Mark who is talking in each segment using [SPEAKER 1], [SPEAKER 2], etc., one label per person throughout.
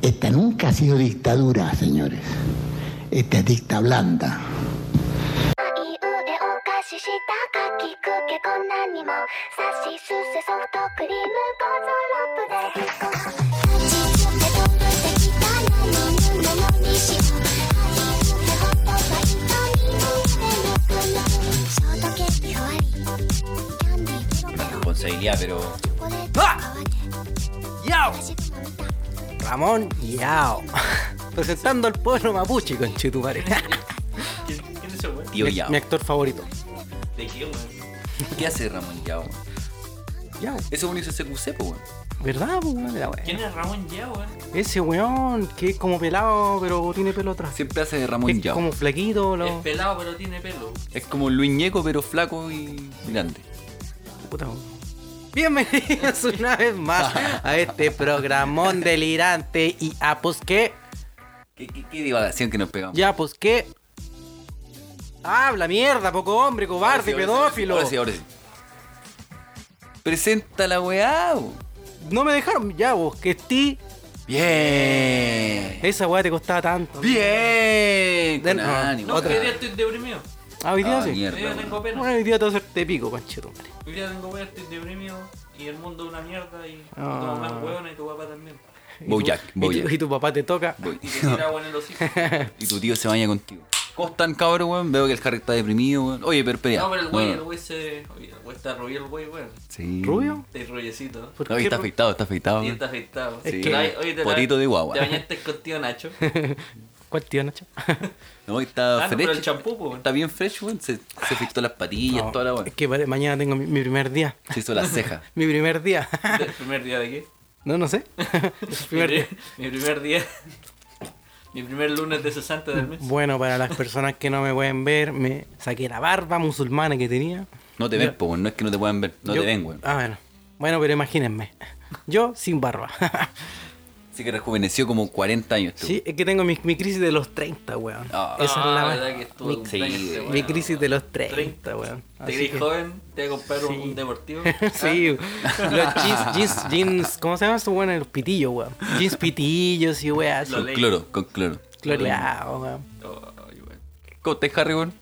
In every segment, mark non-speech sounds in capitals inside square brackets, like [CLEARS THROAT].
[SPEAKER 1] Esta nunca ha sido dictadura, señores. Esta es dicta blanda.
[SPEAKER 2] いい腕お貸ししたかきくけこんなにもさしすせソフトクリームゴゾロップで立ちつて飛ぶてきたなにぬののにしろはじてホットファイトにむてぬくぬショートケーキふわりキャンディーペロペロ
[SPEAKER 3] Responsabilidad, pero.
[SPEAKER 2] ポレットか
[SPEAKER 4] あ
[SPEAKER 2] わ
[SPEAKER 4] ¡Ah! ¡Yao!
[SPEAKER 2] しくまみた
[SPEAKER 4] Ramón Yao. [LAUGHS] Presentando al pueblo mapuche,
[SPEAKER 3] [LAUGHS]
[SPEAKER 4] conchetumare.
[SPEAKER 5] ¿Quién, quién es ese weón?
[SPEAKER 3] Tío Yao.
[SPEAKER 4] Mi actor favorito.
[SPEAKER 5] ¿De qué, weón?
[SPEAKER 3] ¿Qué hace Ramón Yao?
[SPEAKER 4] Yao.
[SPEAKER 3] Ese weón hizo ese cucepo, weón.
[SPEAKER 4] ¿Verdad, po, weón? La wea.
[SPEAKER 5] ¿Quién es Ramón ya, weón?
[SPEAKER 4] Ese weón que es como pelado, pero tiene pelo atrás.
[SPEAKER 3] Siempre hace de Ramón
[SPEAKER 4] Es
[SPEAKER 3] Yao.
[SPEAKER 4] como flaquito, lo...
[SPEAKER 5] Es pelado, pero tiene pelo.
[SPEAKER 3] Es como Luis Ñeco, pero flaco y grande.
[SPEAKER 4] Puta, weón. Bienvenidos [LAUGHS] una
[SPEAKER 3] [LAUGHS]
[SPEAKER 4] vez más a este programón delirante y a pues qué,
[SPEAKER 3] ¿Qué, qué, qué divagación que nos pegamos?
[SPEAKER 4] ya pues qué. Habla mierda, poco hombre,
[SPEAKER 3] Ahora
[SPEAKER 4] cobarde,
[SPEAKER 3] sí, ahora sí,
[SPEAKER 4] pedófilo.
[SPEAKER 3] Ahora sí, ahora sí. Presenta la weá. bo.
[SPEAKER 4] No me dejaron, ya vos, que ti,
[SPEAKER 3] Bien.
[SPEAKER 4] esa weá te costaba tanto.
[SPEAKER 3] Bien. Con
[SPEAKER 4] Den- no,
[SPEAKER 3] ánimo.
[SPEAKER 5] No,
[SPEAKER 4] Otra.
[SPEAKER 5] porque hoy día estoy deprimido.
[SPEAKER 4] Ah, hoy día
[SPEAKER 3] Ah,
[SPEAKER 4] sí.
[SPEAKER 3] mierda.
[SPEAKER 5] Hoy día tengo pena.
[SPEAKER 4] Bueno, hoy día te vas a hacerte pico, conchetumare.
[SPEAKER 5] Hoy día tengo weón, estoy deprimido. Y el mundo es una mierda. Y tu
[SPEAKER 4] Ah.
[SPEAKER 5] mamá es hueona y tu papá también.
[SPEAKER 4] Y tu-
[SPEAKER 3] Bojack,
[SPEAKER 4] y tu-
[SPEAKER 3] Bojack.
[SPEAKER 4] Y tu papá te toca.
[SPEAKER 3] Voy.
[SPEAKER 5] Y te tira agua en
[SPEAKER 4] [LAUGHS]
[SPEAKER 5] el hocico.
[SPEAKER 3] Y tu tío se baña contigo. ¿Cómo están, cabrón, weón? Veo que el Harry está deprimido, weón. Oye, pero espera.
[SPEAKER 5] No, pero el güey,
[SPEAKER 3] No,
[SPEAKER 5] el
[SPEAKER 3] no.
[SPEAKER 5] güey se. oye, El güey está rubio, el güey, weón.
[SPEAKER 3] Sí.
[SPEAKER 4] ¿Rubio? [LAUGHS]
[SPEAKER 5] Está rollecito.
[SPEAKER 4] ¿Por
[SPEAKER 3] No, y
[SPEAKER 4] qué
[SPEAKER 3] está
[SPEAKER 4] ru-
[SPEAKER 3] afeitado, está afeitado.
[SPEAKER 5] Y
[SPEAKER 3] weón.
[SPEAKER 5] está afectado.
[SPEAKER 3] Es
[SPEAKER 5] Sí.
[SPEAKER 3] que-
[SPEAKER 5] Ay, oye, te
[SPEAKER 3] potito
[SPEAKER 5] ba-
[SPEAKER 3] de guagua.
[SPEAKER 5] Te bañaste con tío
[SPEAKER 4] [LAUGHS]
[SPEAKER 5] Nacho.
[SPEAKER 4] ¿Cuál tío, Nacho?
[SPEAKER 3] No, y está
[SPEAKER 5] Ah, no,
[SPEAKER 3] fresh.
[SPEAKER 5] pero el champú, po, weón.
[SPEAKER 3] Está bien fresh, weón. Se, se afeitó las patillas,
[SPEAKER 4] [LAUGHS] No,
[SPEAKER 3] toda la
[SPEAKER 4] es
[SPEAKER 3] weón.
[SPEAKER 4] que pare- mañana tengo mi, mi primer día.
[SPEAKER 3] Se hizo las cejas.
[SPEAKER 4] Mi primer día. [LAUGHS]
[SPEAKER 5] ¿El primer día de qué?
[SPEAKER 4] no, no sé. [LAUGHS] El
[SPEAKER 5] Mi
[SPEAKER 4] primer día.
[SPEAKER 5] pri- Mi primer día. Mi primer lunes de 60 del mes.
[SPEAKER 4] Bueno, para las personas que no me pueden ver, me saqué la barba musulmana que tenía.
[SPEAKER 3] No te ven, po, weón. No es que no te puedan ver. No
[SPEAKER 4] Yo-
[SPEAKER 3] te ven, weón.
[SPEAKER 4] Ah, bueno. Bueno, pero imagínense. Yo sin barba. [LAUGHS]
[SPEAKER 3] Así que rejuveneció como 40 años, este tú.
[SPEAKER 4] sí, es que tengo mi, mi crisis de los 30, weón.
[SPEAKER 3] Ah.
[SPEAKER 4] Esa es la
[SPEAKER 5] Ah,
[SPEAKER 4] más-
[SPEAKER 5] verdad que estuvo
[SPEAKER 4] mi,
[SPEAKER 5] un
[SPEAKER 3] sí,
[SPEAKER 5] trance,
[SPEAKER 3] mi
[SPEAKER 4] mi
[SPEAKER 5] weón.
[SPEAKER 4] crisis de los 30,
[SPEAKER 5] 30,
[SPEAKER 4] weón.
[SPEAKER 5] Te
[SPEAKER 4] Así
[SPEAKER 5] creí
[SPEAKER 4] que-
[SPEAKER 5] joven, te voy a comprar un-
[SPEAKER 4] Sí.
[SPEAKER 5] un deportivo.
[SPEAKER 4] [LAUGHS] Sí, los jeans, jeans, jeans, ¿cómo se llama esto, weón? El pitillo, weón. Jeans pitillos y weas.
[SPEAKER 5] Lo
[SPEAKER 3] Con
[SPEAKER 5] leí.
[SPEAKER 3] cloro, con cloro.
[SPEAKER 4] Cloreado, weón.
[SPEAKER 5] Ah, ay, weón.
[SPEAKER 3] ¿Cómo estás, Harry, weón?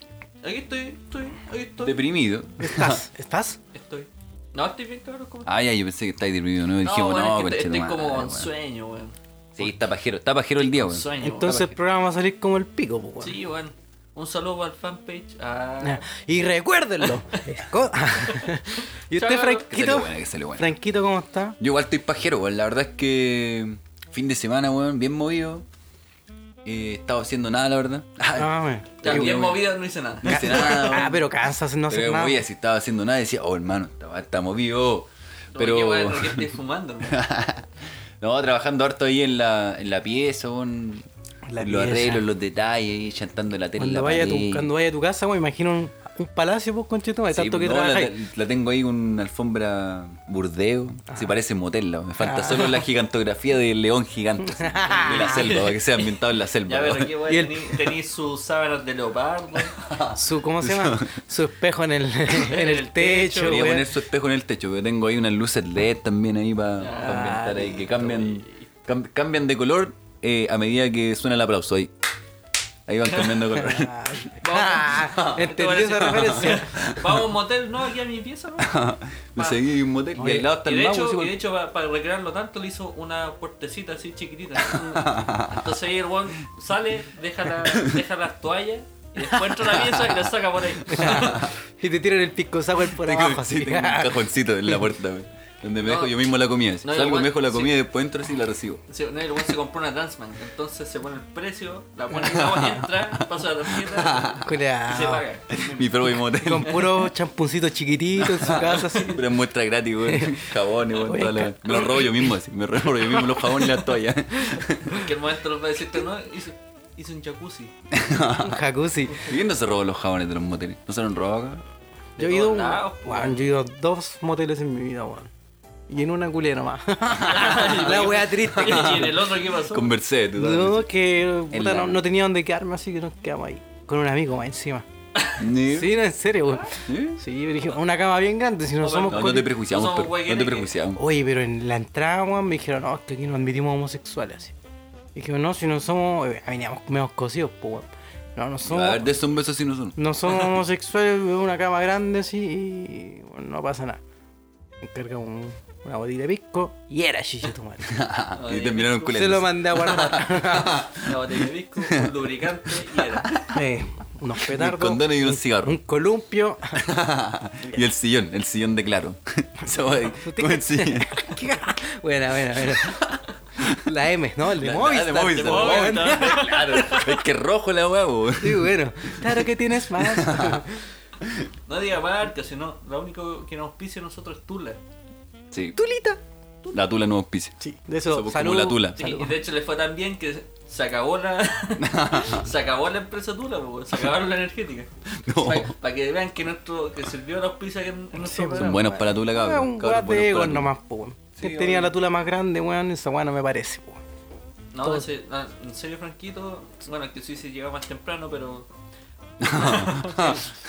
[SPEAKER 5] Aquí estoy, estoy, aquí estoy.
[SPEAKER 3] Deprimido. [LAUGHS]
[SPEAKER 4] ¿Estás? ¿Estás?
[SPEAKER 5] Estoy. No, estoy bien, cabrón. ¿cómo estás?
[SPEAKER 3] Ay, ay, yo pensé que estáis deprimido, ¿no? Ah, Dijimos,
[SPEAKER 5] weón,
[SPEAKER 3] no,
[SPEAKER 5] es que estoy, estoy
[SPEAKER 3] conchetumare,
[SPEAKER 5] como con
[SPEAKER 3] weón.
[SPEAKER 5] sueño, weón.
[SPEAKER 3] Sí, está pajero, está pajero el día, weón.
[SPEAKER 5] Sueño. weón.
[SPEAKER 4] Entonces el programa va a salir como el pico, pues, weón.
[SPEAKER 5] Sí, weón. Un saludo al fanpage.
[SPEAKER 4] Ah,
[SPEAKER 5] Ah,
[SPEAKER 4] Y recuérdenlo. Co- [LAUGHS] ¿Y usted,
[SPEAKER 3] Que salió
[SPEAKER 5] Chao.
[SPEAKER 4] Franquito?
[SPEAKER 3] buena, que salió buena.
[SPEAKER 4] Franquito, ¿cómo está?
[SPEAKER 3] Yo igual estoy pajero, weón. La verdad es que fin de semana, weón, bien movido. Eh, he estado haciendo nada, la verdad. [LAUGHS]
[SPEAKER 4] Ah, weón.
[SPEAKER 5] también
[SPEAKER 3] weón.
[SPEAKER 5] movido no
[SPEAKER 3] [LAUGHS]
[SPEAKER 5] hice nada.
[SPEAKER 3] No hice nada, weón.
[SPEAKER 4] [LAUGHS] Ah, pero cansas, no hacer
[SPEAKER 3] Pero
[SPEAKER 4] nada.
[SPEAKER 3] movía, si estaba haciendo nada, decía, oh, hermano, está, está movido. Pero...
[SPEAKER 5] Qué weón, ¿por qué estoy fumando, weón?
[SPEAKER 3] [LAUGHS] No, trabajando harto ahí en la, en la pieza, weón.
[SPEAKER 4] La
[SPEAKER 3] los
[SPEAKER 4] pieza.
[SPEAKER 3] arreglos, los detalles, ahí chantando la tele. en
[SPEAKER 4] Cuando
[SPEAKER 3] la
[SPEAKER 4] vaya, a tu,
[SPEAKER 3] pared.
[SPEAKER 4] cuando vaya a tu casa, weón, imagino un, un palacio, pues, conchito, de
[SPEAKER 3] Sí,
[SPEAKER 4] tanto que
[SPEAKER 3] no, la,
[SPEAKER 4] trabajáis.
[SPEAKER 3] la tengo ahí con una alfombra burdeo. Se parece motel. la- Me
[SPEAKER 4] Ah.
[SPEAKER 3] falta solo la gigantografía del león gigante. así, de
[SPEAKER 4] [LAUGHS]
[SPEAKER 3] la selva, para que sea ambientado en la selva.
[SPEAKER 5] Ya, pero
[SPEAKER 3] weón.
[SPEAKER 5] aquí,
[SPEAKER 4] Y
[SPEAKER 5] weón,
[SPEAKER 4] el-
[SPEAKER 5] tení- tenéis sus sábanas
[SPEAKER 4] [LAUGHS]
[SPEAKER 5] de leopardo.
[SPEAKER 4] Su, ¿Cómo
[SPEAKER 3] [LAUGHS]
[SPEAKER 4] se llama? Su espejo en el, [LAUGHS] en el
[SPEAKER 5] el techo,
[SPEAKER 4] techo,
[SPEAKER 3] Debería
[SPEAKER 4] weón.
[SPEAKER 3] poner su espejo en el techo, pero tengo ahí unas luces LED también ahí para ambientar ahí, que cambian, cam- cambian de color eh, a medida que suena el aplauso ahí. Ahí van cambiando de
[SPEAKER 5] [LAUGHS]
[SPEAKER 3] color. [LAUGHS]
[SPEAKER 4] Ah,
[SPEAKER 5] Este
[SPEAKER 4] entendí esa referencia.
[SPEAKER 5] [LAUGHS] Vamos a un motel, no, aquí a mi pieza, weón.
[SPEAKER 3] Me seguí en un motel y al lado está
[SPEAKER 5] Y
[SPEAKER 3] el pues,
[SPEAKER 5] de,
[SPEAKER 3] mago. así,
[SPEAKER 5] hecho, y de
[SPEAKER 3] weón.
[SPEAKER 5] hecho, pa- para, recrearlo tanto, le hizo una puertecita así chiquitita. Entonces ahí el weón sale, deja, la- deja las toallas, y después entra a la pieza y las
[SPEAKER 3] [LAUGHS]
[SPEAKER 5] saca por ahí.
[SPEAKER 4] [LAUGHS] Y te tiran el pisco sour por
[SPEAKER 3] Tengo-
[SPEAKER 4] abajo,
[SPEAKER 3] sí,
[SPEAKER 4] así. ah,
[SPEAKER 3] tengo un cajoncito en la
[SPEAKER 5] [LAUGHS]
[SPEAKER 3] puerta, weón, donde me
[SPEAKER 5] No,
[SPEAKER 3] dejo yo mismo la comida.
[SPEAKER 5] no,
[SPEAKER 3] Salgo,
[SPEAKER 5] igual,
[SPEAKER 3] me dejo la
[SPEAKER 5] sí.
[SPEAKER 3] comida y después entro así y la recibo.
[SPEAKER 5] [LAUGHS] Sí, no, el weón se compró una Transman, entonces se pone el precio, la pone en agua y entra, pasa la tarjeta y se
[SPEAKER 4] Culeado.
[SPEAKER 5] paga.
[SPEAKER 3] Mi propio motel.
[SPEAKER 4] Con puro champuncito chiquitito
[SPEAKER 3] [LAUGHS]
[SPEAKER 4] en su casa, así.
[SPEAKER 3] Pura muestra gratis,
[SPEAKER 5] [LAUGHS]
[SPEAKER 3] weón. Jabones, weón.
[SPEAKER 4] Oye,
[SPEAKER 3] toda la- Me los robo yo mismo así. Me [LAUGHS] robo yo mismo los jabones y las toallas. [LAUGHS]
[SPEAKER 5] Que el momento nos va a decir que no, hizo, hizo un
[SPEAKER 3] [LAUGHS]
[SPEAKER 5] jacuzzi.
[SPEAKER 4] Un jacuzzi.
[SPEAKER 3] ¿Y quién no se robó los jabones de los moteles? ¿No se los han robado acá?
[SPEAKER 4] Yo he
[SPEAKER 5] De
[SPEAKER 4] ido,
[SPEAKER 5] todos lados,
[SPEAKER 4] weón, yo he ido a dos moteles en mi vida, weón. Y en una culé
[SPEAKER 5] [LAUGHS]
[SPEAKER 4] nomás. [LAUGHS] la wea triste.
[SPEAKER 5] y en el otro, ¿qué pasó?
[SPEAKER 3] Conversé, tú sabes.
[SPEAKER 4] No, es que puta,
[SPEAKER 3] la-
[SPEAKER 4] no, no tenía donde quedarme, así que nos quedamos ahí. Con un amigo más encima.
[SPEAKER 3] Ni-
[SPEAKER 4] Sí, no, en serio, weón.
[SPEAKER 3] ¿Sí?
[SPEAKER 4] Sí, pero dije, una cama bien grande, si no somos...
[SPEAKER 3] No, no
[SPEAKER 4] coli-
[SPEAKER 3] te prejuiciamos,
[SPEAKER 5] No somos
[SPEAKER 3] pero- no te
[SPEAKER 5] huequeneques.
[SPEAKER 3] prejuiciamos.
[SPEAKER 4] Oye, pero en la entrada, weón, me dijeron, no, es que aquí no admitimos homosexuales. Así. Dije, no, si no somos... eh, Veníamos menos cocidos, pues, weón. No, no somos...
[SPEAKER 3] A ver, de un beso si no son. [LAUGHS]
[SPEAKER 4] No somos homosexuales, veo una cama grande así y bueno, no pasa nada. Encarga un- una botella de pisco y era chicha tu
[SPEAKER 3] [LAUGHS]
[SPEAKER 4] madre.
[SPEAKER 3] Ah,
[SPEAKER 5] eh,
[SPEAKER 3] Y te miraron
[SPEAKER 4] Se lo
[SPEAKER 3] culentos.
[SPEAKER 4] mandé a guardar.
[SPEAKER 5] Ah,
[SPEAKER 4] [LAUGHS]
[SPEAKER 5] La botella de disco, un lubricante y era.
[SPEAKER 4] Eh, unos petardos.
[SPEAKER 3] Un condón y un cigarro.
[SPEAKER 4] Un columpio.
[SPEAKER 3] [LAUGHS] y el sillón, el sillón de claro. [LAUGHS] Se va ahí, [LAUGHS] con el sillón.
[SPEAKER 4] [LAUGHS] Buena, buena, buena. La M, ¿no? El de
[SPEAKER 3] La- la
[SPEAKER 4] Movistar.
[SPEAKER 3] de
[SPEAKER 4] [LAUGHS]
[SPEAKER 3] Movistar,
[SPEAKER 4] po,
[SPEAKER 3] la de
[SPEAKER 4] weón.
[SPEAKER 3] Movistar, Claro, es que rojo la huevo.
[SPEAKER 4] Sí, bueno. Claro que tienes más.
[SPEAKER 5] No diga marca, sino lo único que nos auspicia a nosotros es Tula.
[SPEAKER 3] Sí,
[SPEAKER 4] Tulita.
[SPEAKER 3] la tula no auspicia.
[SPEAKER 4] Sí, de
[SPEAKER 3] Somos
[SPEAKER 4] eso.
[SPEAKER 3] como
[SPEAKER 4] Salud.
[SPEAKER 3] la tula.
[SPEAKER 5] Sí, y de hecho le fue tan bien que se
[SPEAKER 3] [LAUGHS]
[SPEAKER 5] acabó la. se acabó la empresa Tula, po, weón. se acabaron la energética.
[SPEAKER 3] No.
[SPEAKER 5] Para que vean que nuestro que sirvió la auspicia que en, en nuestro programa.
[SPEAKER 3] Son buenos para tula, cabrón.
[SPEAKER 4] Ah, Un
[SPEAKER 3] Cabros
[SPEAKER 4] guate
[SPEAKER 3] buenos
[SPEAKER 4] de
[SPEAKER 3] para
[SPEAKER 4] egos
[SPEAKER 3] tula.
[SPEAKER 4] nomás, po, weón.
[SPEAKER 3] pues, Sí,
[SPEAKER 4] ¿Quién tenía
[SPEAKER 3] obvio.
[SPEAKER 4] la tula más grande, weón? Esa weá no me parece, pues. po.
[SPEAKER 5] No,
[SPEAKER 4] Todo.
[SPEAKER 5] ese- ah, en serio, Franquito. Bueno, que sí se llega más
[SPEAKER 3] [LAUGHS]
[SPEAKER 5] temprano, pero.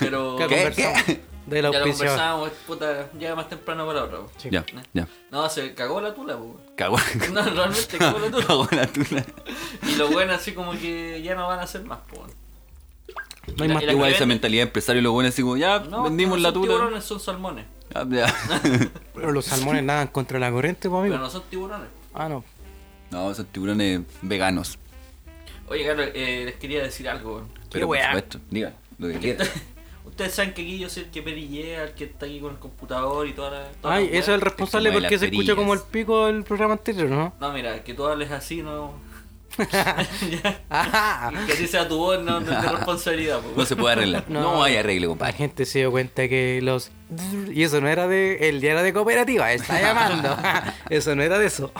[SPEAKER 5] pero.
[SPEAKER 4] ¿Qué,
[SPEAKER 3] ¿Qué?
[SPEAKER 4] conversamos?
[SPEAKER 3] ¿Qué?
[SPEAKER 4] Del
[SPEAKER 5] Ya lo
[SPEAKER 4] auspiciador.
[SPEAKER 5] conversábamos, puta, llega más temprano para otra. po. ¿Eh?
[SPEAKER 4] Sí.
[SPEAKER 3] Ya, ya.
[SPEAKER 5] No, se cagó la tula, po.
[SPEAKER 3] Cagó.
[SPEAKER 5] No, realmente cagó la
[SPEAKER 3] [LAUGHS]
[SPEAKER 5] tula.
[SPEAKER 3] Cagó la tula.
[SPEAKER 5] Y lo bueno, así como que ya no van a hacer más, po.
[SPEAKER 4] No hay
[SPEAKER 5] La-
[SPEAKER 4] más
[SPEAKER 5] y
[SPEAKER 4] tula.
[SPEAKER 3] Igual
[SPEAKER 5] que
[SPEAKER 3] esa
[SPEAKER 5] vende-
[SPEAKER 3] mentalidad de empresario, lo bueno es así como, ya,
[SPEAKER 5] No,
[SPEAKER 3] vendimos
[SPEAKER 5] no
[SPEAKER 3] la
[SPEAKER 5] son
[SPEAKER 3] tula.
[SPEAKER 5] tiburones son salmones,
[SPEAKER 3] Ah, ya.
[SPEAKER 4] Pero los salmones nadan contra la corriente, pues,
[SPEAKER 5] pero
[SPEAKER 4] amigo.
[SPEAKER 5] no son tiburones.
[SPEAKER 4] Ah, no.
[SPEAKER 3] No, son tiburones veganos.
[SPEAKER 5] Oye, Carlos, eh, les quería decir algo. weón.
[SPEAKER 3] Pero por
[SPEAKER 4] weá.
[SPEAKER 3] supuesto, diga lo
[SPEAKER 4] [LAUGHS]
[SPEAKER 3] que quiera.
[SPEAKER 5] Ustedes saben que aquí yo soy el que perillea, el que está aquí con el computador y toda la. toda
[SPEAKER 4] Ay,
[SPEAKER 5] la weá.
[SPEAKER 4] eso es el responsable
[SPEAKER 3] mueve
[SPEAKER 4] porque
[SPEAKER 3] las
[SPEAKER 4] se escucha
[SPEAKER 3] perillas.
[SPEAKER 4] como el pico del programa anterior, ¿no?
[SPEAKER 5] No, mira, que tú hables
[SPEAKER 4] [LAUGHS]
[SPEAKER 5] así, no.
[SPEAKER 4] Ajá.
[SPEAKER 5] que así sea tu voz, no, no es de responsabilidad, po.
[SPEAKER 3] No se puede arreglar.
[SPEAKER 4] No.
[SPEAKER 3] No, hay arreglo,
[SPEAKER 4] La
[SPEAKER 3] compadre.
[SPEAKER 4] gente se dio cuenta que los... Y eso no era de... El día era de cooperativa, está llamando. [LAUGHS] eso no era de eso.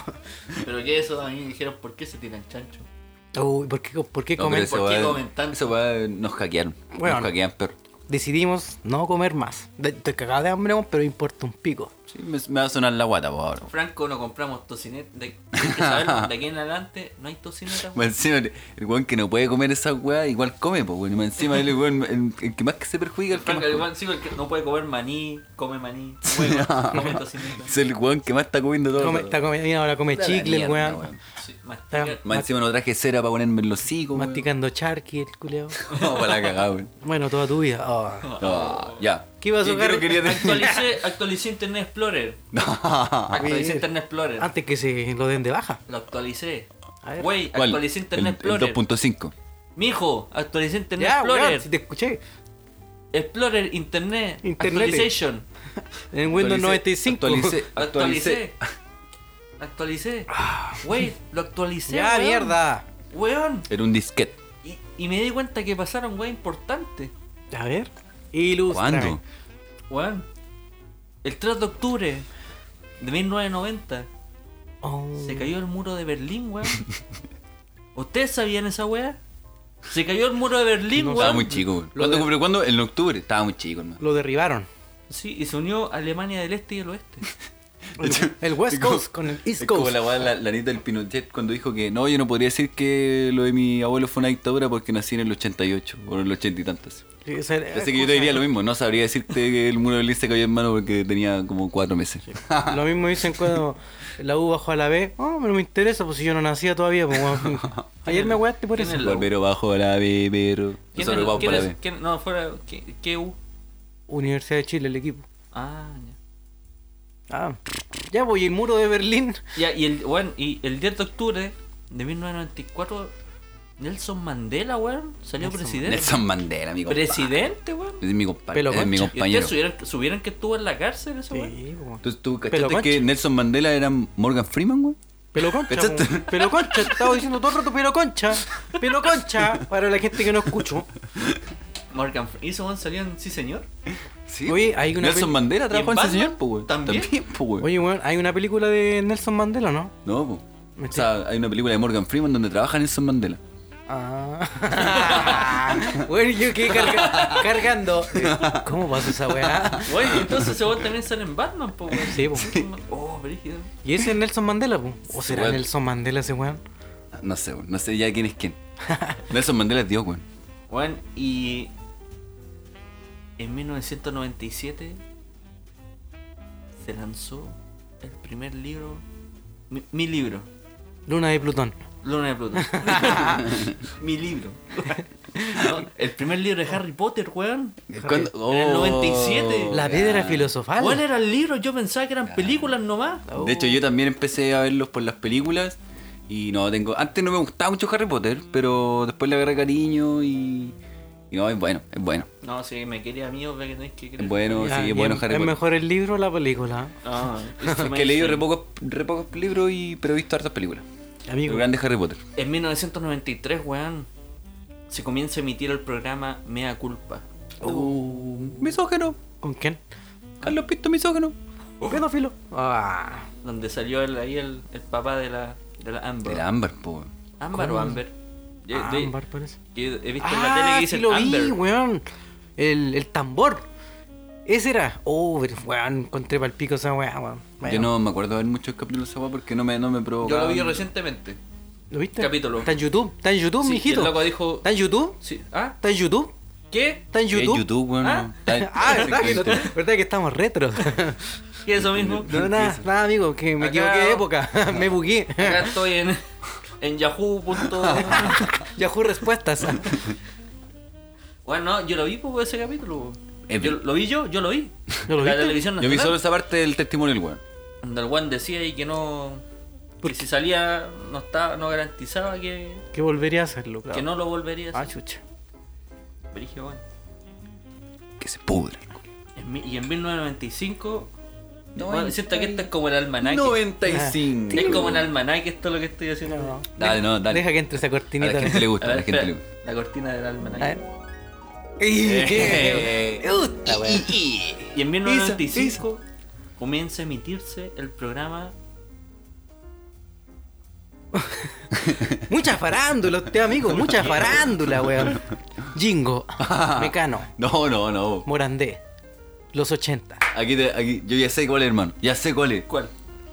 [SPEAKER 5] Pero que eso a mí me dijeron, ¿por qué se tiran chancho?
[SPEAKER 4] Uy, ¿por qué, por qué
[SPEAKER 3] No,
[SPEAKER 4] comer?
[SPEAKER 3] pero esa
[SPEAKER 5] ¿Por qué
[SPEAKER 3] weá-
[SPEAKER 5] comen tanto?
[SPEAKER 3] esa weá nos hackearon.
[SPEAKER 4] Bueno.
[SPEAKER 3] Nos hackean, pero.
[SPEAKER 4] Decidimos no comer más. De- Estoy cagado de hambre, weón, pero importa un pico.
[SPEAKER 3] Sí, me, me va a sonar la guata, por ahora.
[SPEAKER 5] Franco, no compramos tocineta. De, hay que saberlo, de aquí en adelante no hay tocineta. weón.
[SPEAKER 3] Más encima, el el weón que no puede comer esa weá, igual come, pues, weón. Y más encima, el weón, el, el que más que se perjudica, el que más
[SPEAKER 5] Franco,
[SPEAKER 3] come.
[SPEAKER 5] igual, sí, porque no puede comer maní, come maní,
[SPEAKER 4] [LAUGHS]
[SPEAKER 3] [LAUGHS]
[SPEAKER 5] come, come tocineta.
[SPEAKER 3] Es el weón que más está comiendo todo.
[SPEAKER 4] Come,
[SPEAKER 3] todo.
[SPEAKER 4] está comiendo, ahora come
[SPEAKER 3] Puta la
[SPEAKER 4] chicle, el
[SPEAKER 3] mierda,
[SPEAKER 4] weón.
[SPEAKER 3] weón.
[SPEAKER 5] Sí, mastica-
[SPEAKER 3] Más encima no traje cera para ponerme en los hocico. weón.
[SPEAKER 4] Masticando charqui, el culeo.
[SPEAKER 3] No, para la cagada, weón.
[SPEAKER 4] Bueno, toda tu vida. Oh.
[SPEAKER 3] No, ya.
[SPEAKER 4] ¿Qué iba a
[SPEAKER 3] ¿Qué- qué
[SPEAKER 4] sacar?
[SPEAKER 3] no quería decir? [LAUGHS]
[SPEAKER 5] Actualicé, actualicé Internet Explorer.
[SPEAKER 4] Ah,
[SPEAKER 5] Actualicé Internet Explorer.
[SPEAKER 4] Antes que se lo den de baja.
[SPEAKER 5] Lo actualicé.
[SPEAKER 4] A ver.
[SPEAKER 5] Wey,
[SPEAKER 3] ¿Cuál?
[SPEAKER 5] actualicé
[SPEAKER 3] El-
[SPEAKER 5] Internet
[SPEAKER 3] el
[SPEAKER 5] Explorer.
[SPEAKER 3] 2.5.
[SPEAKER 5] Mijo, actualicé Internet
[SPEAKER 4] Ya,
[SPEAKER 5] Explorer.
[SPEAKER 4] weón, si te escuché.
[SPEAKER 5] Explorer, Internet.
[SPEAKER 4] Internet.
[SPEAKER 5] Actualization.
[SPEAKER 4] En Windows
[SPEAKER 3] Actualicé-
[SPEAKER 4] 95. [LAUGHS]
[SPEAKER 3] Actualicé.
[SPEAKER 5] Actualicé.
[SPEAKER 3] Actualicé. Ah.
[SPEAKER 5] Actualicé. Wey, lo actualicé.
[SPEAKER 4] Ya,
[SPEAKER 5] weón.
[SPEAKER 4] mierda.
[SPEAKER 5] Weón.
[SPEAKER 3] Era un disquete.
[SPEAKER 5] Y, y me di cuenta que pasaron wey importantes.
[SPEAKER 4] A ver. Ilustrame.
[SPEAKER 3] ¿Cuándo?
[SPEAKER 5] Weón. El 3 de octubre de 1990
[SPEAKER 4] Oh.
[SPEAKER 5] se cayó el muro de
[SPEAKER 3] [LAUGHS]
[SPEAKER 5] Berlín, weón. ¿Ustedes sabían esa weá? Se cayó el muro de Berlín, weón.
[SPEAKER 3] Estaba muy chico, weón. ¿Cuándo
[SPEAKER 4] de-
[SPEAKER 3] cumplió? ¿Cuándo? En octubre. Estaba muy chico, hermano. [LAUGHS]
[SPEAKER 4] Lo derribaron.
[SPEAKER 5] Sí, y se unió Alemania del Este y el Oeste.
[SPEAKER 4] El West
[SPEAKER 3] Es como-
[SPEAKER 4] Coast con el East
[SPEAKER 3] es como
[SPEAKER 4] Coast.
[SPEAKER 3] la weá de la, la neta del Pinochet cuando dijo que no, yo no podría decir que lo de mi abuelo fue una dictadura porque nací en el 88 o en el 80 y tantas.
[SPEAKER 5] Eh,
[SPEAKER 4] Sí, o sea,
[SPEAKER 3] Así que yo te diría lo mismo, no sabría decirte que el muro de Berlín se cayó en mano porque tenía como cuatro meses. [LAUGHS]
[SPEAKER 4] [LAUGHS] Lo mismo dicen cuando la U bajó a la B. Oh, pero me interesa, pues si yo no nacía todavía. pues, weón. Ayer me weaste por
[SPEAKER 5] ¿Quién
[SPEAKER 4] eso.
[SPEAKER 5] es la-
[SPEAKER 3] Barbero bajo la B, pero.
[SPEAKER 5] ¿Quién
[SPEAKER 3] Nosotros
[SPEAKER 5] es-
[SPEAKER 3] vamos
[SPEAKER 5] quién
[SPEAKER 3] para la
[SPEAKER 5] es-
[SPEAKER 3] B.
[SPEAKER 5] quién- no, fuera. ¿Qué, qué U?
[SPEAKER 4] Universidad de Chile, el equipo.
[SPEAKER 5] Ah, ya.
[SPEAKER 4] Ah. Ya voy, el muro de Berlín.
[SPEAKER 5] Ya, y el, weón, y el 10 de octubre de 1994, Nelson Mandela, weón, salió presidente.
[SPEAKER 3] Nelson Mandela, amigo.
[SPEAKER 5] Presidente, weón.
[SPEAKER 3] Es mi compadre.
[SPEAKER 4] Pelo
[SPEAKER 3] Es mi
[SPEAKER 4] concha.
[SPEAKER 5] Y ustedes
[SPEAKER 3] compañero.
[SPEAKER 5] subieron, subieron que estuvo en la cárcel
[SPEAKER 4] [LAUGHS]
[SPEAKER 5] ese weón.
[SPEAKER 4] Sí, pues, weón.
[SPEAKER 3] Entonces tú
[SPEAKER 4] Pelo
[SPEAKER 3] cachaste
[SPEAKER 4] concha.
[SPEAKER 3] que Nelson Mandela era Morgan Freeman, güey.
[SPEAKER 4] Pelo concha,
[SPEAKER 3] ¿Cachaste?
[SPEAKER 4] po. pelo concha, estaba diciendo todo el rato pelo concha, pelo concha, para la gente que no escucho.
[SPEAKER 5] Morgan Fre- ¿Y ese weón salió en Sí Señor?
[SPEAKER 3] Sí.
[SPEAKER 4] Oye, hay una
[SPEAKER 3] Nelson
[SPEAKER 4] peli-
[SPEAKER 3] Mandela trabajó
[SPEAKER 5] ¿Y
[SPEAKER 3] en
[SPEAKER 5] en
[SPEAKER 3] ese
[SPEAKER 5] Batman?
[SPEAKER 3] señor, pues, güey.
[SPEAKER 5] ¿También?
[SPEAKER 3] pues, güey.
[SPEAKER 4] Oye, weón, hay una película de Nelson Mandela, ¿no?
[SPEAKER 3] No, po.
[SPEAKER 4] Me
[SPEAKER 3] O sea, hay una película de Morgan Freeman donde trabaja Nelson Mandela.
[SPEAKER 4] [LAUGHS] Ah. bueno, yo quedé carga- [LAUGHS] cargando. ¿Cómo pasa esa weá?
[SPEAKER 5] Weón, y entonces ese weón también sale en Batman, po, weón.
[SPEAKER 4] Sí, po.
[SPEAKER 3] [LAUGHS]
[SPEAKER 5] Oh, brígido.
[SPEAKER 4] ¿Y ese es Nelson Mandela, po? ¿O será
[SPEAKER 3] Weón.
[SPEAKER 4] Nelson Mandela ese weón?
[SPEAKER 3] Ah, No sé, güey. No
[SPEAKER 4] [LAUGHS]
[SPEAKER 3] sé ya quién es quién. Nelson Mandela es Dios, güey.
[SPEAKER 5] Weón, y. En 1997 se lanzó el primer libro, mi, mi libro,
[SPEAKER 4] Luna de Plutón.
[SPEAKER 5] Luna de
[SPEAKER 3] [LAUGHS]
[SPEAKER 5] Plutón. [LAUGHS] mi libro. [LAUGHS] No, el primer libro de Harry Potter, weón.
[SPEAKER 3] ¿Cuándo?
[SPEAKER 5] En el
[SPEAKER 3] Oh.
[SPEAKER 5] 97.
[SPEAKER 4] La piedra filosofal.
[SPEAKER 5] ¿Cuál era el libro? Yo pensaba que eran películas nomás.
[SPEAKER 3] Ah. De hecho, yo también empecé a verlos por las películas. Y no, tengo. Antes no me gustaba mucho Harry Potter, pero después le agarré cariño y. Y no, es bueno, es bueno.
[SPEAKER 5] No, si me quería amigo, ve que tenés que
[SPEAKER 3] Es
[SPEAKER 5] creer.
[SPEAKER 3] bueno,
[SPEAKER 4] Ya,
[SPEAKER 3] sí,
[SPEAKER 4] y
[SPEAKER 3] es bueno
[SPEAKER 4] es-
[SPEAKER 3] Harry
[SPEAKER 4] Ah, es
[SPEAKER 3] Potter.
[SPEAKER 4] mejor el libro o la película.
[SPEAKER 3] [LAUGHS]
[SPEAKER 5] Ah,
[SPEAKER 3] Es que he leído re pocos, re pocos libros, y, pero he visto hartas películas.
[SPEAKER 4] Amigo.
[SPEAKER 3] El grande Harry Potter.
[SPEAKER 5] En 1993, weón, se comienza a emitir el programa Mea Culpa.
[SPEAKER 4] Oh.
[SPEAKER 3] Misógeno.
[SPEAKER 4] ¿Con quién?
[SPEAKER 3] Carlos Pinto, misógeno.
[SPEAKER 4] Pedófilo. Ah.
[SPEAKER 5] Donde salió el- ahí el, el papá de la, de la Amber.
[SPEAKER 3] Era Ámbar, po.
[SPEAKER 5] ¿Amber o
[SPEAKER 4] ¿Cómo?
[SPEAKER 5] Amber? Yo- de-
[SPEAKER 4] Ámbar parece.
[SPEAKER 5] yo he visto en la tele
[SPEAKER 4] Ah,
[SPEAKER 5] que
[SPEAKER 4] sí
[SPEAKER 5] dicen
[SPEAKER 4] lo
[SPEAKER 5] Amber.
[SPEAKER 4] vi, weón. El, el tambor. Ese era. Oh, pero, weón, encontré pa'l pico esa weá, weón. Bueno,
[SPEAKER 3] Yo no me acuerdo de ver muchos capítulos de esa weá porque no me, no me
[SPEAKER 5] Yo
[SPEAKER 3] provocaba.
[SPEAKER 5] lo vi recientemente.
[SPEAKER 4] ¿Lo viste?
[SPEAKER 5] capítulo.
[SPEAKER 4] Está en YouTube, está en YouTube,
[SPEAKER 5] Sí,
[SPEAKER 4] mijito.
[SPEAKER 5] el loco dijo-
[SPEAKER 4] ¿Está en YouTube?
[SPEAKER 5] Sí. ¿Ah?
[SPEAKER 4] ¿Está en YouTube?
[SPEAKER 5] ¿Qué?
[SPEAKER 4] ¿Está en
[SPEAKER 3] ¿Qué?
[SPEAKER 4] YouTube? [LAUGHS]
[SPEAKER 3] YouTube, weón.
[SPEAKER 5] Ah.
[SPEAKER 3] [LAUGHS] Está-
[SPEAKER 4] Ah, verdad que, no- verdad que estamos retro. [LAUGHS]
[SPEAKER 5] ¿Qué es eso mismo?
[SPEAKER 4] No, nada, nada, amigo, que me
[SPEAKER 5] Acá-
[SPEAKER 4] equivoqué de época. [LAUGHS] me bugué.
[SPEAKER 5] Acá estoy en, en Yahoo.
[SPEAKER 4] [LAUGHS]
[SPEAKER 5] punto-
[SPEAKER 4] Yahoo [LAUGHS] respuestas.
[SPEAKER 5] bueno, no, yo lo vi pues, ese capítulo.
[SPEAKER 3] Eh,
[SPEAKER 5] Yo, ¿Lo vi yo? Yo lo vi.
[SPEAKER 4] ¿No lo
[SPEAKER 5] la
[SPEAKER 4] viste?
[SPEAKER 5] televisión
[SPEAKER 3] Yo vi
[SPEAKER 5] nacional.
[SPEAKER 3] solo esa parte del testimonio del weón.
[SPEAKER 5] Cuando el Juan decía ahí que no. Que si salía, no estaba, no garantizaba que,
[SPEAKER 4] que volvería a hacerlo, claro.
[SPEAKER 5] que no lo volvería a
[SPEAKER 4] Ah,
[SPEAKER 5] hacer.
[SPEAKER 4] chucha.
[SPEAKER 5] Brigio, Juan.
[SPEAKER 3] Que se pudre.
[SPEAKER 5] En mi- y en 1995.
[SPEAKER 3] No,
[SPEAKER 5] Juan, siento que esto es como el almanaque.
[SPEAKER 3] 95.
[SPEAKER 5] Es como el almanaque esto es lo que estoy haciendo.
[SPEAKER 4] No.
[SPEAKER 3] Dale, no, dale.
[SPEAKER 4] Deja que entre esa
[SPEAKER 3] A la
[SPEAKER 4] cortinita.
[SPEAKER 3] gente le gusta, a
[SPEAKER 5] [LAUGHS] A
[SPEAKER 3] la
[SPEAKER 5] ver,
[SPEAKER 3] gente le
[SPEAKER 5] espera,
[SPEAKER 3] gusta.
[SPEAKER 5] la cortina del
[SPEAKER 4] A ver.
[SPEAKER 5] almanaque. [LAUGHS]
[SPEAKER 3] Eh.
[SPEAKER 4] Puta, weón.
[SPEAKER 5] Y en 1995 comienza a emitirse el programa
[SPEAKER 4] Mucha farándula, usted
[SPEAKER 3] [LAUGHS]
[SPEAKER 4] amigo, mucha farándula, weón. Jingo, Mecano,
[SPEAKER 3] No, no, no.
[SPEAKER 4] Morandé, los 80.
[SPEAKER 3] Aquí, te- aquí, yo ya sé cuál es, hermano. Ya sé cuál es.
[SPEAKER 5] ¿Cuál?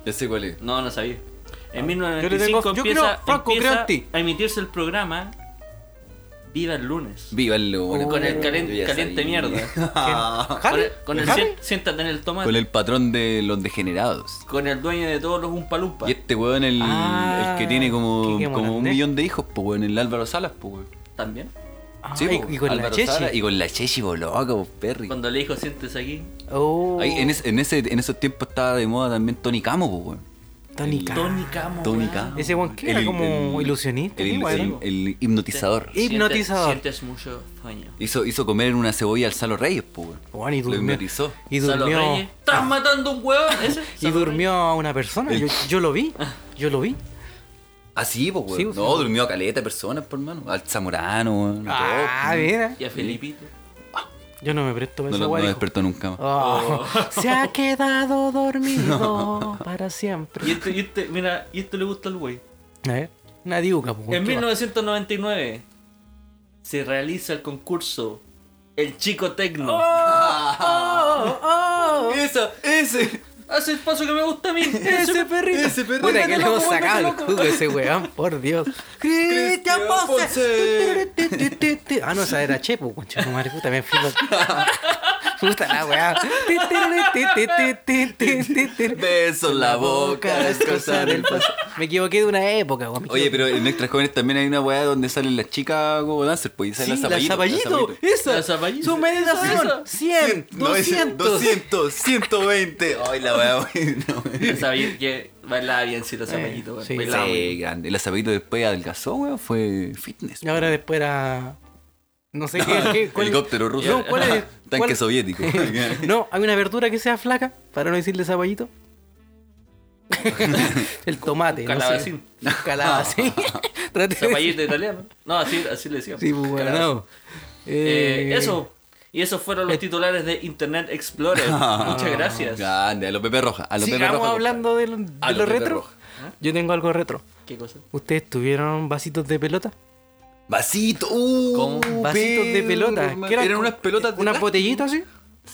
[SPEAKER 3] Ya sé cuál es.
[SPEAKER 5] No, no sabía. En
[SPEAKER 4] Yo le tengo-
[SPEAKER 5] 1995
[SPEAKER 4] yo
[SPEAKER 5] empieza,
[SPEAKER 4] creo- Franco,
[SPEAKER 5] empieza
[SPEAKER 4] creo en ti.
[SPEAKER 5] a emitirse el programa Viva el lunes.
[SPEAKER 3] Viva el lobo.
[SPEAKER 5] Con el calen-
[SPEAKER 3] Yo ya
[SPEAKER 5] caliente
[SPEAKER 3] sabía.
[SPEAKER 5] mierda. Con
[SPEAKER 3] [LAUGHS]
[SPEAKER 4] ¿Harry?
[SPEAKER 5] el, con el
[SPEAKER 4] ¿Harry?
[SPEAKER 5] sien- siéntate en el tomate.
[SPEAKER 3] Con el patrón de los degenerados.
[SPEAKER 5] Con el dueño de todos los umpalumpas.
[SPEAKER 3] Y este weón, el,
[SPEAKER 4] Ah,
[SPEAKER 3] el que tiene como,
[SPEAKER 4] Quique
[SPEAKER 3] como un
[SPEAKER 4] Morandé.
[SPEAKER 3] millón de hijos, pues weón, el Álvaro Salas, pues weón.
[SPEAKER 5] También.
[SPEAKER 4] Ah,
[SPEAKER 3] Sí,
[SPEAKER 4] y,
[SPEAKER 3] po,
[SPEAKER 4] y con la
[SPEAKER 3] Álvaro
[SPEAKER 4] Chechi.
[SPEAKER 3] Salas y con la Chechi, po, loco, po, Perry.
[SPEAKER 5] Cuando le dijo siéntese aquí.
[SPEAKER 4] Oh,
[SPEAKER 3] Ahí, en, ese- en, ese, en esos tiempos estaba de moda también Tony Camo, pues weón.
[SPEAKER 4] Tony Camo.
[SPEAKER 5] Tony Camo.
[SPEAKER 3] Tony
[SPEAKER 5] weón.
[SPEAKER 3] Camo.
[SPEAKER 4] Ese Ah, weón que era
[SPEAKER 3] El-
[SPEAKER 4] como
[SPEAKER 3] el-
[SPEAKER 4] ilusionista.
[SPEAKER 3] El,
[SPEAKER 4] ¿no,
[SPEAKER 3] el-
[SPEAKER 4] weón?
[SPEAKER 3] el hipnotizador.
[SPEAKER 5] Siente-
[SPEAKER 4] Hipnotizador.
[SPEAKER 5] Sientes mucho sueño.
[SPEAKER 3] Hizo, hizo comer una cebolla al Salo Reyes, pues weón.
[SPEAKER 4] Weón, y
[SPEAKER 3] Lo
[SPEAKER 4] durmió.
[SPEAKER 3] hipnotizó.
[SPEAKER 4] Y
[SPEAKER 5] Salo
[SPEAKER 4] durmió. Ah.
[SPEAKER 5] Reyes, ¡Estás matando un huevón! Ese.
[SPEAKER 4] [LAUGHS] Y
[SPEAKER 5] Salo
[SPEAKER 4] durmió a una persona. Yo, yo
[SPEAKER 3] [LAUGHS]
[SPEAKER 4] lo vi. Yo lo vi.
[SPEAKER 3] Ah, sí, pues, weón.
[SPEAKER 4] Sí, pues,
[SPEAKER 3] no,
[SPEAKER 4] sí.
[SPEAKER 3] durmió a caleta de personas, por hermano. Al Zamorano, weón. a
[SPEAKER 4] Ah,
[SPEAKER 3] todos,
[SPEAKER 4] mira.
[SPEAKER 5] Reyes. Y a Felipito.
[SPEAKER 4] Yo no me presto para
[SPEAKER 3] No,
[SPEAKER 4] esa
[SPEAKER 3] lo-
[SPEAKER 4] weá,
[SPEAKER 3] no
[SPEAKER 4] dijo.
[SPEAKER 3] despertó nunca más.
[SPEAKER 4] Oh, Se ha quedado dormido para siempre.
[SPEAKER 5] Y este, y este, mira, y esto le gusta al güey.
[SPEAKER 4] A ver, una diuca, po,
[SPEAKER 5] En
[SPEAKER 4] ¿qué más?
[SPEAKER 5] 1999 se realiza el concurso El Chico Tecno.
[SPEAKER 4] Oh,
[SPEAKER 3] Esa, ese.
[SPEAKER 5] Hace el paso que me gusta a mí.
[SPEAKER 4] Ese perrito.
[SPEAKER 3] ese perrito.
[SPEAKER 4] Puta que
[SPEAKER 3] Vuélvete
[SPEAKER 4] le hemos
[SPEAKER 3] loco,
[SPEAKER 4] sacado el
[SPEAKER 3] vuélvete
[SPEAKER 4] jugo a ese weón, por Dios. Cristian Ponce. Ah, no, esa era Chepo, concha tu madre, puta, me fui loco. Puta la weá.
[SPEAKER 3] Beso en la boca, descansar el paso.
[SPEAKER 4] Me equivoqué de una época, weón. me
[SPEAKER 3] Oye,
[SPEAKER 4] equivoqué.
[SPEAKER 3] pero en Extras Jóvenes también hay una weá donde salen las chicas como dancer, pues, y salen
[SPEAKER 4] Sí,
[SPEAKER 3] las
[SPEAKER 4] la
[SPEAKER 3] zapallito.
[SPEAKER 4] zapallito,
[SPEAKER 3] las zapallito.
[SPEAKER 4] esa,
[SPEAKER 5] La zapallito.
[SPEAKER 4] su meditación,
[SPEAKER 5] Esa.
[SPEAKER 4] 100, 200,
[SPEAKER 3] 200, 120. Ay, la weá, weón. no, weón.
[SPEAKER 5] Sabía que bailaba bien si lo zapallito. weón.
[SPEAKER 4] Eh, sí.
[SPEAKER 5] Bailaba muy bien.
[SPEAKER 3] Sí, grande. La zapallito después adelgazó, weón. Fue fitness.
[SPEAKER 4] Y ahora después era. No
[SPEAKER 3] [LAUGHS]
[SPEAKER 4] sé qué. qué- cuál-
[SPEAKER 3] Helicóptero ruso.
[SPEAKER 4] No, ¿cuál
[SPEAKER 3] [LAUGHS]
[SPEAKER 4] es?
[SPEAKER 3] Tanque
[SPEAKER 4] cuál- [LAUGHS]
[SPEAKER 3] soviético.
[SPEAKER 4] No, hay una verdura que sea flaca, para no decirle zapallito.
[SPEAKER 3] [LAUGHS]
[SPEAKER 4] El tomate. no sé.
[SPEAKER 5] Calabacín.
[SPEAKER 3] [LAUGHS]
[SPEAKER 4] Calabacín. Trate de-
[SPEAKER 5] Zapallito italiano. No, así, así le decíamos.
[SPEAKER 4] Sí, pues, bueno,
[SPEAKER 5] Claro.
[SPEAKER 4] no.
[SPEAKER 5] Eh,
[SPEAKER 4] Eh,
[SPEAKER 5] eso. Y esos fueron los titulares de Internet
[SPEAKER 4] [LAUGHS]
[SPEAKER 5] Explorer. Muchas
[SPEAKER 4] Oh,
[SPEAKER 5] gracias.
[SPEAKER 3] Grande, a los Pepe Roja. A los Pepe
[SPEAKER 4] Sigamos
[SPEAKER 3] Roja.
[SPEAKER 4] hablando de, lo- de
[SPEAKER 3] A
[SPEAKER 4] lo
[SPEAKER 3] Ah, los Pepe
[SPEAKER 4] retro.
[SPEAKER 3] Roja.
[SPEAKER 4] Yo tengo algo retro.
[SPEAKER 5] ¿Qué cosa?
[SPEAKER 4] ¿Ustedes tuvieron vasitos de pelota?
[SPEAKER 3] Vasito, uh,
[SPEAKER 5] Con
[SPEAKER 4] Vasitos de
[SPEAKER 3] Pedro,
[SPEAKER 4] pelota.
[SPEAKER 3] hermano.
[SPEAKER 4] que eran
[SPEAKER 3] eran
[SPEAKER 4] como-
[SPEAKER 3] unas pelotas de
[SPEAKER 4] Unas
[SPEAKER 3] plástico.
[SPEAKER 4] botellitas así.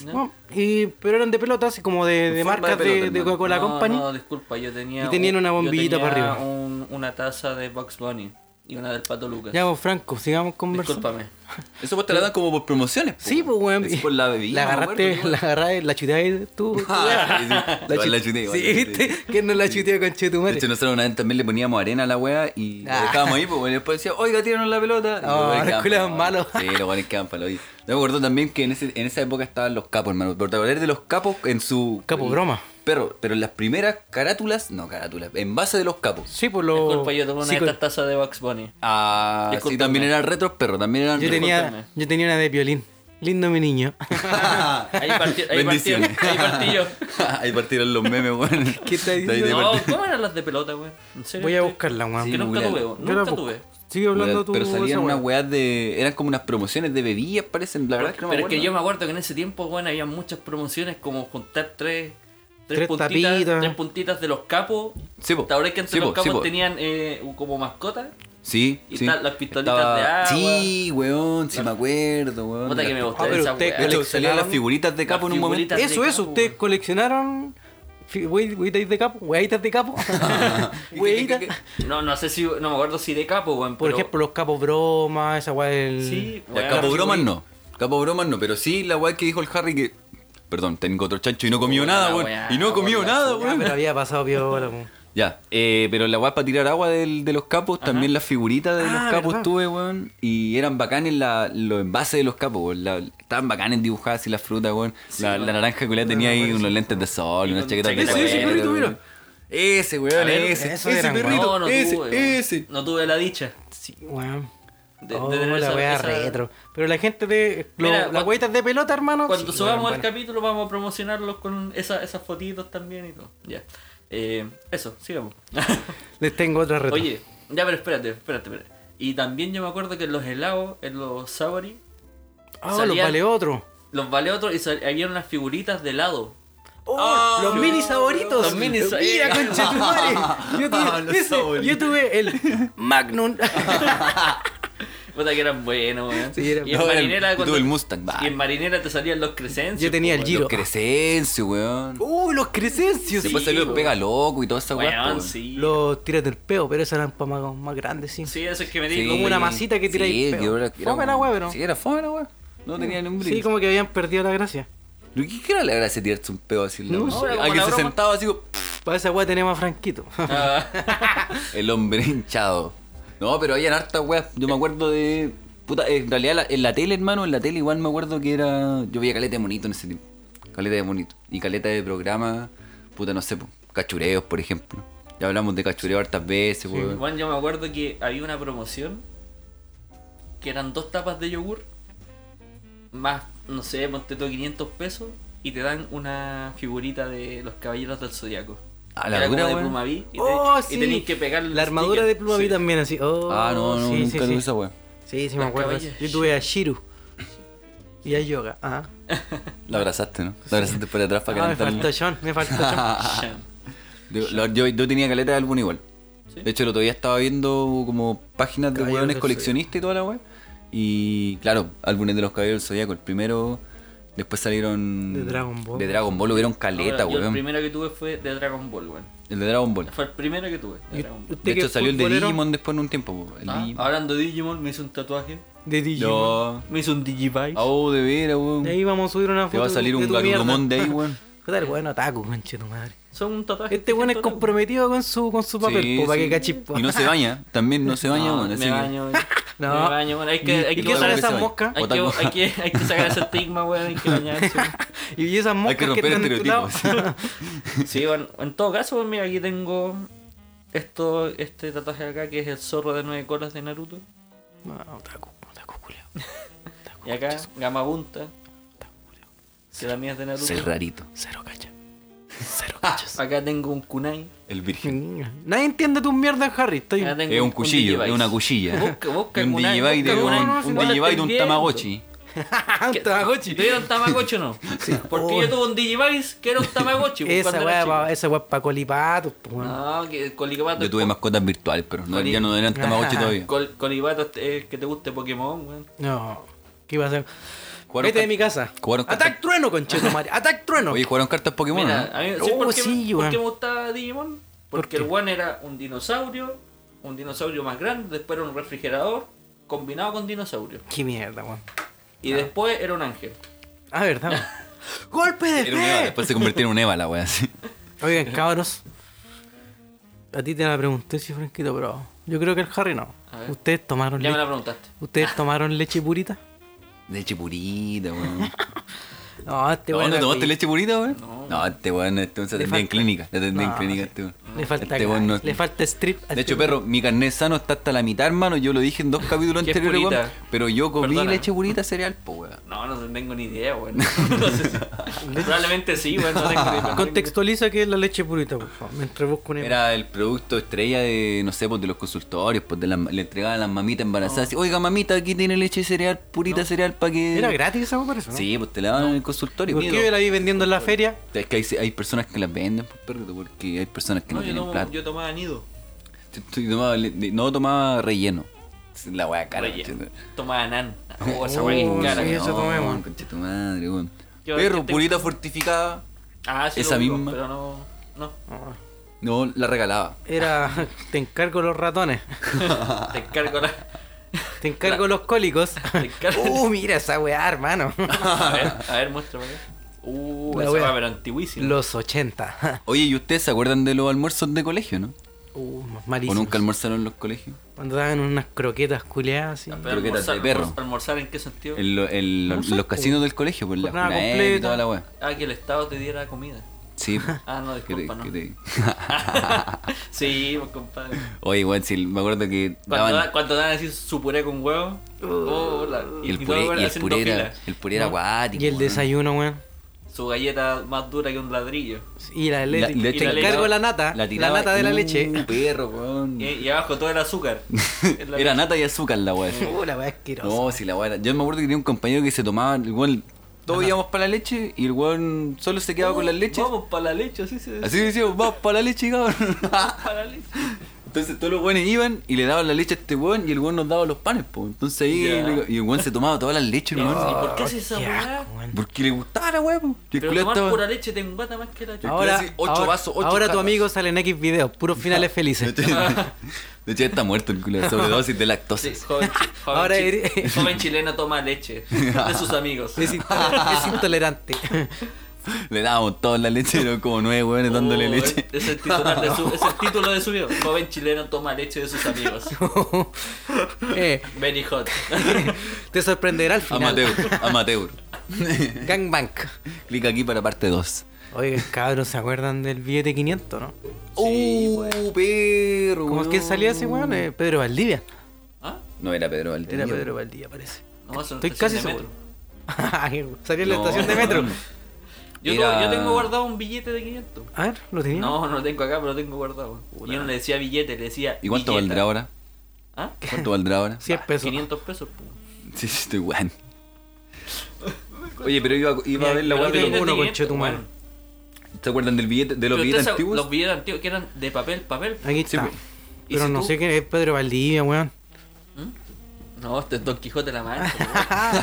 [SPEAKER 4] Bueno, y, pero eran de pelota, así como de, de
[SPEAKER 3] En forma
[SPEAKER 4] marcas
[SPEAKER 3] de
[SPEAKER 4] de,
[SPEAKER 3] pelota,
[SPEAKER 4] de
[SPEAKER 3] hermano.
[SPEAKER 4] Coca-Cola
[SPEAKER 5] no,
[SPEAKER 4] Company.
[SPEAKER 5] No, disculpa, yo tenía.
[SPEAKER 4] Y tenían una
[SPEAKER 5] yo
[SPEAKER 4] bombillita
[SPEAKER 5] tenía
[SPEAKER 4] para arriba.
[SPEAKER 5] un- una taza de Box Bunny y una del Pato Lucas.
[SPEAKER 4] Ya, vos, pues, Franco, sigamos conversando.
[SPEAKER 5] Discúlpame.
[SPEAKER 3] Eso pues te la dan como por promociones. po,
[SPEAKER 4] Sí, pues, weón.
[SPEAKER 3] Es por la bebida.
[SPEAKER 4] La
[SPEAKER 3] me
[SPEAKER 4] agarraste,
[SPEAKER 3] acuerdo,
[SPEAKER 4] la agarraste, la chuteaste tú.
[SPEAKER 3] [LAUGHS] Ah, sí, sí.
[SPEAKER 4] chu-
[SPEAKER 3] La chuteé,
[SPEAKER 4] Sí,
[SPEAKER 3] vale,
[SPEAKER 4] ¿viste?
[SPEAKER 3] sí.
[SPEAKER 4] ¿Quién no la chuteó con
[SPEAKER 3] De
[SPEAKER 4] Chetumare?
[SPEAKER 3] hecho, nosotros una vez también le poníamos arena a la wea y la
[SPEAKER 4] Ah.
[SPEAKER 3] dejábamos ahí, pues, bueno, y después decía, oiga, tíranos la pelota. Y
[SPEAKER 4] Oh,
[SPEAKER 3] los
[SPEAKER 4] los
[SPEAKER 3] weones quedaban
[SPEAKER 4] culiados
[SPEAKER 3] pa-
[SPEAKER 4] malos.
[SPEAKER 3] Sí, los buenos quedaban para hoy. Yo me acuerdo también que en, ese- en esa época estaban los capos, hermano. Pero te acordás de los capos en su.
[SPEAKER 4] Capo broma.
[SPEAKER 3] Pero, pero en las primeras carátulas, no carátulas, envase de los capos.
[SPEAKER 4] Sí, por lo.
[SPEAKER 5] Disculpa, yo tomé una
[SPEAKER 4] sí, pues,
[SPEAKER 5] de
[SPEAKER 4] con-
[SPEAKER 5] estas tazas de Bugs Bunny.
[SPEAKER 3] Ah, sí,
[SPEAKER 5] Discúlpame.
[SPEAKER 3] también eran retros, pero también eran.
[SPEAKER 4] yo tenía,
[SPEAKER 5] Discúlpenme.
[SPEAKER 4] yo tenía una de violín. Lindo mi niño.
[SPEAKER 5] [LAUGHS] Ahí partí, ahí partí,
[SPEAKER 3] Bendiciones.
[SPEAKER 5] ahí partí yo.
[SPEAKER 3] [LAUGHS] ahí partieron los memes, weón.
[SPEAKER 4] ¿Qué estáis
[SPEAKER 3] De ahí
[SPEAKER 4] diciendo?
[SPEAKER 3] de
[SPEAKER 5] No,
[SPEAKER 3] partí-
[SPEAKER 5] [LAUGHS] ¿cómo eran las de pelota, weón? En serio,
[SPEAKER 4] Voy a
[SPEAKER 5] estoy-
[SPEAKER 4] buscarla, weón.
[SPEAKER 5] Que
[SPEAKER 3] Sí,
[SPEAKER 5] nunca
[SPEAKER 3] Google.
[SPEAKER 5] tuve,
[SPEAKER 4] Yo la
[SPEAKER 5] weón, nunca
[SPEAKER 4] busco.
[SPEAKER 5] tuve.
[SPEAKER 4] Sigue hablando tú.
[SPEAKER 3] pero
[SPEAKER 4] esa
[SPEAKER 3] salían
[SPEAKER 4] weá.
[SPEAKER 3] unas weas de. Eran como unas promociones de bebidas, parecen, la verdad es que no me
[SPEAKER 5] Pero es que
[SPEAKER 3] acuerdo.
[SPEAKER 5] yo me acuerdo que en ese tiempo, weón, había muchas promociones como juntar tres, tres,
[SPEAKER 4] Tres
[SPEAKER 5] puntitas,
[SPEAKER 4] tapitas.
[SPEAKER 5] tres puntitas de los capos.
[SPEAKER 3] Sí, po.
[SPEAKER 5] ¿Te acuerdas que antes
[SPEAKER 3] Sí,
[SPEAKER 5] los
[SPEAKER 3] po, sí,
[SPEAKER 5] capos
[SPEAKER 3] po.
[SPEAKER 5] tenían eh,
[SPEAKER 4] [LAUGHS]
[SPEAKER 5] como mascota?
[SPEAKER 3] Sí,
[SPEAKER 5] Y
[SPEAKER 3] sí.
[SPEAKER 5] tal, las pistolitas de agua.
[SPEAKER 3] Sí, weón, sí me acuerdo, weón.
[SPEAKER 5] Puta que me
[SPEAKER 3] De
[SPEAKER 5] gustaba
[SPEAKER 4] Ah, pero
[SPEAKER 5] esa
[SPEAKER 4] usted
[SPEAKER 5] weá.
[SPEAKER 3] hecho,
[SPEAKER 4] coleccionaban-
[SPEAKER 3] salían las figuritas de capo en un momento.
[SPEAKER 5] figuritas de
[SPEAKER 4] Eso, eso.
[SPEAKER 5] capo,
[SPEAKER 4] Ustedes
[SPEAKER 5] weón.
[SPEAKER 4] coleccionaron. fi- wey- Weitas de capo. Weitas de
[SPEAKER 5] [LAUGHS]
[SPEAKER 4] capo. [LAUGHS] Weitas.
[SPEAKER 5] No, no sé si, no me acuerdo si de capo, weón.
[SPEAKER 4] Por
[SPEAKER 5] pero-
[SPEAKER 4] ejemplo, los capos broma, esa weá del. Ah,
[SPEAKER 5] Sí,
[SPEAKER 3] Ya,
[SPEAKER 5] weón.
[SPEAKER 3] capo bromas no. Capo bromas no, pero sí la weá que dijo el Harry que. Perdón, tengo otro chancho y no comió
[SPEAKER 5] Puta
[SPEAKER 3] nada,
[SPEAKER 5] la
[SPEAKER 3] weón.
[SPEAKER 5] weá,
[SPEAKER 3] Y no comió
[SPEAKER 5] por la
[SPEAKER 3] nada,
[SPEAKER 5] chucha.
[SPEAKER 4] Ah,
[SPEAKER 3] weón.
[SPEAKER 4] pero había pasado piola, po.
[SPEAKER 3] Ya, eh, pero la weá para tirar agua del- de los capos, también las figuritas de
[SPEAKER 4] Ah,
[SPEAKER 3] los capos
[SPEAKER 4] verdad.
[SPEAKER 3] tuve, weón. Y eran bacanes la, los envases de los capos, weón. La- estaban bacanes dibujadas así las frutas, weón. la, la naranja que le tenía ahí unos lentes de sol, unas
[SPEAKER 5] con
[SPEAKER 3] chaquetas de
[SPEAKER 5] chaqueta
[SPEAKER 3] cuero,
[SPEAKER 5] de cuero,
[SPEAKER 3] weón. Ese, weón,
[SPEAKER 5] ver,
[SPEAKER 3] ese.
[SPEAKER 4] eso
[SPEAKER 3] ese
[SPEAKER 4] eran, weón.
[SPEAKER 3] perrito,
[SPEAKER 5] No, no
[SPEAKER 3] ese,
[SPEAKER 5] tuve, weón.
[SPEAKER 3] ese.
[SPEAKER 5] No tuve la dicha.
[SPEAKER 4] Weón.
[SPEAKER 5] De- de
[SPEAKER 4] oh,
[SPEAKER 5] tener
[SPEAKER 4] la
[SPEAKER 5] esa-
[SPEAKER 4] wea
[SPEAKER 5] esa-
[SPEAKER 4] retro. Pero la gente de. lo-
[SPEAKER 5] Mira,
[SPEAKER 4] las
[SPEAKER 5] cuando-
[SPEAKER 4] weitas de pelota, hermano.
[SPEAKER 5] Cuando
[SPEAKER 4] sí,
[SPEAKER 5] subamos
[SPEAKER 4] weón,
[SPEAKER 5] el
[SPEAKER 4] bueno.
[SPEAKER 5] capítulo vamos a promocionarlos con esa- esas fotitos también y todo. Ya. Eh, eso,
[SPEAKER 4] [LAUGHS]
[SPEAKER 5] sigamos.
[SPEAKER 4] Les tengo otra retro.
[SPEAKER 5] Oye, ya, pero espérate, espérate, espérate. Y también yo me acuerdo que en los helados, en los sabori,
[SPEAKER 4] Ah, los
[SPEAKER 5] salían-
[SPEAKER 4] vale otro.
[SPEAKER 5] los vale otros y sal- había unas figuritas de helado.
[SPEAKER 4] Oh,
[SPEAKER 3] Ah,
[SPEAKER 4] los mini saboritos.
[SPEAKER 5] los mini sa-
[SPEAKER 4] Mira,
[SPEAKER 5] [LAUGHS] eh.
[SPEAKER 4] conchetumare. Yo tuve,
[SPEAKER 3] Ah, los
[SPEAKER 4] ese,
[SPEAKER 3] saboritos.
[SPEAKER 4] yo tuve el
[SPEAKER 5] [LAUGHS]
[SPEAKER 4] Magnum. [LAUGHS]
[SPEAKER 5] Puta que eran buenos, weón.
[SPEAKER 4] Sí, eran
[SPEAKER 5] y en
[SPEAKER 3] buenos.
[SPEAKER 5] marinera
[SPEAKER 3] Yo
[SPEAKER 5] cuando-
[SPEAKER 3] tuve el Mustang, va.
[SPEAKER 5] Y en marinera te salían los crescencios.
[SPEAKER 4] Yo tenía el
[SPEAKER 5] po,
[SPEAKER 4] Jeep.
[SPEAKER 3] Los Crescencio, weón.
[SPEAKER 4] Uh, los
[SPEAKER 3] Después
[SPEAKER 4] crecencios.
[SPEAKER 5] sí, pues
[SPEAKER 3] salió el
[SPEAKER 5] weón.
[SPEAKER 3] Pega Loco y toda esa
[SPEAKER 5] weón.
[SPEAKER 3] weá.
[SPEAKER 5] Weón,
[SPEAKER 3] po, weón.
[SPEAKER 5] sí.
[SPEAKER 4] Los tiras del peo, pero esas eran pa' más, más grandes, sí.
[SPEAKER 5] Sí, eso es que me
[SPEAKER 3] Sí,
[SPEAKER 5] digo.
[SPEAKER 4] como una masita que tira
[SPEAKER 3] Sí,
[SPEAKER 4] ahí, pero-
[SPEAKER 3] que era- era
[SPEAKER 4] Fome
[SPEAKER 3] un-
[SPEAKER 4] la weá, pero-
[SPEAKER 3] Sí, era fome la weá. No tenía ni un brillo.
[SPEAKER 4] Sí, como que habían perdido la gracia.
[SPEAKER 3] ¿Y ¿Qué, qué era la gracia de tirarse un pedo así? en la
[SPEAKER 4] No
[SPEAKER 3] mano?
[SPEAKER 4] sé,
[SPEAKER 5] como
[SPEAKER 3] Alguien
[SPEAKER 5] la
[SPEAKER 3] se
[SPEAKER 5] broma.
[SPEAKER 3] sentaba así como,
[SPEAKER 4] Para esa weá tenemos a Franquito.
[SPEAKER 5] Ah,
[SPEAKER 3] el hombre hinchado. No, pero habían hartas weas. Yo me acuerdo de. Puta, en realidad la- en la tele, hermano, en la tele igual me acuerdo que era. Yo veía caleta de monito en ese tiempo. Caleta de monito. Y caleta de programa. Puta, no sé, po, cachureos, por ejemplo. Ya hablamos de cachureos hartas veces, weón.
[SPEAKER 5] Bueno, yo me acuerdo que había una promoción que eran dos tapas de yogur más, no sé, ponte tú 500 pesos y te dan una figurita de los caballeros del zodiaco.
[SPEAKER 4] Ah,
[SPEAKER 3] A la
[SPEAKER 5] Era
[SPEAKER 3] dura,
[SPEAKER 5] como de
[SPEAKER 3] weón.
[SPEAKER 5] plumaví y,
[SPEAKER 4] [LAUGHS]
[SPEAKER 5] te-
[SPEAKER 4] Oh,
[SPEAKER 5] y
[SPEAKER 4] sí.
[SPEAKER 5] tenéis que pegarle
[SPEAKER 4] La
[SPEAKER 5] el
[SPEAKER 4] armadura
[SPEAKER 5] sticker.
[SPEAKER 4] de Pluma
[SPEAKER 5] Sí.
[SPEAKER 4] B también así. Oh,
[SPEAKER 3] Ah, no, no,
[SPEAKER 4] sí,
[SPEAKER 3] nunca
[SPEAKER 4] sí,
[SPEAKER 3] tuve
[SPEAKER 4] sí.
[SPEAKER 3] esa wea.
[SPEAKER 4] Sí, sí, me
[SPEAKER 5] Las
[SPEAKER 4] acuerdo.
[SPEAKER 5] caballas.
[SPEAKER 4] Yo tuve a Shiru. Y a Yoga. Ah,
[SPEAKER 3] La abrazaste, ¿no? La abrazaste por atrás para
[SPEAKER 4] Ah, me
[SPEAKER 3] calentar. [LAUGHS]
[SPEAKER 4] faltó John, me faltó John.
[SPEAKER 3] Yo, la- yo- yo tenía caleta de álbum igual.
[SPEAKER 5] Sí.
[SPEAKER 3] De hecho, el otro día estaba viendo como páginas de
[SPEAKER 4] Caballeros
[SPEAKER 3] hueones
[SPEAKER 4] del
[SPEAKER 3] coleccionistas y toda la web. Y claro, álbumes de los Caballeros del Zodíaco. El primero, después salieron.
[SPEAKER 4] De Dragon Ball.
[SPEAKER 3] De Dragon Ball, hubieron
[SPEAKER 5] Ahora,
[SPEAKER 3] caleta,
[SPEAKER 5] yo el
[SPEAKER 3] weón. El,
[SPEAKER 5] primero que tuve fue de Dragon Ball, weón.
[SPEAKER 3] de Dragon Ball.
[SPEAKER 5] Fue el primero que tuve. De Dragon Ball.
[SPEAKER 3] De
[SPEAKER 4] que
[SPEAKER 3] hecho,
[SPEAKER 4] es
[SPEAKER 3] salió el de
[SPEAKER 4] futbolero?
[SPEAKER 3] Digimon después en un tiempo. po, El
[SPEAKER 5] Ah,
[SPEAKER 3] Digimon.
[SPEAKER 5] hablando de Digimon, me hice un tatuaje.
[SPEAKER 4] De Digimon.
[SPEAKER 3] No.
[SPEAKER 5] Me hice un Digivice.
[SPEAKER 4] Ah,
[SPEAKER 3] Oh, de veras, weón.
[SPEAKER 4] De ahí vamos a subir una foto.
[SPEAKER 3] Te va a salir
[SPEAKER 4] de
[SPEAKER 3] un
[SPEAKER 4] tu mierda.
[SPEAKER 3] Garurumon
[SPEAKER 4] [LAUGHS]
[SPEAKER 3] de ahí, weón.
[SPEAKER 4] ¿Qué tal, bueno, Taco, conche tu madre.
[SPEAKER 5] Son un tatuaje.
[SPEAKER 4] Este weón es
[SPEAKER 5] Siento, ¿no?
[SPEAKER 4] comprometido con su, con su papel,
[SPEAKER 3] Sí,
[SPEAKER 4] po, para
[SPEAKER 3] sí.
[SPEAKER 4] pues, que cachis.
[SPEAKER 3] Y no se baña, también no se
[SPEAKER 4] [LAUGHS]
[SPEAKER 3] baña,
[SPEAKER 5] No,
[SPEAKER 3] weón. así
[SPEAKER 5] Ah, me
[SPEAKER 3] que- [LAUGHS]
[SPEAKER 5] baño,
[SPEAKER 4] No.
[SPEAKER 5] no. me baño, bueno, hay que, hay
[SPEAKER 4] ¿Y
[SPEAKER 5] que
[SPEAKER 4] qué son
[SPEAKER 5] sacar
[SPEAKER 4] esas
[SPEAKER 5] ese-
[SPEAKER 4] moscas?
[SPEAKER 5] Hay que, hay, que, hay que sacar ese estigma, weón, hay que bañarse.
[SPEAKER 4] [LAUGHS]
[SPEAKER 3] [LAUGHS]
[SPEAKER 4] Y esas moscas
[SPEAKER 3] que romper
[SPEAKER 4] están en tu
[SPEAKER 3] estereotipos. [LAUGHS]
[SPEAKER 4] lado.
[SPEAKER 5] sí, bueno, en todo caso, pues, mira, aquí tengo esto, este tatuaje acá que es el zorro de nueve colas de Naruto.
[SPEAKER 4] No, Taco, Taco, [LAUGHS] culiao.
[SPEAKER 5] Y acá, Gamabunta, que también es de Naruto.
[SPEAKER 3] Soy rarito.
[SPEAKER 4] Cero cacha. Cero [LAUGHS] cachas.
[SPEAKER 5] Acá tengo un kunai.
[SPEAKER 3] El virgen.
[SPEAKER 4] Nadie entiende tus mierdas, Harry. Estoy... [LAUGHS]
[SPEAKER 5] Acá tengo
[SPEAKER 3] Es un cuchillo,
[SPEAKER 5] Digivice.
[SPEAKER 3] es una cuchilla.
[SPEAKER 5] Busca, busca
[SPEAKER 3] Y un
[SPEAKER 5] kunai,
[SPEAKER 3] Digivice de
[SPEAKER 5] busca
[SPEAKER 3] un,
[SPEAKER 5] kunai.
[SPEAKER 4] no, no, si
[SPEAKER 3] un
[SPEAKER 5] no pues, lo
[SPEAKER 3] Digivice de
[SPEAKER 5] estoy
[SPEAKER 3] un
[SPEAKER 5] viendo.
[SPEAKER 3] Tamagotchi.
[SPEAKER 4] Tamagotchi.
[SPEAKER 5] ¿Tuvieron Tamagotchi o no?
[SPEAKER 3] Oh.
[SPEAKER 5] Porque yo tuve un Digivice que era un Tamagotchi. pues,
[SPEAKER 4] Esa
[SPEAKER 5] cuando era
[SPEAKER 4] weá
[SPEAKER 5] chico. Ah.
[SPEAKER 4] pa- esa weá pa' colipatos, po, weón.
[SPEAKER 5] No, que Colibato.
[SPEAKER 3] Yo tuve mascotas virtuales, pero no,
[SPEAKER 5] Oli-
[SPEAKER 3] ya no eran Tamagotchi todavía.
[SPEAKER 5] Col, Colibato es que te guste Pokémon, weón.
[SPEAKER 4] No. ¿Qué iba a hacer?
[SPEAKER 3] Jugaron
[SPEAKER 4] Vete de
[SPEAKER 3] car-
[SPEAKER 4] mi casa.
[SPEAKER 3] jugaron
[SPEAKER 4] Atac
[SPEAKER 3] cartas-
[SPEAKER 4] trueno,
[SPEAKER 3] [LAUGHS]
[SPEAKER 4] concheto, madre. Atac trueno.
[SPEAKER 3] Oye, jugaron cartas Pokémon,
[SPEAKER 5] Mira,
[SPEAKER 3] ¿no?
[SPEAKER 5] a mí, ¿sí
[SPEAKER 4] Oh,
[SPEAKER 5] por qué,
[SPEAKER 4] sí,
[SPEAKER 5] por
[SPEAKER 4] weón.
[SPEAKER 5] qué me gustaba Digimon?
[SPEAKER 4] ¿Por
[SPEAKER 5] Porque el
[SPEAKER 4] qué?
[SPEAKER 5] one era un dinosaurio, un dinosaurio más grande, después era un refrigerador, combinado con dinosaurio.
[SPEAKER 4] Qué mierda, weón.
[SPEAKER 5] Y después era un ángel.
[SPEAKER 4] Ah, verdad.
[SPEAKER 3] [LAUGHS]
[SPEAKER 4] weón. ¡Golpe de
[SPEAKER 3] Era un Eva,
[SPEAKER 4] fe!
[SPEAKER 3] después se convirtió en un Eva la wea
[SPEAKER 5] [LAUGHS]
[SPEAKER 3] así.
[SPEAKER 4] Oigan, cabros. A ti te la pregunté si Franquito, pero yo creo que el Harry no.
[SPEAKER 5] A ver.
[SPEAKER 4] ¿Ustedes tomaron,
[SPEAKER 5] Ya me
[SPEAKER 4] leche-
[SPEAKER 5] la preguntaste.
[SPEAKER 4] ¿Ustedes tomaron leche purita?
[SPEAKER 3] Leche purita, weón.
[SPEAKER 4] No, este
[SPEAKER 3] No,
[SPEAKER 4] weón
[SPEAKER 3] ¿No
[SPEAKER 4] era
[SPEAKER 3] tomaste
[SPEAKER 4] gay.
[SPEAKER 3] leche purita, weón?
[SPEAKER 5] No.
[SPEAKER 3] No, este weón este weón se atendía en
[SPEAKER 4] falta-
[SPEAKER 3] clínica. Se atendía en
[SPEAKER 4] No,
[SPEAKER 3] clínica
[SPEAKER 4] sí.
[SPEAKER 3] este weón.
[SPEAKER 4] Le falta,
[SPEAKER 3] Este weón no-
[SPEAKER 4] le falta strip. al
[SPEAKER 3] De hecho,
[SPEAKER 4] tipo.
[SPEAKER 3] perro, mi carnet sano está hasta la mitad, hermano. Yo lo dije en dos capítulos
[SPEAKER 5] ¿Qué este es
[SPEAKER 3] anteriores,
[SPEAKER 5] purita?
[SPEAKER 3] weón. Pero yo comí
[SPEAKER 5] Perdona.
[SPEAKER 3] leche purita cereal, po, weón.
[SPEAKER 5] No, no tengo ni idea, weón. [LAUGHS] No sé si- Probablemente sí, weón. No tengo ni idea.
[SPEAKER 4] Contextualiza qué es la leche purita, por favor. Mientras busco una
[SPEAKER 3] Era el producto estrella de, no sé, pues de los consultorios, pues de las- le entregaban a las mamitas embarazadas. así, Oiga, mamita, aquí tiene leche cereal, purita cereal, para que...
[SPEAKER 4] Era gratis esa weón, parece, ¿no?
[SPEAKER 3] Sí, pues te la daban en el consultorio.
[SPEAKER 4] ¿Por
[SPEAKER 3] pues.
[SPEAKER 4] qué yo la vi vendiendo en la feria?
[SPEAKER 3] Es que hay, hay personas que las venden, pues, perro, porque hay personas que no,
[SPEAKER 5] No, yo,
[SPEAKER 3] tienen
[SPEAKER 5] tomo-
[SPEAKER 3] plata.
[SPEAKER 5] yo tomaba nido.
[SPEAKER 3] Yo tomaba le- de- no tomaba relleno. Es La wea cara.
[SPEAKER 5] Oye,
[SPEAKER 3] conchito.
[SPEAKER 5] Tomaba nan. Oh, esa
[SPEAKER 4] Oh,
[SPEAKER 5] weá es
[SPEAKER 4] sí,
[SPEAKER 5] cara.
[SPEAKER 4] eso
[SPEAKER 3] no,
[SPEAKER 4] tomé, weón.
[SPEAKER 3] concha tu madre, weón.
[SPEAKER 5] Yo-
[SPEAKER 3] Perro,
[SPEAKER 5] yo te-
[SPEAKER 3] purita fortificada.
[SPEAKER 5] Ah, sí,
[SPEAKER 3] Esa
[SPEAKER 5] lo ubico,
[SPEAKER 3] misma.
[SPEAKER 5] Pero no. No.
[SPEAKER 3] No, la regalaba.
[SPEAKER 4] Era, [LAUGHS] te encargo los ratones, [LAUGHS] Ah.
[SPEAKER 5] Te encargo la.
[SPEAKER 4] te encargo los cólicos.
[SPEAKER 3] [LAUGHS]
[SPEAKER 5] Te encargo-
[SPEAKER 4] [LAUGHS] Uh, mira esa weá, hermano.
[SPEAKER 5] A ver,
[SPEAKER 3] [LAUGHS]
[SPEAKER 5] a ver, muéstrame acá. Uh,
[SPEAKER 4] La
[SPEAKER 5] esa
[SPEAKER 4] wea.
[SPEAKER 5] weá, pero antiguísima.
[SPEAKER 4] Los 80.
[SPEAKER 3] Oye, ¿y ustedes se acuerdan de los almuerzos de colegio, no?
[SPEAKER 4] [LAUGHS] Uh,
[SPEAKER 3] ¿O
[SPEAKER 4] malísimo.
[SPEAKER 3] nunca almorzaron en los colegios?
[SPEAKER 4] Cuando daban unas croquetas culeadas así.
[SPEAKER 5] Pero
[SPEAKER 3] croquetas de
[SPEAKER 5] almorzar-
[SPEAKER 3] perro.
[SPEAKER 5] ¿Almorzar en qué sentido?
[SPEAKER 3] En lo- en lo-
[SPEAKER 4] Almorzar,
[SPEAKER 3] los casinos del colegio, pues la
[SPEAKER 4] Jornada
[SPEAKER 3] Junaed y
[SPEAKER 4] completa.
[SPEAKER 3] toda la wea.
[SPEAKER 5] Ah, que el Estado te diera comida.
[SPEAKER 4] [LAUGHS]
[SPEAKER 3] Sí. pues.
[SPEAKER 5] Ah, no,
[SPEAKER 3] Que te-
[SPEAKER 5] disculpa, no.
[SPEAKER 3] que te- [LAUGHS]
[SPEAKER 5] sí, pues, compadre.
[SPEAKER 3] Oye, weón, sí, me acuerdo que
[SPEAKER 5] Cuando,
[SPEAKER 3] daban
[SPEAKER 5] da- cuando dan así su puré con huevo. oh, la-
[SPEAKER 3] Uh, y el
[SPEAKER 5] todo
[SPEAKER 3] puré,
[SPEAKER 5] weón
[SPEAKER 3] y el
[SPEAKER 5] haciendo
[SPEAKER 3] puré era,
[SPEAKER 5] fila.
[SPEAKER 3] el puré era acuático.
[SPEAKER 4] Y el
[SPEAKER 3] weón.
[SPEAKER 4] desayuno, weón.
[SPEAKER 5] Su galleta más dura que un ladrillo.
[SPEAKER 4] Y la
[SPEAKER 3] La- de
[SPEAKER 4] leche.
[SPEAKER 5] y
[SPEAKER 3] hecho,
[SPEAKER 5] la
[SPEAKER 4] te
[SPEAKER 5] leche.
[SPEAKER 4] encargo la nata, la,
[SPEAKER 3] tiraba-
[SPEAKER 4] nata de la
[SPEAKER 3] Uh,
[SPEAKER 4] leche.
[SPEAKER 3] perro, weón.
[SPEAKER 5] Y, y abajo todo
[SPEAKER 3] [LAUGHS]
[SPEAKER 5] el azúcar. En
[SPEAKER 3] Era
[SPEAKER 5] la leche.
[SPEAKER 3] nata y azúcar la weá.
[SPEAKER 4] [LAUGHS] Uh, la weá asquerosa.
[SPEAKER 3] [LAUGHS] No, si la weá era- Yo me acuerdo que tenía un compañero que se tomaba, el weón, todos íbamos para la leche y el weón solo se quedaba con las leches.
[SPEAKER 5] Vamos para la leche, así se
[SPEAKER 3] Así decíamos, vamos para la leche,
[SPEAKER 5] [LAUGHS]
[SPEAKER 3] cabrón.
[SPEAKER 5] Para la leche.
[SPEAKER 3] Entonces todos los weones iban y le daban la leche a este weón y el weón nos daba los panes, po. Entonces ahí,
[SPEAKER 5] Ya.
[SPEAKER 3] le- y el weón se tomaba todas las leches,
[SPEAKER 5] ¿Y
[SPEAKER 3] weón.
[SPEAKER 5] por qué haces esa
[SPEAKER 4] Qué
[SPEAKER 5] weá?
[SPEAKER 4] asco, weón.
[SPEAKER 3] Porque le gustaba la weá, po. Y el
[SPEAKER 5] Pero
[SPEAKER 3] culiao
[SPEAKER 5] tomar
[SPEAKER 3] estaba-
[SPEAKER 5] pura leche te engata más que la chucha.
[SPEAKER 3] Ah,
[SPEAKER 4] Ahora,
[SPEAKER 3] así, ocho
[SPEAKER 4] ahora-
[SPEAKER 3] vasos, ocho
[SPEAKER 4] ahora tu
[SPEAKER 3] jarras.
[SPEAKER 4] amigo sale en X videos, puros finales felices.
[SPEAKER 3] De hecho, ya está muerto el culo, sobredosis de lactosa.
[SPEAKER 5] Sí, joven, chi- joven
[SPEAKER 4] Ahora
[SPEAKER 5] chi-
[SPEAKER 4] eres-
[SPEAKER 5] [LAUGHS] joven chileno toma leche de sus amigos.
[SPEAKER 4] [LAUGHS] [LAUGHS] Es, intoler- es intolerante. [LAUGHS]
[SPEAKER 3] Le dábamos toda la leche, eran como nueve weones dándole
[SPEAKER 5] Oh,
[SPEAKER 3] leche.
[SPEAKER 5] Es, es el titular de su, es el título de su video. Joven chileno toma leche de sus amigos.
[SPEAKER 4] Eh,
[SPEAKER 5] Benny Hot.
[SPEAKER 4] te sorprenderá al
[SPEAKER 3] [LAUGHS] Amateur,
[SPEAKER 4] final.
[SPEAKER 3] amateur. [LAUGHS]
[SPEAKER 4] Gangbang.
[SPEAKER 3] Clic aquí para parte 2.
[SPEAKER 4] Oye, cabros, ¿se acuerdan del billete 500, no?
[SPEAKER 3] ¡Uh, perro!
[SPEAKER 4] ¿Cómo es que
[SPEAKER 3] weón.
[SPEAKER 4] salía ese weón? Eh, Pedro Valdivia.
[SPEAKER 5] ¿Ah?
[SPEAKER 3] No era Pedro Valdivia.
[SPEAKER 4] Era Pedro Valdivia, parece. [LAUGHS]
[SPEAKER 5] No, son
[SPEAKER 4] Estoy
[SPEAKER 5] estaciones
[SPEAKER 4] casi
[SPEAKER 5] de
[SPEAKER 4] seguro.
[SPEAKER 5] metro.
[SPEAKER 4] Salía en la
[SPEAKER 3] No.
[SPEAKER 4] estación
[SPEAKER 3] [LAUGHS]
[SPEAKER 4] de metro.
[SPEAKER 5] Yo,
[SPEAKER 3] Era-
[SPEAKER 5] tengo- yo tengo guardado un billete de 500.
[SPEAKER 4] A ver, ¿lo tenía?
[SPEAKER 5] No, no lo tengo acá, pero lo tengo guardado. Yo no le decía billete, le decía.
[SPEAKER 3] ¿Y cuánto
[SPEAKER 5] billeta.
[SPEAKER 3] valdrá ahora?
[SPEAKER 5] ¿Ah?
[SPEAKER 3] ¿Cuánto valdrá ahora?
[SPEAKER 4] 100
[SPEAKER 5] Ah,
[SPEAKER 4] pesos.
[SPEAKER 5] 500 pesos. po.
[SPEAKER 3] Sí, sí, estoy weón. Oye, pero iba, iba a ver la
[SPEAKER 5] Pero
[SPEAKER 3] weá de
[SPEAKER 5] billetes
[SPEAKER 3] los.
[SPEAKER 4] tengo
[SPEAKER 5] de
[SPEAKER 4] uno,
[SPEAKER 5] 500,
[SPEAKER 4] conchetumare.
[SPEAKER 5] weón.
[SPEAKER 3] ¿Se acuerdan del billete, de los
[SPEAKER 5] Pero
[SPEAKER 3] billetes
[SPEAKER 5] ustedes-
[SPEAKER 3] antiguos?
[SPEAKER 5] Los billetes antiguos que eran de papel, papel.
[SPEAKER 4] Aquí
[SPEAKER 3] Sí,
[SPEAKER 4] está.
[SPEAKER 3] pues.
[SPEAKER 5] ¿Y
[SPEAKER 4] Pero
[SPEAKER 5] si
[SPEAKER 4] no
[SPEAKER 5] tú?
[SPEAKER 4] sé quién es Pedro
[SPEAKER 3] [LAUGHS]
[SPEAKER 4] Valdivia, weón.
[SPEAKER 5] No, este es Don Quijote de la Mancha.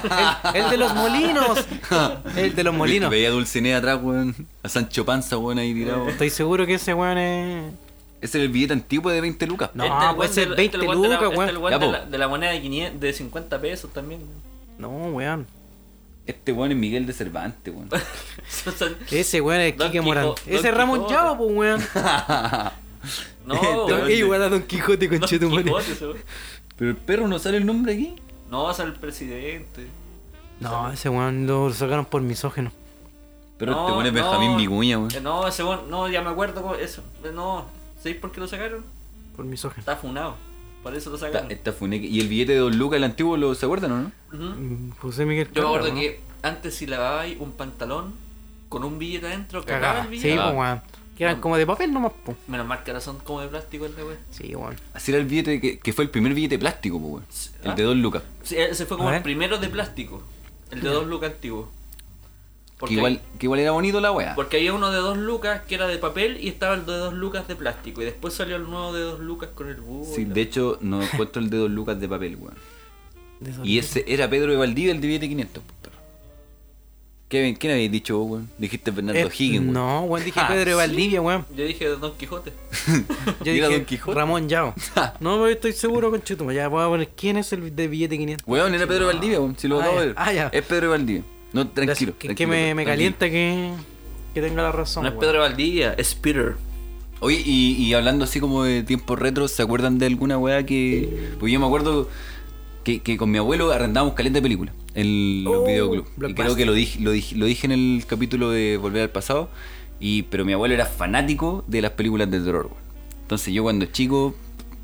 [SPEAKER 5] weón.
[SPEAKER 4] el, el de
[SPEAKER 3] [LAUGHS]
[SPEAKER 4] los molinos. El de los molinos.
[SPEAKER 3] Veía a Dulcinea atrás, weón. A Sancho Panza, weón, ahí tirado.
[SPEAKER 5] Eh.
[SPEAKER 4] Estoy seguro que ese weón es.
[SPEAKER 3] Ese era el billete antiguo de 20 lucas.
[SPEAKER 4] No,
[SPEAKER 5] Este es el
[SPEAKER 4] puede
[SPEAKER 5] guante-
[SPEAKER 4] ser 20
[SPEAKER 5] este el guante de la-
[SPEAKER 4] lucas,
[SPEAKER 5] este
[SPEAKER 4] weón.
[SPEAKER 5] el guante
[SPEAKER 3] Ya, po.
[SPEAKER 5] de la- de la moneda de, 500 de 50 pesos también. [LAUGHS]
[SPEAKER 4] No, weón.
[SPEAKER 3] Este weón es Miguel de Cervantes,
[SPEAKER 5] [LAUGHS]
[SPEAKER 3] weón.
[SPEAKER 5] Son- son-
[SPEAKER 4] Ese weón es
[SPEAKER 5] Don
[SPEAKER 4] Quique
[SPEAKER 5] Quijo-
[SPEAKER 4] Morán.
[SPEAKER 5] Don
[SPEAKER 4] Ese es Ramón
[SPEAKER 5] Quijote.
[SPEAKER 4] Chavo, pues weón. [LAUGHS]
[SPEAKER 3] [LAUGHS]
[SPEAKER 5] No,
[SPEAKER 3] Este
[SPEAKER 5] weón.
[SPEAKER 3] weón.
[SPEAKER 4] a Don Quijote
[SPEAKER 5] [LAUGHS] Don Quijote, ese weón.
[SPEAKER 3] Pero el perro no sale el nombre aquí.
[SPEAKER 5] No, es el presidente.
[SPEAKER 4] No, ese weón lo sacaron por misógeno.
[SPEAKER 3] Pero
[SPEAKER 5] no,
[SPEAKER 3] este weón es Benjamín
[SPEAKER 5] no.
[SPEAKER 3] Vicuña, weón.
[SPEAKER 5] Eh, No, ese weón, no, ya me acuerdo cómo- eso. eh, No, ¿sabéis por qué lo sacaron?
[SPEAKER 4] Por misógeno.
[SPEAKER 5] Está funado. Por eso lo
[SPEAKER 3] Esta,
[SPEAKER 5] sacaron.
[SPEAKER 4] eh,
[SPEAKER 3] esta funeque. Y el billete de Don Lucas, el antiguo, ¿lo se acuerdan o no?
[SPEAKER 5] Ujú.
[SPEAKER 4] Mm, José Miguel
[SPEAKER 5] Yo me
[SPEAKER 4] Carrera,
[SPEAKER 5] acuerdo
[SPEAKER 4] ¿no?
[SPEAKER 5] que antes si lavabais un pantalón con un billete adentro, cagaba
[SPEAKER 4] Cagaba.
[SPEAKER 5] el
[SPEAKER 4] Sí,
[SPEAKER 5] billete.
[SPEAKER 4] pues
[SPEAKER 3] Ah.
[SPEAKER 4] weón. Que eran como de papel nomás, pues.
[SPEAKER 5] Menos mal que ahora son como de plástico el de weón.
[SPEAKER 4] Sí, weón.
[SPEAKER 3] Así era el billete que, que fue el primer billete plástico, po, weón.
[SPEAKER 5] ¿Ah?
[SPEAKER 3] El de Don Lucas.
[SPEAKER 5] Sí, ese fue
[SPEAKER 4] A
[SPEAKER 5] como
[SPEAKER 4] ver.
[SPEAKER 5] el primero de plástico. El de dos lucas antiguo.
[SPEAKER 3] Que igual, que igual era bonito la weá.
[SPEAKER 5] Porque había uno de dos lucas que era de papel y estaba el de dos lucas de plástico. Y después salió el nuevo de dos lucas con el búho.
[SPEAKER 3] Sí,
[SPEAKER 5] y la-
[SPEAKER 3] de hecho,
[SPEAKER 4] [LAUGHS]
[SPEAKER 3] no encuentro el de Don Lucas de papel, weón.
[SPEAKER 4] De esos-
[SPEAKER 3] Y ese era Pedro de Valdivia, el de billete 500, po, perro. Kevin, ¿quién habéis dicho vos, weón? Dijiste Bernardo
[SPEAKER 4] Eh,
[SPEAKER 3] Higgins, weón.
[SPEAKER 4] No, weón,
[SPEAKER 5] [LAUGHS]
[SPEAKER 4] dije
[SPEAKER 3] Ah,
[SPEAKER 4] Pedro Valdivia, weón.
[SPEAKER 5] Yo dije Don Quijote.
[SPEAKER 4] Ah, Yo
[SPEAKER 3] Mira,
[SPEAKER 4] dije
[SPEAKER 3] Don Quijote. Ah. [LAUGHS]
[SPEAKER 4] Ramón Yao. No, pero estoy seguro, conchetumare. Ya voy a poner quién es el de billete 500.
[SPEAKER 3] Weón, era Pedro Valdivia, weón. Si lo
[SPEAKER 4] Ah,
[SPEAKER 3] acabo de
[SPEAKER 4] ya.
[SPEAKER 3] ver.
[SPEAKER 4] Ah, ya.
[SPEAKER 3] Es Pedro Valdivia. No, tranquilo.
[SPEAKER 4] Que, que
[SPEAKER 3] tranquilo,
[SPEAKER 4] me, me
[SPEAKER 3] tranquilo.
[SPEAKER 4] calienta que, que tenga la razón.
[SPEAKER 5] No es
[SPEAKER 4] weón.
[SPEAKER 5] Pedro Valdivia, es Peter.
[SPEAKER 3] Oye, y, y hablando así como de tiempos retro, ¿se acuerdan de alguna weá que.? Pues yo me acuerdo que, que con mi abuelo arrendábamos caleta de películas en los
[SPEAKER 4] Oh,
[SPEAKER 3] videoclubs. Y
[SPEAKER 4] Blockbuster.
[SPEAKER 3] creo que lo dije, lo, dije, lo dije en el capítulo de Volver al Pasado. Y, pero mi abuelo era fanático de las películas de terror, weón. Entonces yo cuando chico,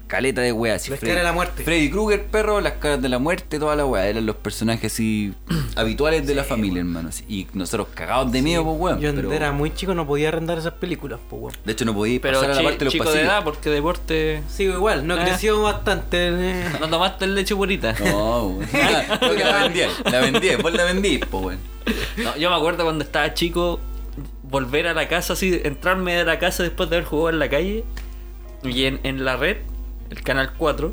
[SPEAKER 3] caleta de weá. así,
[SPEAKER 4] Las caras de la muerte.
[SPEAKER 3] Freddy Krueger, perro, las caras de la muerte, toda la weá. Eran los personajes
[SPEAKER 4] [CLEARS THROAT]
[SPEAKER 3] así habituales de la familia, hermano. así. Y nosotros cagados de miedo, pues weón.
[SPEAKER 4] Yo
[SPEAKER 3] pero-
[SPEAKER 4] era muy chico, no podía arrendar esas películas, pues, weón.
[SPEAKER 3] de hecho no podía
[SPEAKER 5] Pero
[SPEAKER 3] pasar a la
[SPEAKER 5] chi-
[SPEAKER 3] parte de los
[SPEAKER 5] chico
[SPEAKER 3] pasillos.
[SPEAKER 5] de edad, porque deporte.
[SPEAKER 4] Sigo igual, no
[SPEAKER 5] Ah.
[SPEAKER 4] creció bastante. eh.
[SPEAKER 5] No tomaste el leche güerita.
[SPEAKER 3] No, weón. Creo que la vendí, la vendí, vos la vendí, po, weón.
[SPEAKER 5] No, yo me acuerdo cuando estaba chico, volver a la casa, así, entrarme de la casa después de haber jugado en la calle. Y en, en la red, el canal 4,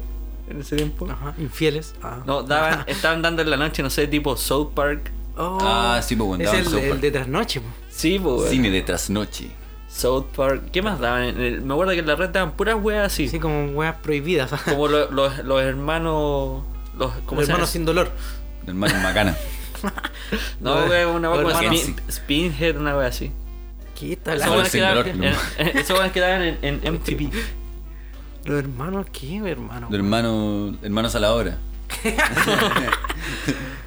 [SPEAKER 5] en ese
[SPEAKER 4] [LAUGHS]
[SPEAKER 5] tiempo.
[SPEAKER 4] Ajá, infieles. Ah.
[SPEAKER 5] No, daban, [LAUGHS] estaban dando en la noche, no sé, tipo South Park.
[SPEAKER 4] Oh,
[SPEAKER 3] Ah, sí, pues, weón,
[SPEAKER 4] Es
[SPEAKER 3] daban
[SPEAKER 4] el,
[SPEAKER 3] South
[SPEAKER 4] el
[SPEAKER 3] Park.
[SPEAKER 4] de trasnoche, po.
[SPEAKER 5] Sí, pues.
[SPEAKER 3] Cine de trasnoche.
[SPEAKER 5] South Park. ¿Qué más daban? En el- me acuerdo que en la red daban puras weas así.
[SPEAKER 4] Sí, como weas prohibidas. [LAUGHS]
[SPEAKER 5] Como lo- los, los hermanos. Los, ¿Cómo
[SPEAKER 4] Los
[SPEAKER 5] se llama?
[SPEAKER 4] hermanos sin dolor.
[SPEAKER 3] El hermano Macana.
[SPEAKER 5] No,
[SPEAKER 4] los-
[SPEAKER 5] wea, una wea
[SPEAKER 4] los
[SPEAKER 5] como
[SPEAKER 4] hermanos-
[SPEAKER 5] spin- Spinhead, una wea así.
[SPEAKER 4] ¿Qué tal?
[SPEAKER 5] Esos
[SPEAKER 3] Como
[SPEAKER 5] weones
[SPEAKER 3] el sin
[SPEAKER 5] quedaban
[SPEAKER 3] dolor,
[SPEAKER 5] en- esos weones quedaban en, en MTV.
[SPEAKER 4] Los hermanos, ¿qué, hermano?
[SPEAKER 3] El hermano. Hermano
[SPEAKER 4] [LAUGHS]
[SPEAKER 3] Salahora.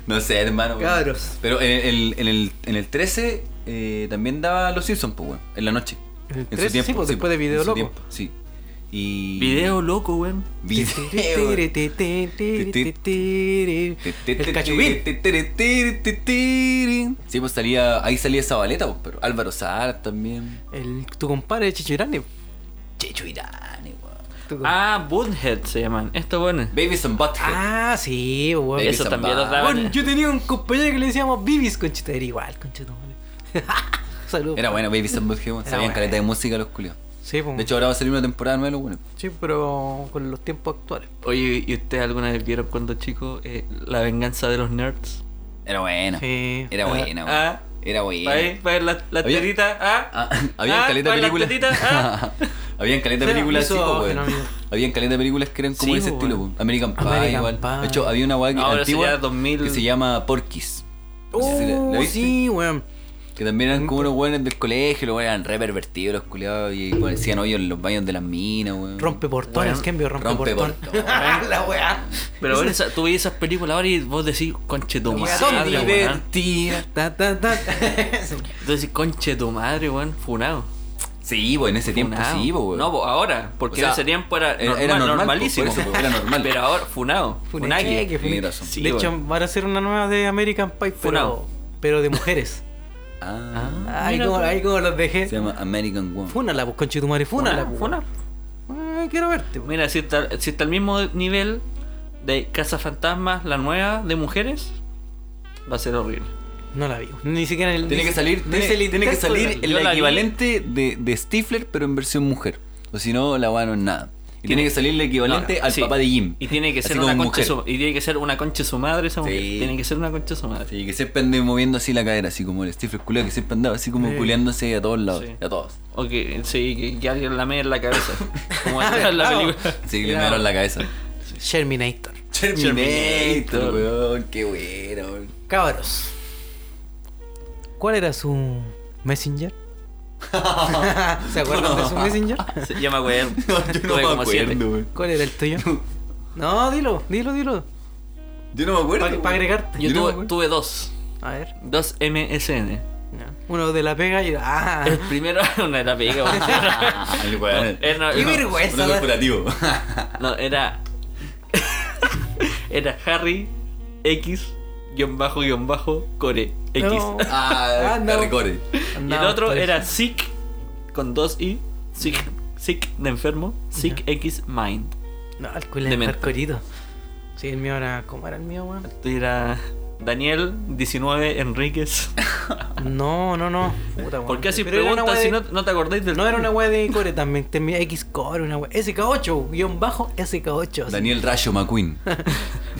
[SPEAKER 3] no sé, hermano. weón.
[SPEAKER 4] Cabros.
[SPEAKER 3] Pero en el, en el, en el 13 eh, también daba Los Simpsons, po, weón. En la noche.
[SPEAKER 4] En el
[SPEAKER 3] su
[SPEAKER 4] 13, sí, pues, después de
[SPEAKER 3] en
[SPEAKER 4] Video
[SPEAKER 3] su
[SPEAKER 4] Loco.
[SPEAKER 3] tiempo, sí. Y.
[SPEAKER 5] [LAUGHS] Video loco, weón.
[SPEAKER 3] Video.
[SPEAKER 4] [LAUGHS] El cachubín.
[SPEAKER 3] [LAUGHS] Sí, pues salía. Ahí salía Zabaleta, pues, pero Álvaro Saar también.
[SPEAKER 4] El, tu compadre Chichirane.
[SPEAKER 3] Checho Irane, weón.
[SPEAKER 4] Tu compadre.
[SPEAKER 5] Ah, Bonehead se llaman. Estos weones.
[SPEAKER 3] Babies and Butthead.
[SPEAKER 4] Ah, sí, weón.
[SPEAKER 3] Babies
[SPEAKER 5] Eso
[SPEAKER 3] and
[SPEAKER 5] también lo
[SPEAKER 3] Butthead.
[SPEAKER 5] daban.
[SPEAKER 4] Bueno, yo tenía un compañero que le decíamos Bibis, conchita. Era igual, conchita. [LAUGHS] Saludos.
[SPEAKER 3] Era bueno, Babies and Butthead, weón.
[SPEAKER 4] Era
[SPEAKER 3] Sabían
[SPEAKER 4] bueno.
[SPEAKER 3] caleta de música los culiados.
[SPEAKER 4] Sí, po.
[SPEAKER 3] De hecho, ahora va a salir una temporada nueva, los buenos.
[SPEAKER 4] sí, pero con los tiempos actuales.
[SPEAKER 5] Oye, ¿y ustedes alguna vez vieron cuando chico eh, La venganza de los nerds?
[SPEAKER 3] Era buena.
[SPEAKER 4] Sí.
[SPEAKER 3] Era
[SPEAKER 5] Ah,
[SPEAKER 3] buena, weón.
[SPEAKER 5] ah.
[SPEAKER 3] Era buena.
[SPEAKER 5] Pa' ver, pa' ver la, la
[SPEAKER 3] Había-
[SPEAKER 5] tetita, ah.
[SPEAKER 3] Ah, [LAUGHS] había
[SPEAKER 5] Ah,
[SPEAKER 3] caleta
[SPEAKER 5] pa'
[SPEAKER 3] de
[SPEAKER 5] ver la
[SPEAKER 3] películas.
[SPEAKER 5] tetita, ah.
[SPEAKER 3] Habían caleta de
[SPEAKER 4] Era
[SPEAKER 3] películas así,
[SPEAKER 4] eso,
[SPEAKER 3] po, weón.
[SPEAKER 4] fenómeno.
[SPEAKER 3] Habían caleta de películas que eran como
[SPEAKER 5] Sí,
[SPEAKER 3] de ese
[SPEAKER 5] po,
[SPEAKER 3] estilo,
[SPEAKER 5] weón.
[SPEAKER 3] po. American Pie,
[SPEAKER 4] pues, American
[SPEAKER 3] igual.
[SPEAKER 4] Pie.
[SPEAKER 3] De hecho, había una weá que-
[SPEAKER 5] Ahora
[SPEAKER 3] antigua
[SPEAKER 5] sería 2000.
[SPEAKER 3] que se llama Porky's. [LAUGHS] No sé si la-
[SPEAKER 4] Oh,
[SPEAKER 3] ¿la viste?
[SPEAKER 4] sí, weón.
[SPEAKER 3] Que también eran como unos weones del colegio, los weones eran re pervertidos los culiados y bueno, hacían hoyos en los baños de las minas, weón.
[SPEAKER 4] Rompe portones,
[SPEAKER 5] Weón,
[SPEAKER 4] cambio, rompe,
[SPEAKER 3] rompe
[SPEAKER 4] portón.
[SPEAKER 3] portón.
[SPEAKER 4] la weá.
[SPEAKER 5] Pero bueno, esa- tú veis esas películas ahora y vos decís, conche tu
[SPEAKER 4] Weón,
[SPEAKER 5] madre.
[SPEAKER 3] Son
[SPEAKER 4] Habla,
[SPEAKER 5] weón".
[SPEAKER 3] divertidas.
[SPEAKER 4] [LAUGHS] Ta, ta,
[SPEAKER 3] [LAUGHS]
[SPEAKER 4] ta.
[SPEAKER 5] Tú decís, conche tu madre, weón, funado.
[SPEAKER 3] Sí, pues en ese tiempo
[SPEAKER 5] Funao.
[SPEAKER 3] sí, pues, weón.
[SPEAKER 5] No, pues ahora, porque
[SPEAKER 3] O sea,
[SPEAKER 5] en ese tiempo era,
[SPEAKER 3] era
[SPEAKER 5] normal,
[SPEAKER 3] normal,
[SPEAKER 5] normalísimo.
[SPEAKER 3] pues, por eso, pues, era normal.
[SPEAKER 5] Pero ahora, funado.
[SPEAKER 4] Funaki,
[SPEAKER 5] Funaki.
[SPEAKER 3] Tiene
[SPEAKER 4] que funaki.
[SPEAKER 3] razón.
[SPEAKER 5] Sí,
[SPEAKER 4] de
[SPEAKER 5] weón.
[SPEAKER 4] hecho, van a hacer una nueva de American Pie, pero,
[SPEAKER 5] Funao.
[SPEAKER 4] pero
[SPEAKER 3] [LAUGHS]
[SPEAKER 4] de mujeres.
[SPEAKER 3] Ah,
[SPEAKER 4] Ay, como, ay, como los dejé.
[SPEAKER 3] se llama American Woman.
[SPEAKER 4] Fúnala, pues, conchetumare, fúnala.
[SPEAKER 5] Funao,
[SPEAKER 4] pues,
[SPEAKER 5] funao.
[SPEAKER 4] weón. Ay, quiero verte, pues. weón.
[SPEAKER 5] Mira, si está, si está al mismo nivel de Casa Fantasmas, la nueva de mujeres, va a ser horrible.
[SPEAKER 4] No la vi. Ni siquiera en el.
[SPEAKER 3] Tiene
[SPEAKER 4] ni-
[SPEAKER 3] que salir,
[SPEAKER 4] ni
[SPEAKER 3] tiene,
[SPEAKER 4] es el
[SPEAKER 3] tiene que
[SPEAKER 4] intento
[SPEAKER 3] salir
[SPEAKER 4] de-
[SPEAKER 5] Yo
[SPEAKER 3] el
[SPEAKER 5] la vi.
[SPEAKER 3] equivalente de, de Stifler, pero en versión mujer. O si no, la weá no es nada. Y tiene que salir el equivalente
[SPEAKER 5] No, no,
[SPEAKER 3] al
[SPEAKER 5] sí.
[SPEAKER 3] papá de Jim.
[SPEAKER 5] Y tiene que
[SPEAKER 3] Así
[SPEAKER 5] ser
[SPEAKER 3] como
[SPEAKER 5] una
[SPEAKER 3] en
[SPEAKER 5] concha
[SPEAKER 3] mujer.
[SPEAKER 5] su, y tiene que ser una concha su madre esa mujer.
[SPEAKER 3] Sí.
[SPEAKER 5] Tiene que ser una concha su madre.
[SPEAKER 3] Sí, que siempre ande moviendo así la cadera, así como el Stifler culiao que siempre andaba así como
[SPEAKER 4] Sí.
[SPEAKER 3] culeándose a todos lados,
[SPEAKER 5] Sí.
[SPEAKER 3] a todos.
[SPEAKER 5] O que, sí, que, que alguien la mea en
[SPEAKER 3] [LAUGHS]
[SPEAKER 5] la cabeza. Como en la
[SPEAKER 4] Claro.
[SPEAKER 5] película.
[SPEAKER 3] Sí, le
[SPEAKER 4] Claro.
[SPEAKER 3] mearon la cabeza.
[SPEAKER 4] Sherminator.
[SPEAKER 3] Terminator, weón, qué bueno, weón. [LAUGHS]
[SPEAKER 4] Cabros. ¿Cuál era su
[SPEAKER 5] [LAUGHS]
[SPEAKER 4] Messenger? ¿Se acuerdan de su Messenger?
[SPEAKER 5] Se llama weón.
[SPEAKER 3] [LAUGHS] No, yo no me acuerdo, weón.
[SPEAKER 4] ¿Cuál era el tuyo? No, dilo, dilo, dilo.
[SPEAKER 3] Yo no me acuerdo.
[SPEAKER 4] Pa- pa
[SPEAKER 3] weón.
[SPEAKER 4] agregarte.
[SPEAKER 5] Yo
[SPEAKER 3] no me
[SPEAKER 5] tuve,
[SPEAKER 3] acuerdo.
[SPEAKER 5] tuve dos.
[SPEAKER 4] A ver.
[SPEAKER 5] Dos MSN.
[SPEAKER 4] no. Uno de la pega y. ¡Ah!
[SPEAKER 5] El primero una era
[SPEAKER 3] [LAUGHS]
[SPEAKER 5] pega. weón.
[SPEAKER 3] Ay, weón.
[SPEAKER 5] Eh, no,
[SPEAKER 4] ¡Qué
[SPEAKER 5] no,
[SPEAKER 4] vergüenza!
[SPEAKER 3] Uno
[SPEAKER 5] [LAUGHS]
[SPEAKER 3] corporativo.
[SPEAKER 5] No, era. [LAUGHS] era Harry X guión bajo guión bajo core Eh, X.
[SPEAKER 4] No. pues,
[SPEAKER 3] Ah,
[SPEAKER 4] Ah, no.
[SPEAKER 3] Harry Core.
[SPEAKER 5] Y el
[SPEAKER 4] Andaba
[SPEAKER 5] otro
[SPEAKER 3] pues.
[SPEAKER 4] por-
[SPEAKER 5] era Sick con dos i. Sick, sick de enfermo. Sick X mind.
[SPEAKER 4] No, el culo
[SPEAKER 5] Demente.
[SPEAKER 4] percorrido. Sí, el mío era. ¿Cómo era el mío, weón?
[SPEAKER 5] Tú era Daniel 19 Enríquez.
[SPEAKER 4] No, no, no. Puta, weón.
[SPEAKER 5] ¿Por qué así
[SPEAKER 4] Pero era una
[SPEAKER 5] preguntas
[SPEAKER 4] wea
[SPEAKER 5] si
[SPEAKER 4] de-
[SPEAKER 5] no, no te acordáis del
[SPEAKER 4] No era una wea de core también, tenía X core, una wea. SK8, guión bajo SK8. así.
[SPEAKER 3] Daniel Rayo
[SPEAKER 5] [LAUGHS]
[SPEAKER 3] McQueen.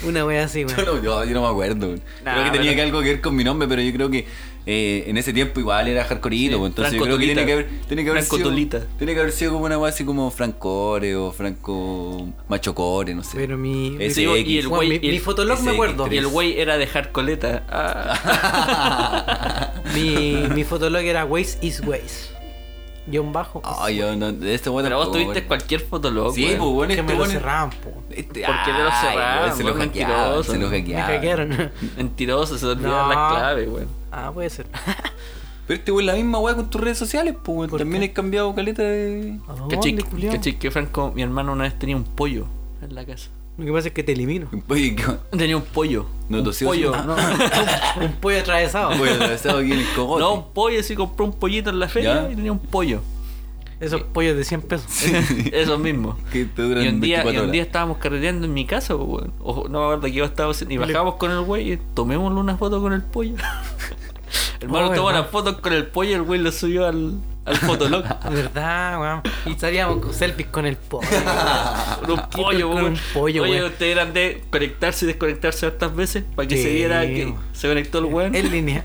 [SPEAKER 4] Una wea así,
[SPEAKER 3] Yo
[SPEAKER 4] weón.
[SPEAKER 3] no, yo, yo no me acuerdo. weón.
[SPEAKER 5] Nah,
[SPEAKER 3] creo que tenía
[SPEAKER 5] pero-
[SPEAKER 3] que algo que ver con mi nombre, pero yo creo que eh, en ese tiempo igual era hardcoreito,
[SPEAKER 5] Sí,
[SPEAKER 3] pues, entonces yo creo que tiene
[SPEAKER 5] francotolita.
[SPEAKER 3] que haber, tiene que haber sido,
[SPEAKER 5] Francotolita.
[SPEAKER 3] tiene que haber sido como una weá así como Francore o Franco Machocore, no sé.
[SPEAKER 4] Pero mi. mi-
[SPEAKER 3] Ese
[SPEAKER 5] Digo,
[SPEAKER 3] X.
[SPEAKER 5] y el
[SPEAKER 4] Juan,
[SPEAKER 5] güey-
[SPEAKER 4] mi,
[SPEAKER 5] y el-
[SPEAKER 4] mi fotolog me
[SPEAKER 3] ese
[SPEAKER 4] acuerdo.
[SPEAKER 3] X3.
[SPEAKER 5] Y el güey era dejar coleta.
[SPEAKER 3] [LAUGHS]
[SPEAKER 5] Ah.
[SPEAKER 4] Mi, mi fotolog era Waze is Waze. Guión bajo.
[SPEAKER 3] [LAUGHS] Ay, yo no, de este weá
[SPEAKER 5] Pero vos
[SPEAKER 3] tampoco,
[SPEAKER 5] tuviste
[SPEAKER 3] weón.
[SPEAKER 5] cualquier fotolog.
[SPEAKER 3] Sí,
[SPEAKER 5] weón.
[SPEAKER 3] pues bueno,
[SPEAKER 4] que
[SPEAKER 3] este
[SPEAKER 4] me lo
[SPEAKER 3] weón-
[SPEAKER 4] cerraban, po.
[SPEAKER 3] Este,
[SPEAKER 5] ¿Por qué te lo
[SPEAKER 3] ay,
[SPEAKER 5] cerraron?
[SPEAKER 3] weón, Se lo
[SPEAKER 5] Vos
[SPEAKER 3] hackearon, se lo
[SPEAKER 5] mentiroso.
[SPEAKER 4] Me
[SPEAKER 3] hackearon.
[SPEAKER 4] hackearon. [LAUGHS]
[SPEAKER 5] Mentiroso, se te olvidaban
[SPEAKER 4] No.
[SPEAKER 5] las claves, weón.
[SPEAKER 4] Ah, puede ser.
[SPEAKER 3] Pero este weón la misma weá con tus redes sociales, pues weón.
[SPEAKER 4] ¿Por Ah.
[SPEAKER 3] También he cambiado caleta de.
[SPEAKER 4] ¿A dónde,
[SPEAKER 5] Cachai,
[SPEAKER 4] culiao?
[SPEAKER 5] cachai que Franco, mi hermano una vez tenía un pollo en la casa.
[SPEAKER 4] Lo que pasa es que te elimino. [LAUGHS]
[SPEAKER 3] Oye, qué.
[SPEAKER 5] Tenía un pollo.
[SPEAKER 3] No,
[SPEAKER 5] un
[SPEAKER 3] tosió, [LAUGHS] Ah,
[SPEAKER 5] pollo.
[SPEAKER 3] sí.
[SPEAKER 5] No,
[SPEAKER 4] Un pollo atravesado.
[SPEAKER 3] Bueno, atravesado aquí en el cogote.
[SPEAKER 5] no, un pollo, sí, compró un pollito en la feria
[SPEAKER 3] Ya.
[SPEAKER 5] y tenía un pollo.
[SPEAKER 4] Esos pollos de 100 pesos.
[SPEAKER 5] [LAUGHS] Eso mismo.
[SPEAKER 3] Que te duran
[SPEAKER 5] Y un, día,
[SPEAKER 3] 24
[SPEAKER 5] y un día
[SPEAKER 3] horas.
[SPEAKER 5] estábamos carreteando en mi casa, po, weón. O no me acuerdo qué estaba haciendo. Y bajábamos con el güey y tomémosle una foto con el pollo. [LAUGHS] El hermano
[SPEAKER 4] Oh,
[SPEAKER 5] tomó
[SPEAKER 4] verdad.
[SPEAKER 5] las fotos con el pollo y el güey lo subió al,
[SPEAKER 4] [LAUGHS]
[SPEAKER 5] al fotolog.
[SPEAKER 4] ¿Verdad, weón? Y salíamos con selfies con
[SPEAKER 3] [LAUGHS]
[SPEAKER 4] el pollo.
[SPEAKER 5] Con un pollo,
[SPEAKER 4] Con
[SPEAKER 5] weón.
[SPEAKER 4] un pollo,
[SPEAKER 5] Oye,
[SPEAKER 4] weón.
[SPEAKER 5] ustedes eran de conectarse y desconectarse hartas veces para que
[SPEAKER 4] Sí,
[SPEAKER 5] se viera que
[SPEAKER 4] weón.
[SPEAKER 5] se conectó el weón.
[SPEAKER 4] En
[SPEAKER 3] [LAUGHS]
[SPEAKER 4] línea.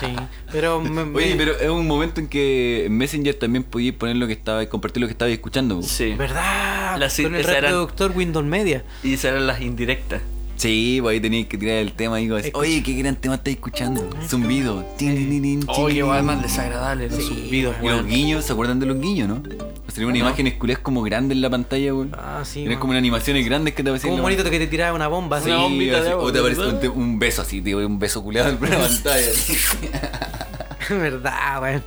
[SPEAKER 4] Sí. Pero. me- me-
[SPEAKER 3] Oye, pero es un momento en que en Messenger también podías poner lo que estaba y compartir lo que estabas escuchando. po.
[SPEAKER 5] Sí.
[SPEAKER 4] ¿Verdad?
[SPEAKER 5] Las-
[SPEAKER 4] con el
[SPEAKER 5] esas eran-
[SPEAKER 4] reproductor Windows Media.
[SPEAKER 5] Y esas eran las indirectas.
[SPEAKER 3] Sí, pues ahí tenías que tirar el tema y decir,
[SPEAKER 4] Escucha.
[SPEAKER 3] oye, qué gran tema estás escuchando. Zumbido. Tin, tin, tin, tin, tin,
[SPEAKER 5] Oye,
[SPEAKER 3] tin,
[SPEAKER 5] weón,
[SPEAKER 3] tin.
[SPEAKER 5] más desagradable. Los
[SPEAKER 4] Sí,
[SPEAKER 5] zumbidos,
[SPEAKER 3] Y los
[SPEAKER 5] Oh, weón.
[SPEAKER 3] guiños, ¿se acuerdan de los guiños, no? Sería una
[SPEAKER 5] No.
[SPEAKER 3] imagen esculés como grande en la pantalla, güey.
[SPEAKER 4] Ah, sí.
[SPEAKER 3] Tienes
[SPEAKER 4] weón.
[SPEAKER 3] como unas animaciones grandes que te aparecían. en
[SPEAKER 4] Como un
[SPEAKER 3] la
[SPEAKER 4] bonito que te tiraba una bomba.
[SPEAKER 3] Sí,
[SPEAKER 4] así.
[SPEAKER 5] Una bombita de
[SPEAKER 3] así,
[SPEAKER 5] agua,
[SPEAKER 3] o te aparece
[SPEAKER 5] ¿verdad?
[SPEAKER 3] un, te- un beso así, tío, un beso culeado en
[SPEAKER 5] [LAUGHS]
[SPEAKER 3] plena pantalla.
[SPEAKER 4] [LAUGHS] ¿Verdad, weón?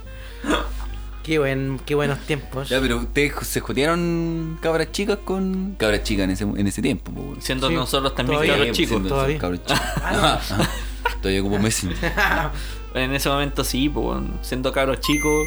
[SPEAKER 4] Qué, buen, qué buenos tiempos. [LAUGHS]
[SPEAKER 3] ya, pero ustedes jo- se jotearon cabras chicas con. Cabras chicas en ese, en ese tiempo, po, güey.
[SPEAKER 5] Siendo
[SPEAKER 4] Sí.
[SPEAKER 5] nosotros también
[SPEAKER 4] Todavía.
[SPEAKER 5] cabros chicos. Ah,
[SPEAKER 3] Siendo-
[SPEAKER 4] todavía.
[SPEAKER 3] cabros
[SPEAKER 5] [LAUGHS]
[SPEAKER 3] chicos. Ah, Todavía como Messi.
[SPEAKER 5] En ese momento sí, po, weón. siendo cabros chicos,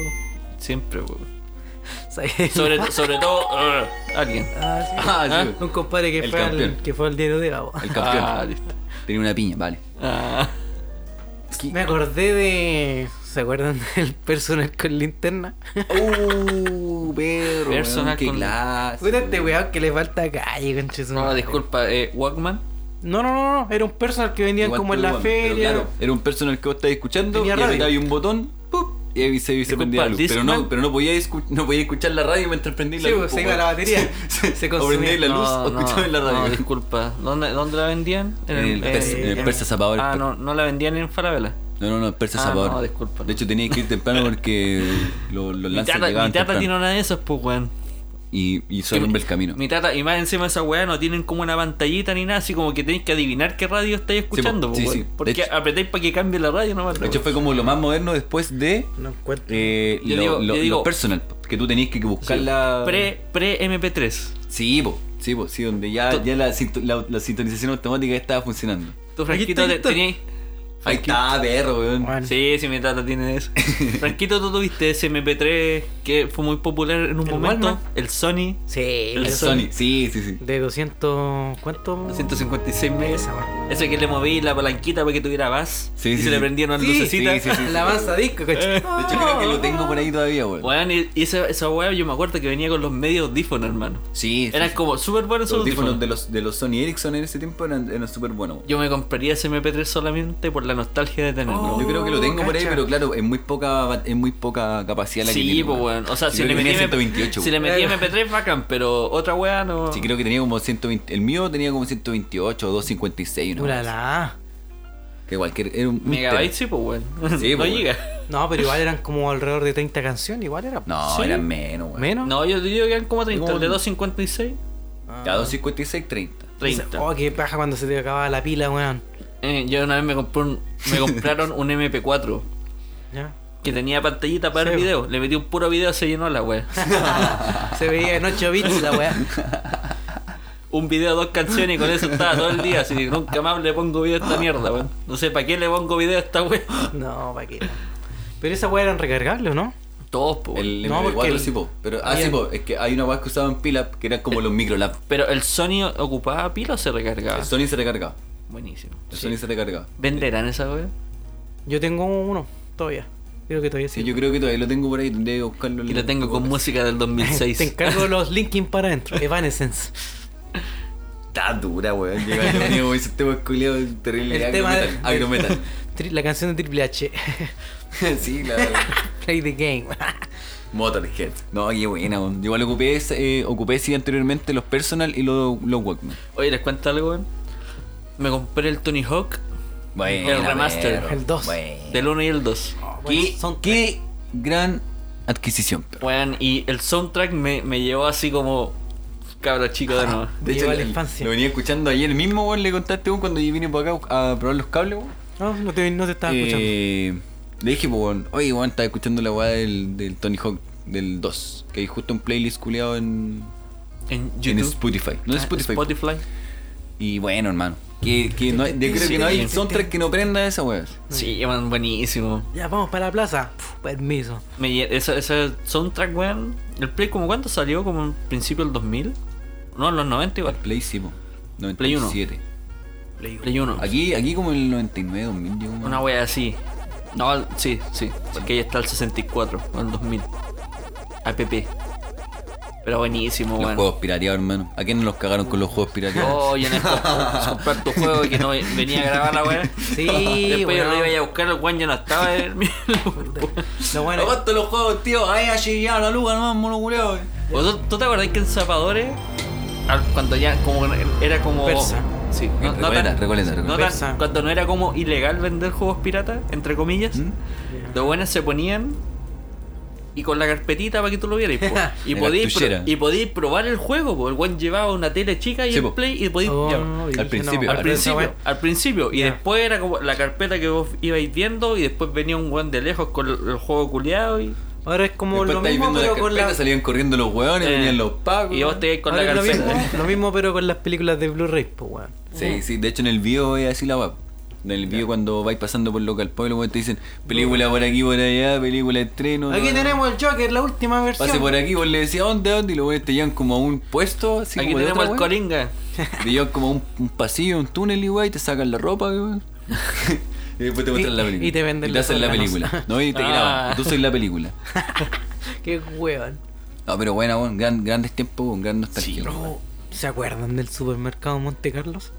[SPEAKER 5] siempre. po.
[SPEAKER 3] [LAUGHS]
[SPEAKER 4] ¿Sabes?
[SPEAKER 5] Sobre, sobre todo,
[SPEAKER 3] uh,
[SPEAKER 5] ah, alguien.
[SPEAKER 4] Ah, sí.
[SPEAKER 3] Ah, sí.
[SPEAKER 4] Un compadre que
[SPEAKER 3] El
[SPEAKER 4] fue, al,
[SPEAKER 3] campeón.
[SPEAKER 4] que fue al diario de Gabo.
[SPEAKER 3] El campeón.
[SPEAKER 5] Ah, listo.
[SPEAKER 3] Tenía una piña, vale.
[SPEAKER 5] Ah,
[SPEAKER 4] [LAUGHS] Me acordé de. ¿Se acuerdan [LAUGHS] del personal con linterna? [LAUGHS]
[SPEAKER 3] Uh, perro.
[SPEAKER 5] Personal
[SPEAKER 3] weón, qué
[SPEAKER 5] con-
[SPEAKER 3] clase,
[SPEAKER 4] Puta este
[SPEAKER 3] weón.
[SPEAKER 4] weón que le falta calle, conche su
[SPEAKER 5] no,
[SPEAKER 4] madre.
[SPEAKER 5] disculpa, eh, Walkman.
[SPEAKER 4] No, no, no, no, era un personal que vendían
[SPEAKER 3] Igual
[SPEAKER 4] como en
[SPEAKER 3] tú,
[SPEAKER 4] la
[SPEAKER 3] weón, pero
[SPEAKER 4] feria.
[SPEAKER 3] claro, era un personal que vos estabas escuchando y
[SPEAKER 4] Tenía radio.
[SPEAKER 3] apretabas un botón. ¡pup! Y ahí se, se
[SPEAKER 5] Disculpa,
[SPEAKER 3] prendía la luz. Pero no,
[SPEAKER 5] Discman.
[SPEAKER 3] pero no podía escu- no podía escuchar la radio mientras prendí la
[SPEAKER 4] Sí, pues,
[SPEAKER 3] luz.
[SPEAKER 4] se
[SPEAKER 3] po,
[SPEAKER 4] iba la
[SPEAKER 3] weón.
[SPEAKER 4] batería,
[SPEAKER 3] [LAUGHS] Sí,
[SPEAKER 4] se
[SPEAKER 3] o
[SPEAKER 4] consumía.
[SPEAKER 3] prendí la luz
[SPEAKER 5] No,
[SPEAKER 3] o escuchaba en la
[SPEAKER 5] no,
[SPEAKER 3] radio.
[SPEAKER 5] No, disculpa. ¿Dónde, ¿Dónde la vendían?
[SPEAKER 3] En el
[SPEAKER 5] eh,
[SPEAKER 3] Persa- en el Persa Zapador.
[SPEAKER 5] Ah, no, no la vendían en Falabella.
[SPEAKER 3] No, no, no, el Persa
[SPEAKER 5] Ah,
[SPEAKER 3] Sabor.
[SPEAKER 5] no, disculpa,
[SPEAKER 3] De
[SPEAKER 5] no.
[SPEAKER 3] hecho, tenía que ir temprano porque lo- los
[SPEAKER 5] Mi
[SPEAKER 3] lanzas
[SPEAKER 5] tata, mi
[SPEAKER 3] llegaban
[SPEAKER 5] tata
[SPEAKER 3] temprano.
[SPEAKER 5] tiene una de esas, pues, weón.
[SPEAKER 3] Y, y se alumbra el camino.
[SPEAKER 5] Mi tata, y más encima de esa weá, no tienen como una pantallita ni nada, así como que tenéis que adivinar qué radio estáis
[SPEAKER 3] po,
[SPEAKER 5] escuchando, po,
[SPEAKER 3] sí,
[SPEAKER 5] weón.
[SPEAKER 3] sí. De
[SPEAKER 5] Porque
[SPEAKER 3] hecho-
[SPEAKER 5] apretáis para que cambie la radio nomás. pues,
[SPEAKER 3] De hecho,
[SPEAKER 5] weón.
[SPEAKER 3] fue como lo más moderno después de
[SPEAKER 4] No encuentro.
[SPEAKER 3] eh,
[SPEAKER 5] Yo
[SPEAKER 3] lo-
[SPEAKER 5] digo-
[SPEAKER 3] lo-
[SPEAKER 5] yo digo-
[SPEAKER 3] lo personal. po, Que tú tenías que buscar
[SPEAKER 5] Sí.
[SPEAKER 3] la.
[SPEAKER 5] Pre, pre MP3.
[SPEAKER 3] Sí, po, sí, po, sí, donde ya,
[SPEAKER 5] To-
[SPEAKER 3] ya la, sinto- la- la sintonización automática ya estaba funcionando.
[SPEAKER 5] Tú, Franquito,
[SPEAKER 4] está,
[SPEAKER 5] te,
[SPEAKER 4] ahí está.
[SPEAKER 5] tenías.
[SPEAKER 3] Ahí está, perro, weón.
[SPEAKER 4] Bueno.
[SPEAKER 5] Sí, sí, mi tata
[SPEAKER 3] [LAUGHS]
[SPEAKER 5] tiene eso. Franquito, tú tuviste ese MP3 que fue muy popular en un
[SPEAKER 4] El
[SPEAKER 5] momento.
[SPEAKER 4] Walkman.
[SPEAKER 5] El Sony.
[SPEAKER 4] Sí,
[SPEAKER 5] El
[SPEAKER 3] El
[SPEAKER 4] eso.
[SPEAKER 3] Sony, sí, sí, sí.
[SPEAKER 4] De 200. ¿Cuánto?
[SPEAKER 5] 156 megas.
[SPEAKER 4] Esa, weón.
[SPEAKER 5] Ese que le moví la palanquita para que tuviera bass.
[SPEAKER 3] Sí,
[SPEAKER 5] y
[SPEAKER 3] sí,
[SPEAKER 5] se le
[SPEAKER 3] sí.
[SPEAKER 5] prendían unas
[SPEAKER 4] Sí,
[SPEAKER 5] lucecitas.
[SPEAKER 3] sí, sí, sí. Eh.
[SPEAKER 4] La masa disco, coche. De
[SPEAKER 3] De hecho, creo que lo tengo por ahí todavía, weón.
[SPEAKER 5] Weón, y y esa, esa weá yo me acuerdo que venía con los medios audífonos, hermano.
[SPEAKER 3] Sí, sí,
[SPEAKER 5] Eran
[SPEAKER 3] sí.
[SPEAKER 5] como súper buenos
[SPEAKER 3] Los
[SPEAKER 5] esos
[SPEAKER 3] audífonos
[SPEAKER 5] audífonos.
[SPEAKER 3] de los, de los Sony Ericsson en ese tiempo eran, eran súper buenos. weón.
[SPEAKER 5] Yo me compraría ese MP3 solamente por la nostalgia de tenerlo.
[SPEAKER 4] Oh,
[SPEAKER 3] Yo creo que lo tengo por ahí,
[SPEAKER 4] cacha.
[SPEAKER 3] pero claro, es muy poca, es muy poca capacidad la que
[SPEAKER 5] Sí,
[SPEAKER 3] tiene.
[SPEAKER 5] pues weón. O sea, si,
[SPEAKER 3] creo
[SPEAKER 5] le
[SPEAKER 3] que
[SPEAKER 5] metí
[SPEAKER 3] tenía 128.
[SPEAKER 5] si le
[SPEAKER 3] weón. Eh.
[SPEAKER 5] metí MP3 bacán, pero otra weá no.
[SPEAKER 3] Sí, creo que tenía como 120. El mío tenía como 128 o 256. ¿no?
[SPEAKER 4] Ulala.
[SPEAKER 3] Que cualquier. Era un, un
[SPEAKER 5] Megabytes sí, pues weón.
[SPEAKER 3] Sí,
[SPEAKER 5] [LAUGHS] no
[SPEAKER 3] pues,
[SPEAKER 5] llega.
[SPEAKER 4] No, pero igual eran como alrededor de 30 canciones, igual era.
[SPEAKER 3] tera. No,
[SPEAKER 5] Sí.
[SPEAKER 3] eran menos, weón.
[SPEAKER 4] ¿Menos?
[SPEAKER 5] No, yo digo que eran como 30.
[SPEAKER 3] Como-
[SPEAKER 5] El de 256, Ah.
[SPEAKER 3] Ya 256, 30.
[SPEAKER 5] 30.
[SPEAKER 4] Oh, qué paja cuando se te acababa la pila, weón.
[SPEAKER 5] Eh, yo una vez me, compré un-
[SPEAKER 3] [LAUGHS]
[SPEAKER 5] me compraron un MP4
[SPEAKER 4] Ya.
[SPEAKER 5] que tenía pantallita para ver
[SPEAKER 4] Sí.
[SPEAKER 5] video. Le metí un puro video, se llenó la
[SPEAKER 3] [LAUGHS]
[SPEAKER 5] wea.
[SPEAKER 4] Se veía en 8 bits la weá.
[SPEAKER 5] un video, dos canciones y con eso estaba todo el día. Así que nunca más le pongo video a esta mierda, weón. No sé para qué le pongo video a esta wea.
[SPEAKER 3] [GASPS]
[SPEAKER 4] No, pa' qué. Pero esa weá eran recargables, ¿no?
[SPEAKER 5] Todos, po, weón.
[SPEAKER 3] El
[SPEAKER 4] No, porque
[SPEAKER 3] MP4
[SPEAKER 4] el-
[SPEAKER 3] sí, po. Pero, ah,
[SPEAKER 4] había-
[SPEAKER 3] sí, po. Es que hay una weá que usaban pila que eran como los microlab.
[SPEAKER 5] Pero el Sony ocupaba pila o se recargaba.
[SPEAKER 3] El Sony se recargaba.
[SPEAKER 5] Buenísimo.
[SPEAKER 3] El Sony se recargaba.
[SPEAKER 5] ¿Venderán esa wea?
[SPEAKER 4] Yo tengo uno, todavía. Creo que todavía
[SPEAKER 3] Sí,
[SPEAKER 4] sí.
[SPEAKER 3] yo creo que todavía lo tengo por ahí. Tendría que buscarlo. en
[SPEAKER 5] Y
[SPEAKER 3] la-
[SPEAKER 5] lo tengo con
[SPEAKER 3] [LAUGHS]
[SPEAKER 5] música del
[SPEAKER 4] [LAUGHS] Te
[SPEAKER 5] 2006.
[SPEAKER 4] encargo los Linkin para adentro. Evanescence.
[SPEAKER 3] [LAUGHS] Está dura, "Este weón. Llega el domingo, ese tema es culiado terrible.
[SPEAKER 4] El
[SPEAKER 3] Agro
[SPEAKER 4] tema
[SPEAKER 3] metal.
[SPEAKER 4] de-
[SPEAKER 3] Agro metal.
[SPEAKER 4] [LAUGHS] Tri- La canción de Triple H. [LAUGHS]
[SPEAKER 3] sí, claro.
[SPEAKER 4] Play the game. [LAUGHS]
[SPEAKER 3] Motorhead. No, qué buena. weón. Yo Igual ocupé, ese- eh, ocupé sí anteriormente los personal y los, los Walkman.
[SPEAKER 5] Oye, les cuento algo, weón. Me compré el Tony Hawk
[SPEAKER 3] Bueno,
[SPEAKER 5] El remaster,
[SPEAKER 3] perro.
[SPEAKER 4] el dos.
[SPEAKER 3] Bueno.
[SPEAKER 5] del 1 y el 2.
[SPEAKER 3] ¿Qué,
[SPEAKER 4] son
[SPEAKER 3] qué gran adquisición, perro.
[SPEAKER 5] Weón, y el soundtrack me, me llevó así como cabra chico de nuevo.
[SPEAKER 4] De hecho, la infancia.
[SPEAKER 3] Lo venía escuchando ayer mismo, weón. Le contaste vos cuando yo vine por acá a probar los cables, weón.
[SPEAKER 4] No, no te, no te estaba escuchando.
[SPEAKER 3] Eh, Le dije, pues, weón, oye, weón, estaba escuchando la weá del, del Tony Hawk del 2. Que hay justo un playlist culiado en,
[SPEAKER 5] En YouTube.
[SPEAKER 3] en Spotify. No en
[SPEAKER 5] Ah,
[SPEAKER 3] Spotify.
[SPEAKER 5] Spotify.
[SPEAKER 3] Y bueno, hermano. Que, que no hay- yo creo que no hay soundtrack que no prenda esa weá.
[SPEAKER 5] Sí, weón, buenísimo.
[SPEAKER 4] Ya, vamos para la plaza. Puf, permiso.
[SPEAKER 5] Me, lle- ese, ese soundtrack, weón. El Play, como cuánto salió? Como en principio del 2000. No, en los 90 igual.
[SPEAKER 3] Play, sí, po.
[SPEAKER 5] Play uno.
[SPEAKER 3] 97.
[SPEAKER 5] Play 1.
[SPEAKER 3] Aquí, aquí como el 99, 2000, yo, weón.
[SPEAKER 5] Una wea así. No, sí, sí. Porque ahí está el 64, o el 2000. APP. Pero buenísimo,
[SPEAKER 3] Los
[SPEAKER 5] weón.
[SPEAKER 3] juegos pirateados, hermano. ¿A quién nos cagaron con los juegos pirateados?
[SPEAKER 5] Oh, y en esto, comprar tu juego y que no venía a grabar la weá.
[SPEAKER 4] Sí,
[SPEAKER 5] Después yo
[SPEAKER 4] weón.
[SPEAKER 5] lo iba a buscar, el weón ya no estaba. el-
[SPEAKER 4] Lo
[SPEAKER 3] [LAUGHS]
[SPEAKER 4] bueno,
[SPEAKER 3] Aguanta los juegos, tío. Ahí allí ya la luga nomás, mono eh. culeado,
[SPEAKER 5] ¿Vos- ¿Tú te acordás que en Zapadores, al- cuando ya como era como.
[SPEAKER 4] Persa.
[SPEAKER 5] Sí, no, no
[SPEAKER 3] Recoleta,
[SPEAKER 5] tan-
[SPEAKER 3] Recoleta,
[SPEAKER 5] no
[SPEAKER 3] Recoleta.
[SPEAKER 5] tan-
[SPEAKER 4] Persa.
[SPEAKER 5] cuando no era como ilegal vender juegos piratas, entre comillas, los buenos se ponían y con la carpetita para que tú lo vieras. po. y,
[SPEAKER 3] La
[SPEAKER 5] podías pro-
[SPEAKER 3] cartuchera.
[SPEAKER 5] y podías probar el juego, porque el buen llevaba una tele chica y
[SPEAKER 3] Sí,
[SPEAKER 5] el
[SPEAKER 3] po.
[SPEAKER 5] play y podías.
[SPEAKER 4] oh,
[SPEAKER 5] ya,
[SPEAKER 4] y dije, no,
[SPEAKER 3] principio,
[SPEAKER 5] al
[SPEAKER 3] Pero
[SPEAKER 5] principio, al principio, y
[SPEAKER 4] Ya.
[SPEAKER 5] después era como la carpeta que vos ibais viendo, y después venía un weón de lejos con el, el juego culiado y,
[SPEAKER 4] Ahora es como
[SPEAKER 3] Después
[SPEAKER 4] lo
[SPEAKER 3] estáis
[SPEAKER 4] mismo,
[SPEAKER 3] viendo
[SPEAKER 4] pero
[SPEAKER 3] las
[SPEAKER 4] con
[SPEAKER 3] carpetas,
[SPEAKER 4] la.
[SPEAKER 3] salían corriendo los hueones,
[SPEAKER 5] Eh,
[SPEAKER 3] venían los pagos.
[SPEAKER 5] y vos te ibas con
[SPEAKER 4] ahora
[SPEAKER 5] la
[SPEAKER 4] es lo
[SPEAKER 5] carpeta.
[SPEAKER 3] [LAUGHS]
[SPEAKER 4] mismo, lo mismo, pero con las películas de Blu-ray, pues, weón.
[SPEAKER 3] Sí, sí, de hecho en el video es así la web. En el video cuando vais pasando por local pueblo, weón, te dicen película por aquí, por allá, película de estreno.
[SPEAKER 4] Aquí
[SPEAKER 3] no, no.
[SPEAKER 4] tenemos el Joker, la última versión.
[SPEAKER 3] Pase por aquí, vos le decías dónde, dónde, y los weones te llevan como a un puesto, así
[SPEAKER 5] Aquí
[SPEAKER 3] como de
[SPEAKER 5] tenemos
[SPEAKER 3] otra wea.
[SPEAKER 5] el Coringa.
[SPEAKER 3] Te llevan como a un, un pasillo, un túnel y weón, y te sacan la ropa,
[SPEAKER 4] [LAUGHS]
[SPEAKER 3] weón. y después te muestran
[SPEAKER 4] Y-
[SPEAKER 3] la película.
[SPEAKER 4] y te venden
[SPEAKER 3] Y te
[SPEAKER 4] los
[SPEAKER 3] hacen la
[SPEAKER 4] órganos.
[SPEAKER 3] película. No, y te
[SPEAKER 5] Ah.
[SPEAKER 3] graban. Tú soy la película.
[SPEAKER 4] Qué weón.
[SPEAKER 3] No, pero bueno, weón, gran- grandes tiempos, weón, gran nostalgia. weón.
[SPEAKER 4] Oh, ¿Se acuerdan del supermercado Monte Carlos?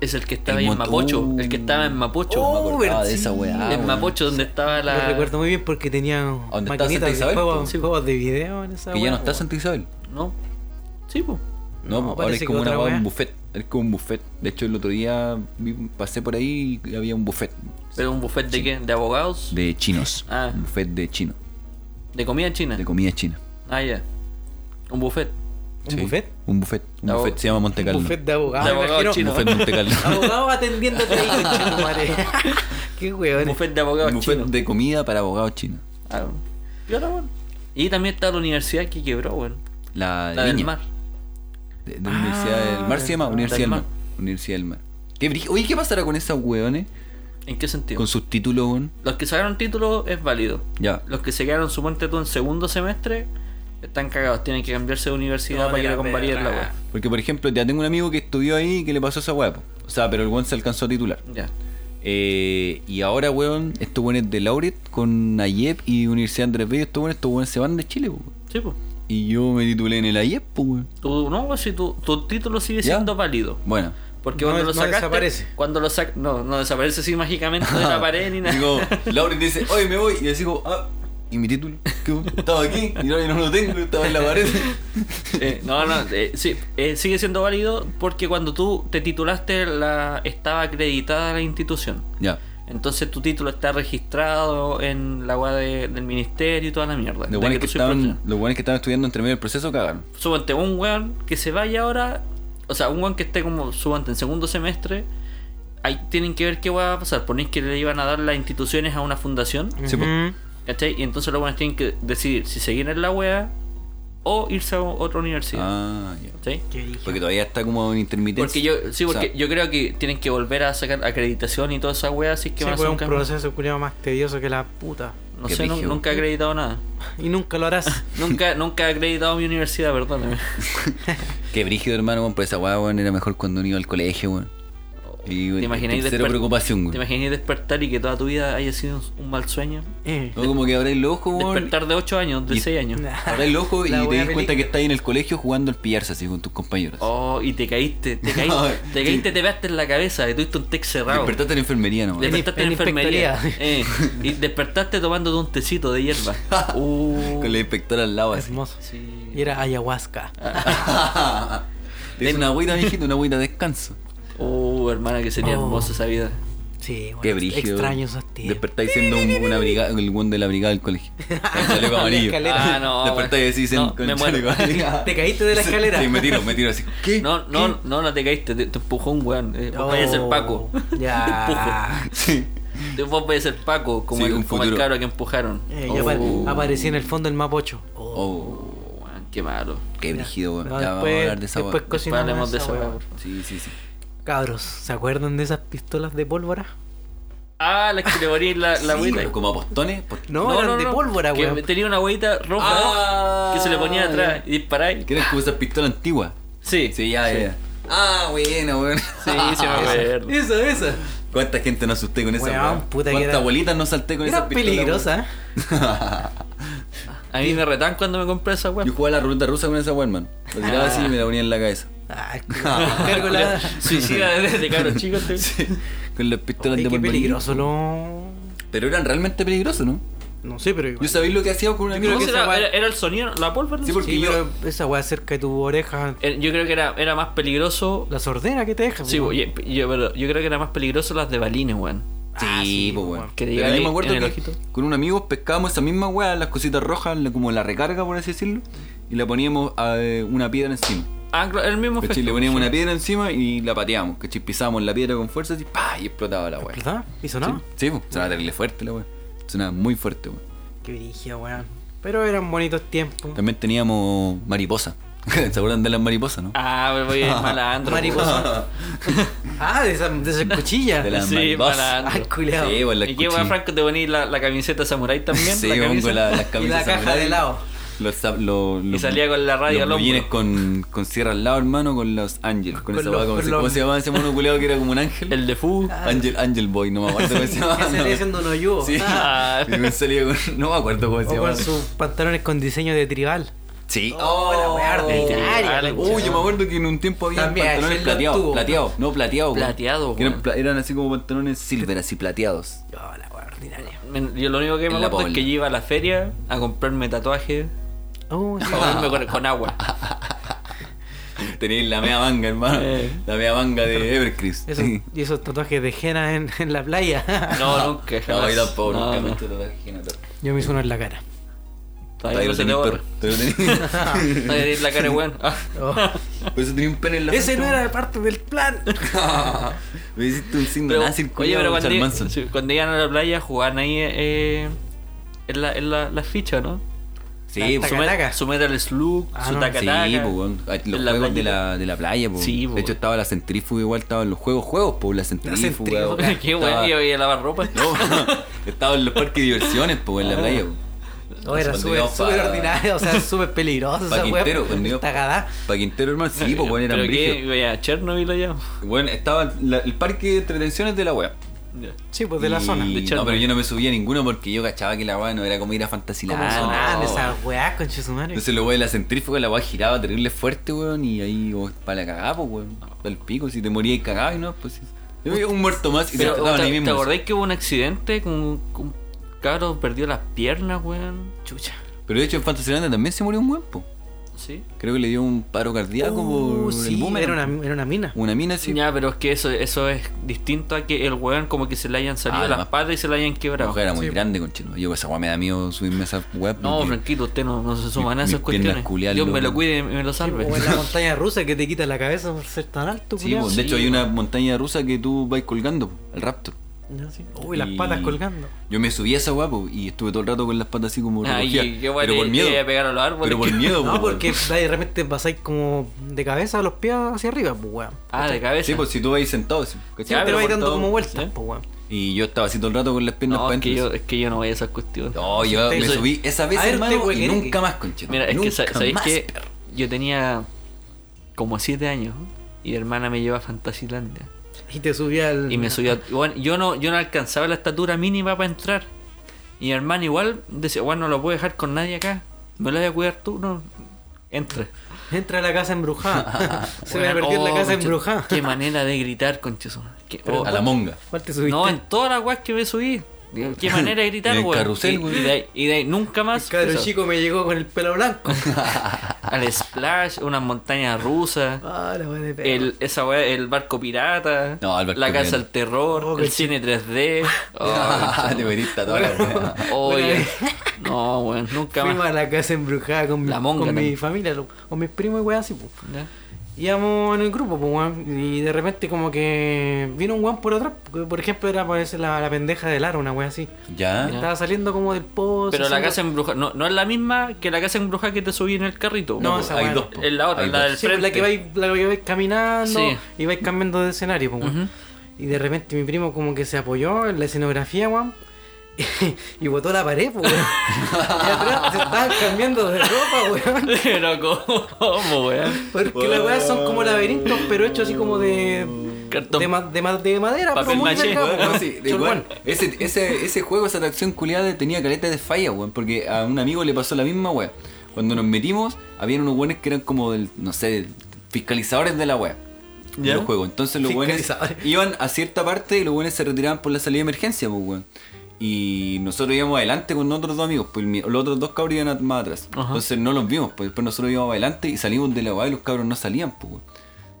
[SPEAKER 5] Es el que estaba
[SPEAKER 3] El
[SPEAKER 5] ahí en
[SPEAKER 3] moto-
[SPEAKER 5] Mapocho.
[SPEAKER 3] Uh.
[SPEAKER 5] El que estaba en Mapocho.
[SPEAKER 4] Oh,
[SPEAKER 5] me acuerdo.
[SPEAKER 4] verdad,
[SPEAKER 3] Ah, de esa weá.
[SPEAKER 5] en
[SPEAKER 3] weón.
[SPEAKER 5] Mapocho, donde estaba
[SPEAKER 4] Lo
[SPEAKER 5] la.
[SPEAKER 4] recuerdo muy bien porque tenía
[SPEAKER 3] dónde está Santa
[SPEAKER 4] maquinitas de
[SPEAKER 3] Isabel,
[SPEAKER 4] juegos,
[SPEAKER 3] pues?
[SPEAKER 4] juegos de video en esa
[SPEAKER 3] Que ya no
[SPEAKER 4] weá,
[SPEAKER 3] está
[SPEAKER 4] weón.
[SPEAKER 3] Santa Isabel.
[SPEAKER 5] ¿No? Sí, pues.
[SPEAKER 3] No,
[SPEAKER 4] No,
[SPEAKER 3] ahora
[SPEAKER 4] parece
[SPEAKER 3] es
[SPEAKER 4] que
[SPEAKER 3] como una
[SPEAKER 4] otra
[SPEAKER 3] weá,
[SPEAKER 4] weá.
[SPEAKER 3] un buffet. Es como un buffet. De hecho, el otro día vi- pasé por ahí y había un buffet
[SPEAKER 5] Pero un buffet de qué? ¿De abogados?
[SPEAKER 3] de chinos.
[SPEAKER 5] Ah.
[SPEAKER 3] Un buffet de chino,
[SPEAKER 5] ¿De comida china?
[SPEAKER 3] de comida china.
[SPEAKER 5] Ah, ya. Un buffet.
[SPEAKER 4] ¿Un
[SPEAKER 3] Sí,
[SPEAKER 4] buffet?
[SPEAKER 3] Un buffet. Un
[SPEAKER 5] Ah,
[SPEAKER 3] buffet
[SPEAKER 5] oh.
[SPEAKER 3] se llama Monte Carlo.
[SPEAKER 4] Un buffet de abogados.
[SPEAKER 5] De
[SPEAKER 4] me
[SPEAKER 5] abogados
[SPEAKER 4] imagino.
[SPEAKER 5] chinos.
[SPEAKER 3] Buffet Monte Carlo.
[SPEAKER 4] [LAUGHS]
[SPEAKER 3] [LAUGHS]
[SPEAKER 4] Abogados atendiéndote ahí, chetumare. Qué
[SPEAKER 5] Un
[SPEAKER 4] weón.
[SPEAKER 5] buffet de
[SPEAKER 3] un
[SPEAKER 5] abogados
[SPEAKER 3] buffet
[SPEAKER 5] chinos.
[SPEAKER 3] de comida para abogados chinos.
[SPEAKER 5] Ah, y ahora, bueno. Y también está la universidad que quebró, weón.
[SPEAKER 3] La,
[SPEAKER 5] La del
[SPEAKER 3] Viña.
[SPEAKER 5] mar.
[SPEAKER 3] De, de Universidad del Mar se llama
[SPEAKER 4] Ah, del
[SPEAKER 3] Universidad del
[SPEAKER 5] Mar.
[SPEAKER 3] Mar. Universidad del Mar. Qué bri- Oye, ¿qué pasará con esos weones?
[SPEAKER 5] ¿En qué sentido?
[SPEAKER 3] Con sus títulos, weón.
[SPEAKER 5] Los que sacaron título es válido.
[SPEAKER 3] Ya.
[SPEAKER 5] Los que se quedaron suponte tú en segundo semestre están cagados. Tienen que cambiarse de universidad
[SPEAKER 4] No,
[SPEAKER 5] para
[SPEAKER 4] de
[SPEAKER 5] que
[SPEAKER 4] la
[SPEAKER 5] le convaliden la weá.
[SPEAKER 3] Porque, por ejemplo, ya tengo un amigo que estudió ahí y que le pasó esa weá. po. O sea, pero el weón se alcanzó a titular.
[SPEAKER 5] Ya.
[SPEAKER 3] Eh, y ahora, weón, estos weones de Laureate con AIEP y Universidad Andrés Bello, estos weones, estos weones se van de Chile, po.
[SPEAKER 5] Sí, pues.
[SPEAKER 3] Y yo me titulé en el AIEP, po, weón.
[SPEAKER 5] Tu, no, pues, si tu, tu título sigue
[SPEAKER 3] ¿Ya?
[SPEAKER 5] siendo válido.
[SPEAKER 3] Bueno.
[SPEAKER 5] Porque
[SPEAKER 4] No
[SPEAKER 5] cuando
[SPEAKER 4] es-
[SPEAKER 5] lo
[SPEAKER 4] no
[SPEAKER 5] sacaste.
[SPEAKER 4] desaparece.
[SPEAKER 5] Cuando lo sac No, no desaparece así mágicamente
[SPEAKER 3] [LAUGHS]
[SPEAKER 5] de la pared ni nada. [LAUGHS]
[SPEAKER 3] Digo, Laureate dice, oye, me voy. Y así como, ah, ¿y mi título? ¿Qué, weón? estaba aquí y ahora no lo tengo, estaba en la
[SPEAKER 5] [LAUGHS]
[SPEAKER 3] pared.
[SPEAKER 5] Eh, no, no, eh, sí, eh, sigue siendo válido porque cuando tú te titulaste la, estaba acreditada la institución.
[SPEAKER 3] ya.
[SPEAKER 5] Entonces tu título está registrado en la web del ministerio y toda la mierda. de
[SPEAKER 3] Los buenos
[SPEAKER 5] que
[SPEAKER 3] que,
[SPEAKER 5] tú sois
[SPEAKER 3] estaban,
[SPEAKER 5] profesional.
[SPEAKER 3] los buenos que estaban estudiando entre medio del proceso cagaron.
[SPEAKER 5] Súbete, un weón que se vaya ahora, o sea, un weón que esté como subante en segundo semestre, ahí tienen que ver qué va a pasar. Ponéis que le iban a dar las instituciones a una fundación,
[SPEAKER 3] Sí, po.
[SPEAKER 4] Ujú.
[SPEAKER 5] ¿cachai? Y entonces los weones tienen que decidir si seguir en la wea o irse a otra universidad.
[SPEAKER 3] Ah, ya.
[SPEAKER 5] ¿cachai?
[SPEAKER 4] Qué dije.
[SPEAKER 3] Porque todavía está como en intermitencia.
[SPEAKER 5] Porque yo, sí,
[SPEAKER 3] O sea,
[SPEAKER 5] porque yo creo que tienen que volver a sacar acreditación y toda esa wea, así que
[SPEAKER 4] Sí,
[SPEAKER 5] van a
[SPEAKER 4] fue
[SPEAKER 5] hacer
[SPEAKER 4] un
[SPEAKER 5] un cambio.
[SPEAKER 4] proceso culiado más tedioso que la puta.
[SPEAKER 5] No
[SPEAKER 3] Qué
[SPEAKER 5] sé, nu-
[SPEAKER 3] brígido.
[SPEAKER 5] nunca he acreditado nada.
[SPEAKER 4] Y nunca lo harás.
[SPEAKER 3] [LAUGHS]
[SPEAKER 5] Nunca, nunca he acreditado mi universidad, perdóname.
[SPEAKER 3] pues Qué brígido, hermano, weón, por esa weá, weón, era mejor cuando uno iba al colegio, weón. Y,
[SPEAKER 5] ¿Te imagináis,
[SPEAKER 3] cero
[SPEAKER 5] desper-
[SPEAKER 3] preocupación, güey.
[SPEAKER 5] ¿Te imagináis despertar y que toda tu vida haya sido un- un mal sueño?
[SPEAKER 4] Eh.
[SPEAKER 3] No, como que abráis el ojo, weón.
[SPEAKER 5] Despertar de 8 años, de
[SPEAKER 3] Y-
[SPEAKER 5] 6 años.
[SPEAKER 3] Abráis el
[SPEAKER 5] [LAUGHS]
[SPEAKER 3] ojo y
[SPEAKER 4] La
[SPEAKER 3] te das
[SPEAKER 4] wea
[SPEAKER 3] cuenta
[SPEAKER 4] película.
[SPEAKER 3] que estáis en el colegio jugando al pillarse así con tus compañeros.
[SPEAKER 5] Oh, y te caíste, te
[SPEAKER 3] [LAUGHS] No,
[SPEAKER 5] caíste, te,
[SPEAKER 3] sí.
[SPEAKER 5] caíste, te pegaste en la cabeza, y tuviste un tec cerrado.
[SPEAKER 3] Despertaste en la enfermería nomás.
[SPEAKER 5] Despertaste en,
[SPEAKER 4] En- en
[SPEAKER 5] enfermería.
[SPEAKER 4] inspectoría.
[SPEAKER 5] Eh, y despertaste tomándote un tecito
[SPEAKER 3] [LAUGHS]
[SPEAKER 5] de hierba. Uh,
[SPEAKER 3] [LAUGHS] Con la inspectora al lado así.
[SPEAKER 4] Hermoso.
[SPEAKER 5] sí.
[SPEAKER 4] Y era ayahuasca.
[SPEAKER 3] [LAUGHS] Te hice una agüita, mijito, una agüita de descanso.
[SPEAKER 5] Uh, hermana, que sería
[SPEAKER 4] Oh.
[SPEAKER 5] hermosa esa vida.
[SPEAKER 4] Sí,
[SPEAKER 5] Oh,
[SPEAKER 4] bueno,
[SPEAKER 3] Qué brígido.
[SPEAKER 4] Extraño esos tíos.
[SPEAKER 3] Despertáis siendo un, una brigada, el buen de la brigada del
[SPEAKER 5] [LAUGHS]
[SPEAKER 3] colegio. Con chaleco amarillo.
[SPEAKER 4] escalera.
[SPEAKER 5] Ah, no,
[SPEAKER 3] Despertáis y
[SPEAKER 5] bueno.
[SPEAKER 3] decís en-
[SPEAKER 5] No,
[SPEAKER 3] con
[SPEAKER 5] me
[SPEAKER 3] chaleco
[SPEAKER 5] muero. [LAUGHS]
[SPEAKER 3] amarillo.
[SPEAKER 4] Te caíste de la escalera.
[SPEAKER 3] Sí, me tiro, me tiro así. ¿Qué?
[SPEAKER 5] No, no, no, no te caíste, te, te empujó un weón. Eh, vos
[SPEAKER 4] Oh,
[SPEAKER 5] podías ser Paco.
[SPEAKER 3] [LAUGHS]
[SPEAKER 4] Ya.
[SPEAKER 3] Sí.
[SPEAKER 5] Te- Vos podías ser Paco, como,
[SPEAKER 3] Sí,
[SPEAKER 5] el,
[SPEAKER 3] un
[SPEAKER 5] como el
[SPEAKER 3] futuro.
[SPEAKER 5] cabro que empujaron.
[SPEAKER 4] Eh, ya
[SPEAKER 3] Oh.
[SPEAKER 4] apare- aparecí en el fondo el mapocho. Oh,
[SPEAKER 3] Oh,
[SPEAKER 5] Oh, weón, qué malo.
[SPEAKER 3] qué brígido, weón.
[SPEAKER 4] No,
[SPEAKER 3] Ya vamos a
[SPEAKER 4] después-
[SPEAKER 3] hablar de esa
[SPEAKER 4] después
[SPEAKER 3] weá.
[SPEAKER 5] Después
[SPEAKER 4] Cocinamos
[SPEAKER 5] hablemos de
[SPEAKER 4] esa
[SPEAKER 5] esa
[SPEAKER 4] weá.
[SPEAKER 5] weá.
[SPEAKER 3] Sí, sí, sí.
[SPEAKER 4] Cabros, ¿se acuerdan de esas pistolas de pólvora?
[SPEAKER 5] Ah, la que le morí la, la
[SPEAKER 3] [LAUGHS] Sí,
[SPEAKER 5] agüita.
[SPEAKER 3] weón, como apostones. post-
[SPEAKER 4] No, eran de pólvora,
[SPEAKER 5] que
[SPEAKER 4] weón.
[SPEAKER 5] Tenía una agüita roja
[SPEAKER 3] Ah,
[SPEAKER 5] que se le ponía
[SPEAKER 3] ya.
[SPEAKER 5] atrás y disparáis.
[SPEAKER 3] Que eran como esas pistolas antiguas.
[SPEAKER 5] Sí,
[SPEAKER 3] Sí, ya, ya. Ah, bueno, weón. Sí, [LAUGHS]
[SPEAKER 5] Sí, se me acuerda.
[SPEAKER 4] Esa, esa.
[SPEAKER 3] ¿Cuánta gente no asusté con esa
[SPEAKER 4] Weón,
[SPEAKER 3] weá?
[SPEAKER 4] puta que
[SPEAKER 3] ¿Cuántas
[SPEAKER 4] era-
[SPEAKER 3] abuelitas no salté con esa
[SPEAKER 4] Era peligrosa.
[SPEAKER 5] A mí me retan cuando me compré esa weá.
[SPEAKER 3] [LAUGHS]
[SPEAKER 5] [LAUGHS]
[SPEAKER 3] Yo jugaba la ruleta rusa con esa weá, hermano. La tiraba así y me la ponía en la cabeza. [LAUGHS]
[SPEAKER 4] Ah, el culo, me cargo la...
[SPEAKER 5] [LAUGHS] Suicida desde cabros chicos. te-
[SPEAKER 3] Sí, con las pistolas
[SPEAKER 4] Oye,
[SPEAKER 3] de
[SPEAKER 4] qué
[SPEAKER 3] polvorín.
[SPEAKER 4] peligroso, no...
[SPEAKER 3] Pero eran realmente peligrosos, ¿no?
[SPEAKER 4] No sé, pero igual.
[SPEAKER 3] Yo sabía lo que hacía con un amigo
[SPEAKER 5] ¿Cómo
[SPEAKER 3] que
[SPEAKER 5] será?
[SPEAKER 4] esa weá-
[SPEAKER 5] era, era el sonido, la pólvora.
[SPEAKER 3] Sí, porque
[SPEAKER 4] Sí,
[SPEAKER 3] yo.
[SPEAKER 4] pero esa weá cerca de tu oreja,
[SPEAKER 5] Eh, Yo creo que era, era más peligroso.
[SPEAKER 4] la sordera que te deja.
[SPEAKER 5] Sí,
[SPEAKER 4] weón.
[SPEAKER 5] yo, yo, pero yo creo que era más peligroso las de balines, weón.
[SPEAKER 4] Ah,
[SPEAKER 3] Sí,
[SPEAKER 4] sí,
[SPEAKER 3] pues weón.
[SPEAKER 4] weón.
[SPEAKER 5] Que te
[SPEAKER 3] Pero
[SPEAKER 5] llegaba
[SPEAKER 3] yo me
[SPEAKER 5] ahí
[SPEAKER 3] acuerdo
[SPEAKER 5] en el
[SPEAKER 3] que
[SPEAKER 5] ojito.
[SPEAKER 3] con un amigo pescábamos esa misma weá, las cositas rojas, la- como la recarga, por así decirlo, y la poníamos eh, una piedra encima.
[SPEAKER 5] Ah, claro, el mismo
[SPEAKER 3] ¿Cachai?
[SPEAKER 5] efecto.
[SPEAKER 3] Le poníamos una piedra encima y la pateamos, ¿cachai? Pisábamos la piedra con fuerza así, ¡pah! y explotaba la weá.
[SPEAKER 4] ¿Verdad? ¿Y sonaba?
[SPEAKER 3] Sí, sí, pues, sonaba terrible fuerte la weá. Sonaba muy fuerte, weón.
[SPEAKER 4] Qué brigia, weón. Pero eran bonitos tiempos.
[SPEAKER 3] También teníamos mariposa. [LAUGHS] ¿Se acuerdan de las mariposas, no?
[SPEAKER 5] Ah, pero voy a ir malandro.
[SPEAKER 3] [LAUGHS]
[SPEAKER 4] Mariposa. Ah, de esas de esa cuchillas.
[SPEAKER 3] De las
[SPEAKER 5] sí,
[SPEAKER 3] mariposas.
[SPEAKER 5] malandro.
[SPEAKER 4] Ah, culiao.
[SPEAKER 3] Sí, pues, las
[SPEAKER 5] ¿Y qué weón,
[SPEAKER 3] cuchillas.
[SPEAKER 5] Franco? ¿Te ponís la, la camiseta samurái también?
[SPEAKER 3] Sí,
[SPEAKER 5] la
[SPEAKER 3] weón,
[SPEAKER 5] camisa?
[SPEAKER 3] con la- las
[SPEAKER 4] Y
[SPEAKER 5] [LAUGHS]
[SPEAKER 3] camisas
[SPEAKER 4] la caja
[SPEAKER 3] samurai,
[SPEAKER 4] de lado.
[SPEAKER 3] Los, zap- los- los-
[SPEAKER 5] salía con la radio
[SPEAKER 3] los
[SPEAKER 5] al hombro.
[SPEAKER 3] bluyines con, con sierra al lado, hermano, con los ángeles. Con,
[SPEAKER 4] Con
[SPEAKER 3] esa
[SPEAKER 4] los-
[SPEAKER 3] weá, como
[SPEAKER 4] con
[SPEAKER 3] se-
[SPEAKER 4] los-
[SPEAKER 3] ¿Cómo se llamaba ese mono culeado que era como un ángel?
[SPEAKER 5] El de Fu.
[SPEAKER 3] Ángel, Ángel Boy, no me acuerdo cómo se
[SPEAKER 4] Que
[SPEAKER 5] [LAUGHS]
[SPEAKER 3] llamaba. [LAUGHS]
[SPEAKER 4] se
[SPEAKER 3] no.
[SPEAKER 4] le haciendo un hoyugo.
[SPEAKER 3] [LAUGHS] Sí. [LAUGHS]
[SPEAKER 5] Ah.
[SPEAKER 3] Y me salía con- No me acuerdo cómo se
[SPEAKER 4] O
[SPEAKER 3] llamaba.
[SPEAKER 4] con sus pantalones con diseño de tribal.
[SPEAKER 3] Sí.
[SPEAKER 4] Oh, la weá ordinaria,
[SPEAKER 5] Ah, la
[SPEAKER 4] weón.
[SPEAKER 3] Uy, yo me acuerdo que en un tiempo había
[SPEAKER 4] También,
[SPEAKER 3] pantalones
[SPEAKER 4] ayer lo
[SPEAKER 3] plateados.
[SPEAKER 4] tuvo.
[SPEAKER 3] Plateados, no plateados. weón.
[SPEAKER 5] Plateados,
[SPEAKER 3] Que eran,
[SPEAKER 5] weón.
[SPEAKER 3] pla- eran así como pantalones silver, así
[SPEAKER 5] [LAUGHS]
[SPEAKER 3] plateados.
[SPEAKER 4] Oh, la weá ordinaria.
[SPEAKER 5] Men- Yo lo único que [LAUGHS] me
[SPEAKER 3] En la
[SPEAKER 5] acuerdo es que
[SPEAKER 3] Paula.
[SPEAKER 5] yo iba a la feria a comprarme
[SPEAKER 3] [LAUGHS]
[SPEAKER 5] tatuajes
[SPEAKER 4] Oh, sí.
[SPEAKER 5] a ponerme con, con agua.
[SPEAKER 3] Tenéis la media manga, hermano.
[SPEAKER 5] Eh.
[SPEAKER 3] La media manga de Evercris.
[SPEAKER 4] Esos- Y esos tatuajes de jena en, en la playa.
[SPEAKER 5] No, nunca,
[SPEAKER 3] [LAUGHS] No,
[SPEAKER 5] jamás.
[SPEAKER 3] yo tampoco,
[SPEAKER 5] No,
[SPEAKER 3] nunca me he
[SPEAKER 5] no.
[SPEAKER 3] hecho tatuaje genital.
[SPEAKER 4] Yo me hice uno en la cara.
[SPEAKER 5] Todavía no se te borra. [LAUGHS]
[SPEAKER 3] Todavía lo tenía.
[SPEAKER 5] Todavía tenés la cara
[SPEAKER 3] [LAUGHS]
[SPEAKER 5] de weón. Ah,
[SPEAKER 4] Oh.
[SPEAKER 3] Por eso tenía un pene en la
[SPEAKER 4] Ese
[SPEAKER 3] frente,
[SPEAKER 4] no era parte del
[SPEAKER 3] [LAUGHS]
[SPEAKER 4] plan.
[SPEAKER 3] weón. [LAUGHS] Me hiciste un signo
[SPEAKER 5] pero-
[SPEAKER 3] nazi,
[SPEAKER 5] oye, pero
[SPEAKER 3] culiado,
[SPEAKER 5] cuando,
[SPEAKER 3] Charles Manson.
[SPEAKER 5] sí, cuando iban a la playa jugaban ahí eh, en la, en la, las fichas, ¿no?
[SPEAKER 3] Sí,
[SPEAKER 4] Hasta
[SPEAKER 3] pues,
[SPEAKER 5] Su,
[SPEAKER 4] Tacataca.
[SPEAKER 5] met- su metal slug,
[SPEAKER 4] Ah,
[SPEAKER 5] su
[SPEAKER 4] no,
[SPEAKER 5] taca
[SPEAKER 3] Sí, pues, weón. Ah, Los
[SPEAKER 5] En la
[SPEAKER 3] juegos de
[SPEAKER 5] playa.
[SPEAKER 3] la, de la playa, pues.
[SPEAKER 5] Sí, pues,
[SPEAKER 3] de hecho,
[SPEAKER 5] weón.
[SPEAKER 3] estaba la centrífuga, igual estaban los juegos, juegos, pues, la centrífuga.
[SPEAKER 4] centrífuga.
[SPEAKER 3] weón.
[SPEAKER 5] [LAUGHS] Qué
[SPEAKER 3] Estaba-
[SPEAKER 5] weón, yo voy a lavar ropa. [LAUGHS]
[SPEAKER 3] No, [LAUGHS] pues, estaba en los parques de diversiones, pues,
[SPEAKER 5] Ah,
[SPEAKER 3] en la playa, pues.
[SPEAKER 4] No, era
[SPEAKER 3] Cuando
[SPEAKER 4] súper
[SPEAKER 3] íbamos
[SPEAKER 4] súper
[SPEAKER 3] pa-
[SPEAKER 4] ordinario, o sea, súper
[SPEAKER 3] [LAUGHS]
[SPEAKER 4] peligroso
[SPEAKER 3] Pa'
[SPEAKER 4] esa weá.
[SPEAKER 3] Quintero, cuando íbamos-
[SPEAKER 4] Tagada.
[SPEAKER 3] Pa' Quintero, hermano, sí, pues, weón, eran
[SPEAKER 5] Pero qué,
[SPEAKER 3] brígidos.
[SPEAKER 5] voy a Chernobyl allá.
[SPEAKER 3] Bueno, estaba la- el parque de entretenciones de la wea.
[SPEAKER 5] Ya.
[SPEAKER 4] Sí, pues de la
[SPEAKER 3] Y-
[SPEAKER 4] zona.
[SPEAKER 5] De
[SPEAKER 3] No,
[SPEAKER 5] Chernobyl.
[SPEAKER 3] pero yo no me subía a ninguno porque yo cachaba que la weá no era como ir a Fantasyland.
[SPEAKER 4] Como sonaban
[SPEAKER 3] no.
[SPEAKER 4] esas Ah, weá, concha su madre.
[SPEAKER 3] Entonces lo weá de la centrífuga, la weá giraba terrible fuerte, weón, y ahí vos para la cagada, pues weón. Para el pico, si te morías y cagabas, ¿no? Pues sí. Yo vi un muerto más y
[SPEAKER 5] Pero,
[SPEAKER 3] te trataban ahí
[SPEAKER 5] ¿te,
[SPEAKER 3] mismo.
[SPEAKER 5] ¿Te acordáis que hubo un accidente con un con un cabro perdió las piernas, weón?
[SPEAKER 4] Chucha.
[SPEAKER 3] Pero de hecho en Fantasyland también se murió un weón, po.
[SPEAKER 5] Sí.
[SPEAKER 3] Creo que le dio un paro cardíaco
[SPEAKER 4] Uh,
[SPEAKER 3] por
[SPEAKER 4] sí,
[SPEAKER 3] el boomerang.
[SPEAKER 4] era, una, era una mina.
[SPEAKER 3] Una mina, sí.
[SPEAKER 5] Ya, pero es que eso, eso es distinto a que el weón como que se le hayan salido
[SPEAKER 3] Ah,
[SPEAKER 5] las
[SPEAKER 3] además-
[SPEAKER 5] patas y se le hayan
[SPEAKER 3] La
[SPEAKER 5] quebrado.
[SPEAKER 3] mujer era muy grande, conchino. Yo con esa weá me da miedo subirme a esa weá.
[SPEAKER 5] No,
[SPEAKER 3] porque-
[SPEAKER 5] Franquito, usted no, no se suma a
[SPEAKER 3] Mis-
[SPEAKER 5] esas
[SPEAKER 3] mis
[SPEAKER 5] cuestiones.
[SPEAKER 3] piernas culiadas,
[SPEAKER 5] Dios me
[SPEAKER 3] loco.
[SPEAKER 5] lo cuide y me lo salve.
[SPEAKER 4] O en pues,
[SPEAKER 5] [LAUGHS]
[SPEAKER 4] la montaña rusa que te quita la cabeza por ser tan alto,
[SPEAKER 3] Sí,
[SPEAKER 4] culiao.
[SPEAKER 5] pues,
[SPEAKER 3] po, de hecho hay una montaña rusa que tú vas colgando, po, el Raptor.
[SPEAKER 4] No, sí. Uy, las
[SPEAKER 3] Y
[SPEAKER 4] patas colgando.
[SPEAKER 3] Yo me subí a esa guapo y estuve todo el rato con las patas así como
[SPEAKER 5] Ay,
[SPEAKER 3] recogidas.
[SPEAKER 5] qué guay,
[SPEAKER 3] pero por
[SPEAKER 5] te-
[SPEAKER 3] miedo.
[SPEAKER 5] te iba a pegar a los árboles.
[SPEAKER 3] Pero por
[SPEAKER 5] [LAUGHS]
[SPEAKER 3] miedo,
[SPEAKER 4] No,
[SPEAKER 3] po,
[SPEAKER 5] pues,
[SPEAKER 4] porque de repente pasáis como de cabeza a los pies hacia arriba, pues weón.
[SPEAKER 5] Ah, de
[SPEAKER 3] weón.
[SPEAKER 5] cabeza.
[SPEAKER 3] Sí, pues si tú vas ahí sentado, sí, ¿cachai?
[SPEAKER 5] Ya,
[SPEAKER 4] Siempre
[SPEAKER 5] pero
[SPEAKER 4] vais dando
[SPEAKER 5] cortado,
[SPEAKER 4] como vueltas,
[SPEAKER 5] ¿sí?
[SPEAKER 4] pues weón.
[SPEAKER 3] Y yo estaba así todo el rato con las piernas
[SPEAKER 5] no,
[SPEAKER 3] para
[SPEAKER 5] es que, yo,
[SPEAKER 3] adentro.
[SPEAKER 5] es que yo no voy a esas cuestiones.
[SPEAKER 3] No, yo me
[SPEAKER 4] Usted-
[SPEAKER 3] subí esa vez,
[SPEAKER 4] A ver,
[SPEAKER 3] hermano,
[SPEAKER 4] usted, güey,
[SPEAKER 3] y
[SPEAKER 4] ¿quiere
[SPEAKER 3] nunca
[SPEAKER 4] que-
[SPEAKER 3] más, conchero.
[SPEAKER 5] Mira, es que sa-
[SPEAKER 3] Nunca
[SPEAKER 5] sabéis
[SPEAKER 3] más,
[SPEAKER 5] que
[SPEAKER 3] perro.
[SPEAKER 5] yo tenía como 7 años y mi hermana me lleva a Fantasilandia.
[SPEAKER 4] Y te subía al.
[SPEAKER 5] Y me subía. y Bueno, yo no, yo no alcanzaba la estatura mínima para entrar. Y mi hermano igual decía, bueno, no lo puedo dejar con nadie acá. Me lo voy a cuidar tú, no. Entre.
[SPEAKER 4] Entra a la casa
[SPEAKER 5] [LAUGHS]
[SPEAKER 4] embrujada. [LAUGHS] Se me va a
[SPEAKER 5] Bueno,
[SPEAKER 4] perder la
[SPEAKER 5] oh,
[SPEAKER 4] casa
[SPEAKER 5] conche-
[SPEAKER 4] embrujada.
[SPEAKER 5] Qué manera de gritar, conchesón.
[SPEAKER 3] Oh, a la
[SPEAKER 5] [LAUGHS]
[SPEAKER 3] monga.
[SPEAKER 4] [LAUGHS]
[SPEAKER 3] [LAUGHS]
[SPEAKER 4] ¿Cuál te subiste?
[SPEAKER 5] No, en todas las weas que me subí. Digo, Qué manera
[SPEAKER 3] [LAUGHS]
[SPEAKER 5] de gritar,
[SPEAKER 3] En el
[SPEAKER 5] weón.
[SPEAKER 3] carrusel,
[SPEAKER 5] Y-
[SPEAKER 3] weón.
[SPEAKER 5] y, de ahí, y de ahí nunca más.
[SPEAKER 4] Cabro
[SPEAKER 5] eso,
[SPEAKER 4] chico me llegó con el pelo
[SPEAKER 5] [LAUGHS]
[SPEAKER 4] blanco.
[SPEAKER 5] Al splash, unas montañas rusas.
[SPEAKER 4] ah, la wea de perro.
[SPEAKER 5] El, esa weá, el barco pirata,
[SPEAKER 3] No, el barco
[SPEAKER 5] la casa
[SPEAKER 3] pirata.
[SPEAKER 5] del terror,
[SPEAKER 4] Oh, qué
[SPEAKER 5] el
[SPEAKER 4] [LAUGHS]
[SPEAKER 5] cine 3D. Oh,
[SPEAKER 3] Ah, te metiste a toda la wea.
[SPEAKER 5] oye,
[SPEAKER 4] vez-
[SPEAKER 5] no, weón, nunca
[SPEAKER 4] Fuimos
[SPEAKER 5] más.
[SPEAKER 4] a la casa embrujada con, mi-
[SPEAKER 5] La monga
[SPEAKER 4] con mi
[SPEAKER 5] también.
[SPEAKER 4] familia, lo- con mis primos y weá así, pues.
[SPEAKER 5] Ya.
[SPEAKER 4] Íbamos en el grupo, pues, weón, y de repente como que vino un weón por atrás, porque, por ejemplo era parece la, la pendeja de Lara, una weá así.
[SPEAKER 3] Ya.
[SPEAKER 4] Estaba saliendo como del pozo.
[SPEAKER 5] Pero la
[SPEAKER 4] así,
[SPEAKER 5] casa embrujada, no, no es la misma que la casa embrujada que te subí en el carrito.
[SPEAKER 4] No,
[SPEAKER 5] weón.
[SPEAKER 4] esa
[SPEAKER 3] Hay
[SPEAKER 4] weá.
[SPEAKER 3] dos. po.
[SPEAKER 5] Es la otra,
[SPEAKER 3] Hay
[SPEAKER 5] la
[SPEAKER 3] dos.
[SPEAKER 5] del
[SPEAKER 4] Sí, pues, la que vais, la que vais caminando
[SPEAKER 5] Sí.
[SPEAKER 4] y vais cambiando de escenario, pues, weón. [LAUGHS]
[SPEAKER 5] Ujú.
[SPEAKER 4] Y de repente mi primo como que se apoyó en la escenografía, weón. [LAUGHS] Y botó la pared, pues,
[SPEAKER 5] [LAUGHS]
[SPEAKER 4] weón. Y atrás se estaban cambiando de ropa, weón.
[SPEAKER 5] [LAUGHS] Pero cómo, weón.
[SPEAKER 3] [LAUGHS]
[SPEAKER 4] Porque las weas son como laberintos, pero hechos así como de.
[SPEAKER 5] Cartón.
[SPEAKER 4] De, ma- de, ma- de madera,
[SPEAKER 5] Papel
[SPEAKER 4] pero muy
[SPEAKER 5] maché.
[SPEAKER 4] delgado,
[SPEAKER 3] No,
[SPEAKER 4] weón.
[SPEAKER 3] sí, de
[SPEAKER 4] Chorguán.
[SPEAKER 3] igual. Ese, ese, ese juego, esa atracción culiada tenía caleta de falla, weón, porque a un amigo le pasó la misma weá. Cuando nos metimos, habían unos weones que eran como, del, no sé, fiscalizadores de la weá.
[SPEAKER 5] ¿Ya?
[SPEAKER 3] del juego. Entonces los weones
[SPEAKER 4] Fiscalizadores.
[SPEAKER 3] iban a cierta parte y los weones se retiraban por la salida de emergencia, pues weón. Y nosotros íbamos adelante con otros dos amigos, pues mi- los otros dos cabros iban a- más atrás.
[SPEAKER 5] Ajá.
[SPEAKER 3] Entonces no los vimos, pues después nosotros íbamos adelante y salimos de la weá y los cabros no salían, pues weón.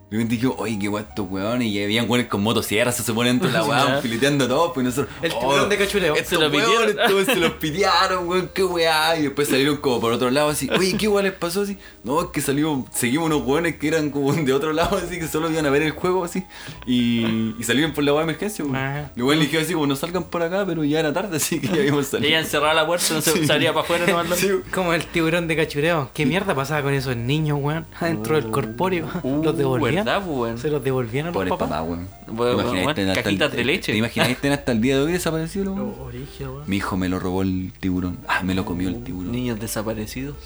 [SPEAKER 3] De repente dije, oye, qué guay estos weones. Y habían weones con motosierras, se supone, dentro de la
[SPEAKER 5] [LAUGHS]
[SPEAKER 3] weá, fileteando todo. Pues y nosotros,
[SPEAKER 4] El tiburón de cachuleo.
[SPEAKER 3] Estos
[SPEAKER 5] Se lo
[SPEAKER 3] weones,
[SPEAKER 5] pidieron.
[SPEAKER 3] todos se
[SPEAKER 5] [LAUGHS]
[SPEAKER 3] los pitearon, weón, qué weá. Y después salieron como por otro lado, así, oye, qué weá les pasó así. No, es que salimos, seguimos unos weones que eran como de otro lado, así, que solo iban a ver el juego, así. Y, y salieron por la weá de emergencia, weón.
[SPEAKER 4] Ah.
[SPEAKER 3] Y weón le dije así, como no salgan por acá, pero ya era tarde, [LAUGHS] así que ya habíamos
[SPEAKER 5] Y ella
[SPEAKER 3] salido.
[SPEAKER 5] encerraba la puerta, no se salía para afuera nomás.
[SPEAKER 3] Sí,
[SPEAKER 4] Como el tiburón de cachureo. ¿Qué mierda pasaba con esos niños, weón? Adentro del corpóreo. [LAUGHS]
[SPEAKER 5] Uh,
[SPEAKER 4] los devolvían.
[SPEAKER 5] ¿verdad, weón?
[SPEAKER 4] Se los devolvían a los
[SPEAKER 3] Pobre
[SPEAKER 4] papás.
[SPEAKER 3] papá, weón.
[SPEAKER 5] Bueno,
[SPEAKER 3] ¿Te imagináis
[SPEAKER 5] bueno,
[SPEAKER 3] tener hasta el- eh,
[SPEAKER 5] cajitas de leche.
[SPEAKER 3] ¿Te imagináis tener hasta el día de hoy desaparecido, weón?
[SPEAKER 4] Oh, origen, weón.
[SPEAKER 3] Mi hijo me lo robó el tiburón. Ah, me lo comió el tiburón.
[SPEAKER 5] Niños desaparecidos.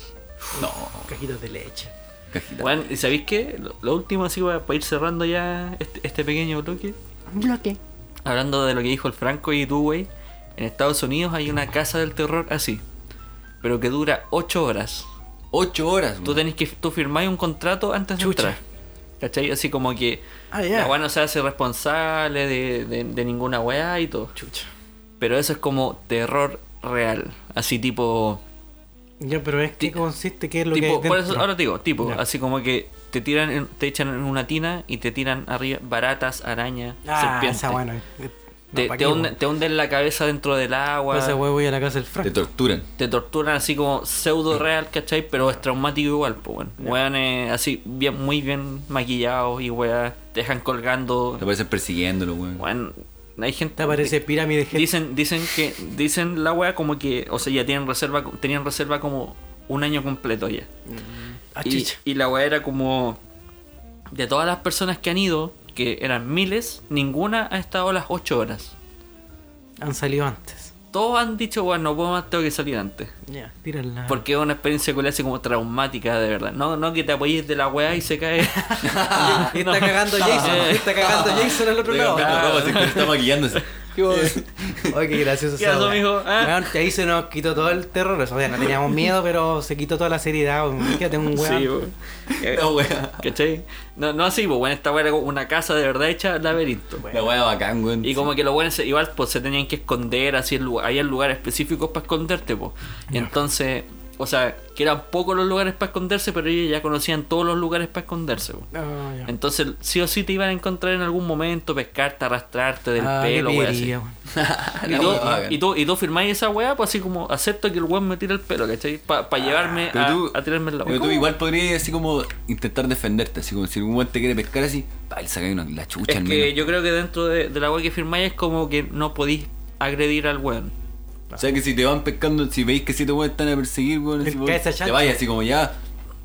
[SPEAKER 4] Cajitas de leche.
[SPEAKER 3] Cajita.
[SPEAKER 5] Bueno, ¿y sabéis qué? Lo, lo último, así para ir cerrando ya este, este pequeño bloque.
[SPEAKER 4] Bloque.
[SPEAKER 5] Hablando de lo que dijo el Franco y tú, güey. En Estados Unidos hay una casa del terror así. Pero que dura 8 horas.
[SPEAKER 3] Ocho horas,
[SPEAKER 5] Tú
[SPEAKER 3] weón.
[SPEAKER 5] tenés que tú firmáis un contrato antes de
[SPEAKER 4] Chucha.
[SPEAKER 5] entrar. ¿Cachai? Así como que
[SPEAKER 4] Ah, ya.
[SPEAKER 5] la weá no se hace responsable de, de- de ninguna weá y todo.
[SPEAKER 4] Chucha.
[SPEAKER 5] Pero eso es como terror real. Así tipo.
[SPEAKER 4] Ya, pero es que
[SPEAKER 5] Ti-
[SPEAKER 4] consiste que es lo que.
[SPEAKER 5] tipo
[SPEAKER 4] hay
[SPEAKER 5] por eso
[SPEAKER 4] dentro?
[SPEAKER 5] ahora te digo, tipo,
[SPEAKER 4] Ya.
[SPEAKER 5] así como que te tiran en- te echan en una tina y te tiran arriba baratas, arañas,
[SPEAKER 4] Ah,
[SPEAKER 5] serpientes.
[SPEAKER 4] esa bueno.
[SPEAKER 5] Te, te hunden, te hunden la cabeza dentro del agua.
[SPEAKER 4] Esa weón voy a la casa del Frank.
[SPEAKER 3] Te torturan.
[SPEAKER 5] te torturan así como pseudo real, ¿cachai? Pero es traumático igual, pues bueno. Weones así bien, muy bien maquillados y weas, te dejan colgando.
[SPEAKER 3] Te parecen persiguiéndolo, weón.
[SPEAKER 5] Weón, hay gente.
[SPEAKER 4] Te aparece pirámide de gente.
[SPEAKER 5] Dicen, dicen que, dicen la wea como que, o sea, ya tienen reserva, tenían reserva como un año completo ya.
[SPEAKER 4] Ah,
[SPEAKER 5] Y,
[SPEAKER 4] chicha.
[SPEAKER 5] y la weá era como. De todas las personas que han ido, que eran miles, ninguna ha estado las 8 horas.
[SPEAKER 4] Han salido antes.
[SPEAKER 5] Todos han dicho, bueno, no puedo más, tengo que salir antes.
[SPEAKER 4] Ya, tírala.
[SPEAKER 5] Porque es una experiencia que le hace como traumática, de verdad. No, no que te apoyes de la weá y se
[SPEAKER 4] [LAUGHS]
[SPEAKER 5] cae.
[SPEAKER 4] Y está cagando
[SPEAKER 5] [LAUGHS]
[SPEAKER 4] Jason.
[SPEAKER 5] Eh,
[SPEAKER 4] está cagando Jason al otro
[SPEAKER 3] Te
[SPEAKER 4] lado.
[SPEAKER 3] cambian la ropa, así
[SPEAKER 4] [LAUGHS]
[SPEAKER 3] que está
[SPEAKER 5] [LAUGHS]
[SPEAKER 3] maquillándose. [LAUGHS]
[SPEAKER 4] Oye, qué gracioso.
[SPEAKER 5] Eh. ¿Qué
[SPEAKER 4] esa
[SPEAKER 5] pasó,
[SPEAKER 4] wea.
[SPEAKER 5] mijo? Ah.
[SPEAKER 4] Weón, que ahí se nos quitó todo el terror. O sea, no
[SPEAKER 5] [LAUGHS]
[SPEAKER 4] teníamos miedo, pero se quitó toda la seriedad. weón. Fíjate, un weón.
[SPEAKER 5] Sí, weón. Eh,
[SPEAKER 3] La wea.
[SPEAKER 5] ¿Cachai? No, no así, pues bueno, esta weá era como una casa de verdad hecha laberinto.
[SPEAKER 3] La wea bacán, weón.
[SPEAKER 5] Y como que los buenos se- igual pues se tenían que esconder, así en lu- había lugares específicos para esconderte, pues. Y entonces, o sea, que eran pocos los lugares para esconderse, pero ellos ya conocían todos los lugares para esconderse, po.
[SPEAKER 4] Ah, ya.
[SPEAKER 5] Entonces, sí o sí te iban a encontrar en algún momento, pescarte, arrastrarte del
[SPEAKER 4] Ah, qué
[SPEAKER 5] pelo, wea, así.
[SPEAKER 4] pillería, weón.
[SPEAKER 5] Y
[SPEAKER 3] La
[SPEAKER 5] tú,
[SPEAKER 3] wea bacán.
[SPEAKER 5] y, tú, y tú firmáis esa weá, pues así como acepto que el weón me tire el pelo, ¿cachai? Para llevarme
[SPEAKER 3] Ah, Pero
[SPEAKER 5] a,
[SPEAKER 3] tú-
[SPEAKER 5] a tirarme la
[SPEAKER 3] Pero
[SPEAKER 5] weá.
[SPEAKER 3] tú igual podrías así como intentar defenderte, así como si algún weón te quiere pescar así, pa, le sacáis una- la chucha
[SPEAKER 5] Es
[SPEAKER 3] al
[SPEAKER 5] que
[SPEAKER 3] menos.
[SPEAKER 5] yo creo que dentro de, de la weá que firmáis es como que no podís agredir al weón.
[SPEAKER 3] O sea que si te van pescando, si veis que siete weones están a perseguir, weón,
[SPEAKER 4] El
[SPEAKER 3] así, weón,
[SPEAKER 4] cabeza
[SPEAKER 3] te
[SPEAKER 4] chancho.
[SPEAKER 3] vayas así como ya,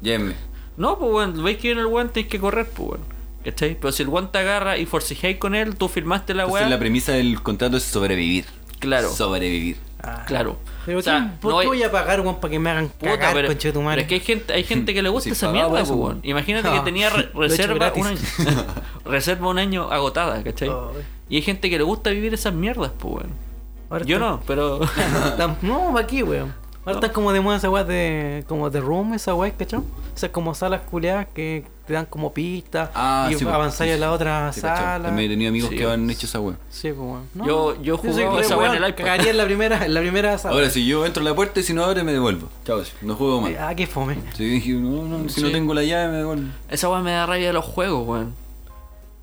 [SPEAKER 3] llévenme.
[SPEAKER 5] No, pues weón, veis que viene el weón, tenéis que correr, pues weón. ¿Cachai? Pero si el weón te agarra y forcejeáis con él, tú firmaste la
[SPEAKER 3] Entonces
[SPEAKER 5] weá.
[SPEAKER 3] la premisa del contrato es sobrevivir.
[SPEAKER 5] Claro.
[SPEAKER 3] Sobrevivir.
[SPEAKER 4] Ah.
[SPEAKER 5] Claro.
[SPEAKER 4] Pero
[SPEAKER 5] O sea,
[SPEAKER 4] ¿quién- ¿por
[SPEAKER 5] no
[SPEAKER 4] qué
[SPEAKER 5] hay-
[SPEAKER 4] voy a pagar, weón, para que me hagan
[SPEAKER 5] Puta,
[SPEAKER 4] cagar,
[SPEAKER 5] pero,
[SPEAKER 4] conche tu
[SPEAKER 5] pero
[SPEAKER 4] madre?
[SPEAKER 5] es que hay [LAUGHS] gente, hay gente que le gusta
[SPEAKER 3] Sí,
[SPEAKER 5] esa
[SPEAKER 3] pagaba
[SPEAKER 5] mierda,
[SPEAKER 3] eso,
[SPEAKER 5] po, weón.
[SPEAKER 3] weón. [LAUGHS]
[SPEAKER 5] Imagínate que
[SPEAKER 4] Ah,
[SPEAKER 5] tenía re-
[SPEAKER 4] lo he hecho
[SPEAKER 5] reserva
[SPEAKER 4] gratis.
[SPEAKER 5] un año. [LAUGHS] reserva un año agotada, ¿cachai?
[SPEAKER 4] Ay.
[SPEAKER 5] Y hay gente que le gusta vivir esas mierdas, pues weón.
[SPEAKER 4] Ahora
[SPEAKER 5] Yo
[SPEAKER 4] está-
[SPEAKER 5] no, pero.
[SPEAKER 4] [LAUGHS]
[SPEAKER 5] [LAUGHS]
[SPEAKER 4] Tam- No, ¿para qué, weón? Ahora están como de moda esa weá de. como de room, esa weá, ¿cachai? O sea, como salas culeadas que te dan como pistas
[SPEAKER 3] Ah,
[SPEAKER 4] y
[SPEAKER 3] sí, po.
[SPEAKER 4] avanzáis a la otra
[SPEAKER 3] Sí, cachado.
[SPEAKER 4] sala.
[SPEAKER 3] También he tenido amigos
[SPEAKER 5] Sí.
[SPEAKER 3] que han hecho esa wea.
[SPEAKER 4] Sí, pues, weón. No,
[SPEAKER 5] Yo- yo
[SPEAKER 4] soy
[SPEAKER 5] jugaba
[SPEAKER 4] re
[SPEAKER 5] esa weá en
[SPEAKER 4] weón,
[SPEAKER 5] el iPad.
[SPEAKER 4] Cagaría en la primera, en la primera sala.
[SPEAKER 3] Ahora, si yo entro en la puerta y si no abre, me devuelvo. Chao, no juego más.
[SPEAKER 4] Ah, qué fome.
[SPEAKER 3] Si dije, no, no, si no
[SPEAKER 5] Sí.
[SPEAKER 3] tengo la llave, me devuelvo.
[SPEAKER 5] Esa weá me da rabia de los juegos, weón.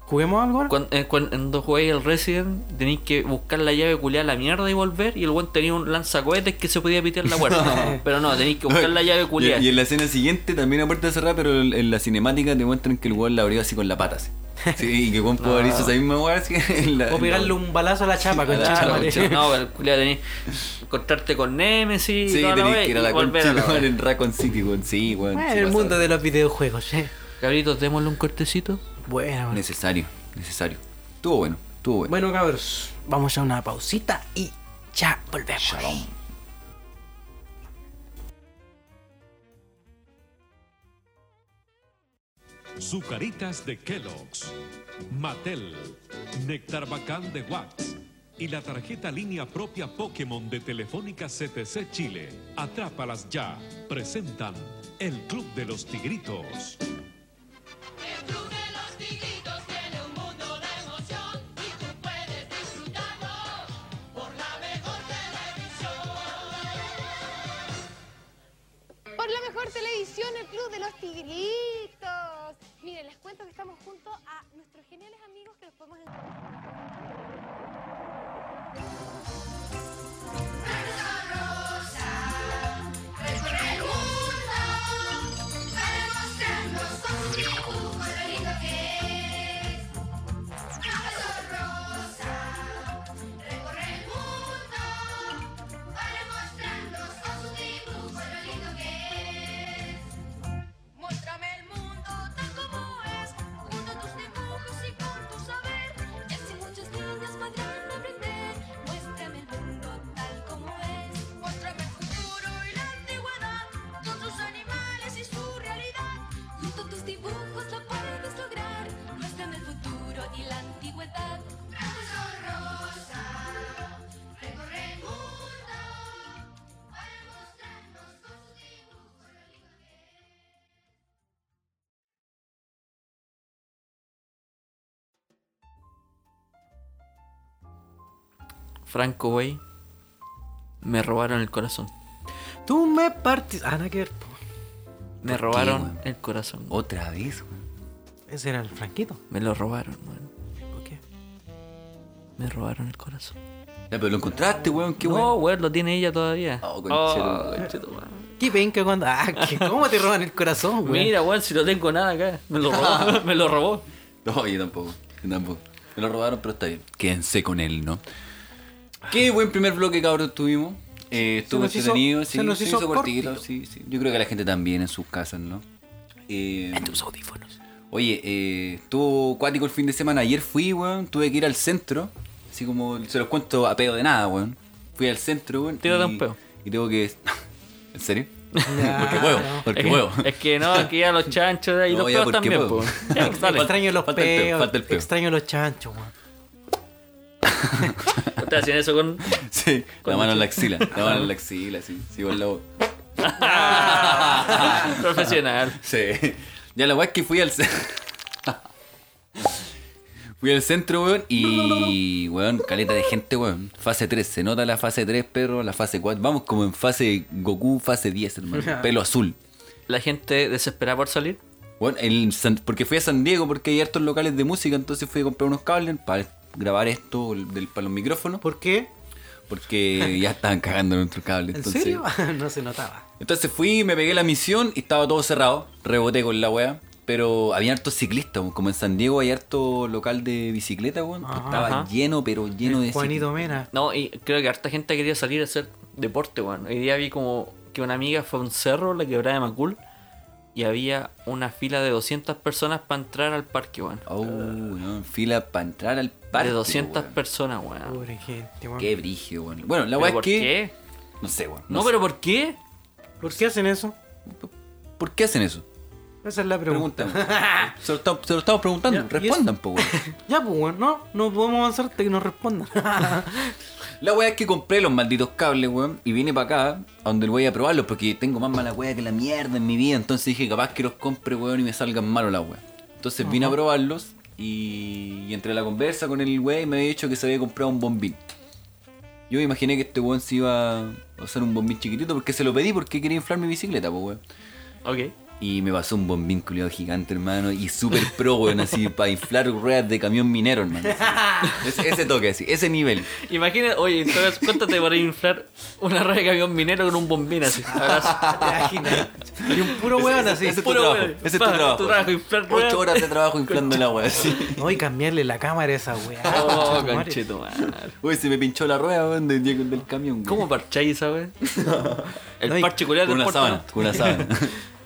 [SPEAKER 4] ¿Juguemos algo ahora?
[SPEAKER 5] Cuando, eh, cuando jugáis el Resident, tenéis que buscar la llave culiada a la mierda y volver. Y el weón tenía un lanzacohetes que se podía pitear la
[SPEAKER 3] [LAUGHS]
[SPEAKER 5] puerta. [LAUGHS] pero no, tenéis que buscar la llave culiada.
[SPEAKER 3] Y, y en la escena siguiente también a puerta cerrada, pero en en la cinemática te muestran que el weón la abrió así con la pata.
[SPEAKER 5] [LAUGHS]
[SPEAKER 3] Así. Sí, y que Juan pudo haber hecho esa misma weá así. [LAUGHS] en la-
[SPEAKER 4] O pegarle
[SPEAKER 3] en la-
[SPEAKER 4] un balazo a la chapa,
[SPEAKER 3] Sí,
[SPEAKER 4] con
[SPEAKER 3] a la
[SPEAKER 4] chapa,
[SPEAKER 3] chapa,
[SPEAKER 4] madre. [LAUGHS]
[SPEAKER 5] Claro, concha,
[SPEAKER 3] [LAUGHS]
[SPEAKER 5] [LAUGHS] no, pero el culiao tenés que encontrarte con Nemesis
[SPEAKER 3] Sí,
[SPEAKER 5] y toda la
[SPEAKER 3] tenés
[SPEAKER 5] wea
[SPEAKER 3] que ir a
[SPEAKER 5] y
[SPEAKER 3] la
[SPEAKER 5] volver
[SPEAKER 3] concha
[SPEAKER 5] a
[SPEAKER 3] de
[SPEAKER 5] la
[SPEAKER 3] tu madre
[SPEAKER 5] wea.
[SPEAKER 3] en Raccoon City, weón. Sí, weón.
[SPEAKER 4] Bueno,
[SPEAKER 3] sí
[SPEAKER 4] el
[SPEAKER 3] pasa.
[SPEAKER 4] mundo de los videojuegos, eh.
[SPEAKER 5] Cabritos, démosle un cortecito.
[SPEAKER 4] Bueno, bueno.
[SPEAKER 3] Necesario, necesario. Estuvo bueno, estuvo bueno.
[SPEAKER 4] Bueno, cabros, vamos a una pausita y ya volvemos.
[SPEAKER 6] Zucaritas de Kellogg's, Mattel, Nectar Bacán de Wax y la tarjeta línea propia Pokémon de Telefónica CTC Chile. Atrápalas ya. Presentan El Club de los Tigritos.
[SPEAKER 7] El club de los tigritos tiene un mundo de emoción y tú puedes disfrutarlo por la mejor televisión. Por la mejor televisión, el club de los tigritos. Miren, les cuento que estamos junto a nuestros geniales amigos que los podemos encontrar. Muéstrame el mundo tal como es, junto a tus dibujos y con tu saber. Y así muchas niñas podrán aprender. Muéstrame el mundo tal como es. Muéstrame el futuro y la antigüedad, con sus animales y su realidad. Junto a tus dibujos lo puedes lograr. Muéstrame el futuro y la antigüedad. Profesor Rosa, recorre el mundo para mostrarnos con sus dibujos la libertad.
[SPEAKER 5] Franco, wey. Me robaron el corazón.
[SPEAKER 4] Tú me partís. Ah, nada que ver, po.
[SPEAKER 5] Me
[SPEAKER 3] ¿Por qué,
[SPEAKER 5] robaron
[SPEAKER 3] weón?
[SPEAKER 5] el corazón.
[SPEAKER 3] Otra vez, weón.
[SPEAKER 4] Ese era el Franquito.
[SPEAKER 5] Me lo robaron, weón.
[SPEAKER 4] ¿Por qué?
[SPEAKER 5] Me robaron el corazón.
[SPEAKER 3] Ya, pero lo encontraste, weón, qué
[SPEAKER 5] no,
[SPEAKER 3] bueno.
[SPEAKER 5] weón, lo tiene ella todavía.
[SPEAKER 3] Oh,
[SPEAKER 5] Oh,
[SPEAKER 3] conchetum-
[SPEAKER 4] ¿Qué penca cuando.? Ah, que- ¿cómo te roban el corazón, güey?
[SPEAKER 5] Mira, weón, si no tengo nada acá. Me lo
[SPEAKER 3] [LAUGHS]
[SPEAKER 5] robó. me lo robó.
[SPEAKER 3] No, yo tampoco. Yo tampoco. Me lo robaron, pero está bien. Quédense con él, ¿no? Qué buen primer bloque, cabros, tuvimos. Eh, estuvo
[SPEAKER 4] nos hizo-
[SPEAKER 3] entretenido,
[SPEAKER 4] se
[SPEAKER 3] sí,
[SPEAKER 4] nos hizo
[SPEAKER 3] cortito,
[SPEAKER 4] cortito.
[SPEAKER 3] sí, sí. Yo creo que la gente también en sus casas, ¿no? Eh,
[SPEAKER 5] Tus audífonos.
[SPEAKER 3] oye, eh, estuvo cuático el fin de semana. Ayer fui, weón, tuve que ir al centro. Así como se los cuento a peo de nada, weón. Fui al centro, weón.
[SPEAKER 5] Tírate
[SPEAKER 3] y-
[SPEAKER 5] un peo.
[SPEAKER 3] Y tengo que. [LAUGHS] ¿En serio?
[SPEAKER 4] Ya,
[SPEAKER 3] porque huevo,
[SPEAKER 4] no.
[SPEAKER 3] porque
[SPEAKER 5] Es que,
[SPEAKER 3] huevo.
[SPEAKER 5] es que no, aquí ya los chanchos y
[SPEAKER 3] No, ya,
[SPEAKER 5] los peos
[SPEAKER 3] porque
[SPEAKER 5] también,
[SPEAKER 3] puedo.
[SPEAKER 5] po. Ya,
[SPEAKER 3] [LAUGHS]
[SPEAKER 5] dale.
[SPEAKER 4] Extraño los
[SPEAKER 3] Falta el peo,
[SPEAKER 4] peos.
[SPEAKER 3] falta el peo.
[SPEAKER 4] Extraño los chanchos, güey.
[SPEAKER 5] Ustedes hacían eso
[SPEAKER 3] [LAUGHS]
[SPEAKER 5] con.
[SPEAKER 3] [LAUGHS] Sí, la
[SPEAKER 5] Con
[SPEAKER 3] mano en la
[SPEAKER 5] mucho-
[SPEAKER 3] axila, la mano en la axila, sí, sí, con la voz.
[SPEAKER 5] Profesional.
[SPEAKER 3] Sí. Ya la weá es que fui al centro. [LAUGHS] fui al centro, weón, y weón, caleta de gente, weón. Fase 3, se nota la fase 3, perro, la fase 4. Vamos como en fase Goku, fase 10,
[SPEAKER 4] [LAUGHS]
[SPEAKER 3] hermano. Pelo azul.
[SPEAKER 5] La gente desesperada por salir.
[SPEAKER 3] Bueno, el San- porque fui a San Diego porque hay hartos locales de música, entonces fui a comprar unos cables para grabar esto el- del, para los micrófonos,
[SPEAKER 4] ¿Por qué?
[SPEAKER 3] porque ya estaban cagando nuestros cables.
[SPEAKER 4] ¿En
[SPEAKER 3] entonces-
[SPEAKER 4] serio? [LAUGHS] no se notaba.
[SPEAKER 3] Entonces fui, me pegué la misión y estaba todo cerrado. Reboté con la weá. Pero había hartos ciclistas, weón. como en San Diego hay harto local de bicicleta, weón.
[SPEAKER 4] Ajá.
[SPEAKER 3] Estaba lleno, pero lleno de
[SPEAKER 4] Juanito Mena.
[SPEAKER 5] No, y creo que harta gente quería salir a hacer deporte, weón. Hoy día vi como que una amiga fue a un cerro, la quebrada de Macul, y había una fila de 200 personas para entrar al parque, weón.
[SPEAKER 3] Oh, no, en fila para entrar al parque.
[SPEAKER 5] De 200
[SPEAKER 3] weón.
[SPEAKER 5] personas, weón.
[SPEAKER 4] Pobre gente, weón.
[SPEAKER 3] Qué brigio, weón. Bueno, la weá
[SPEAKER 5] ¿Pero
[SPEAKER 3] es
[SPEAKER 5] ¿Por
[SPEAKER 3] que.
[SPEAKER 5] qué?
[SPEAKER 3] No sé, weón.
[SPEAKER 5] No,
[SPEAKER 3] sé.
[SPEAKER 5] pero ¿por qué?
[SPEAKER 4] ¿Por qué hacen eso?
[SPEAKER 3] ¿Por qué hacen eso?
[SPEAKER 4] Esa es la pregunta.
[SPEAKER 3] Preguntan. se, lo estamos, se lo estamos preguntando.
[SPEAKER 4] [LAUGHS] Ya, ¿y
[SPEAKER 3] Respondan, po, weón.
[SPEAKER 4] Ya, pues, weón, no, no podemos avanzar hasta que nos respondan.
[SPEAKER 3] La weá es que compré los malditos cables, weón, y vine para acá, a donde voy a probarlos, porque tengo más mala weá que la mierda en mi vida. Entonces dije, capaz que los compre, weón, y me salgan malos la weá. Entonces vine a probarlos y, y entre la conversa con el weón me había dicho que se había comprado un bombín. Yo me imaginé que este weón se iba a usar un bombín chiquitito porque se lo pedí porque quería inflar mi bicicleta, pues weón.
[SPEAKER 5] Ok.
[SPEAKER 3] Y me pasó un bombín culiado gigante, hermano, y súper pro, weón, así para inflar ruedas de camión minero, hermano. así. Ese, ese toque, así, ese nivel.
[SPEAKER 5] Imagina, oye, entonces, ¿cuánto te va a inflar una rueda de camión minero con un
[SPEAKER 3] [LAUGHS]
[SPEAKER 5] bombín así? Abrazo.
[SPEAKER 4] Imagina. Y un puro weón así.
[SPEAKER 3] Ese es tu
[SPEAKER 5] Puro
[SPEAKER 3] trabajo.
[SPEAKER 5] weón.
[SPEAKER 3] Ese es tu
[SPEAKER 5] Pa,
[SPEAKER 3] trabajo.
[SPEAKER 5] tu trabajo, inflar ruedas.
[SPEAKER 3] Ocho horas de trabajo
[SPEAKER 5] [LAUGHS]
[SPEAKER 3] inflando la weá. sí.
[SPEAKER 4] [LAUGHS] No, y cambiarle la cámara a esa weá.
[SPEAKER 3] [LAUGHS]
[SPEAKER 5] Oh,
[SPEAKER 4] conchetumare.
[SPEAKER 5] conchito, man.
[SPEAKER 3] Uy, se me pinchó la rueda, weón, del, del camión. weón.
[SPEAKER 5] ¿Cómo parcháis esa wea? El
[SPEAKER 4] No, y-
[SPEAKER 5] parche culiao
[SPEAKER 3] Con
[SPEAKER 5] del
[SPEAKER 3] una
[SPEAKER 5] puerto
[SPEAKER 3] sábana.
[SPEAKER 5] norte.
[SPEAKER 3] Con una sábana.
[SPEAKER 5] [LAUGHS]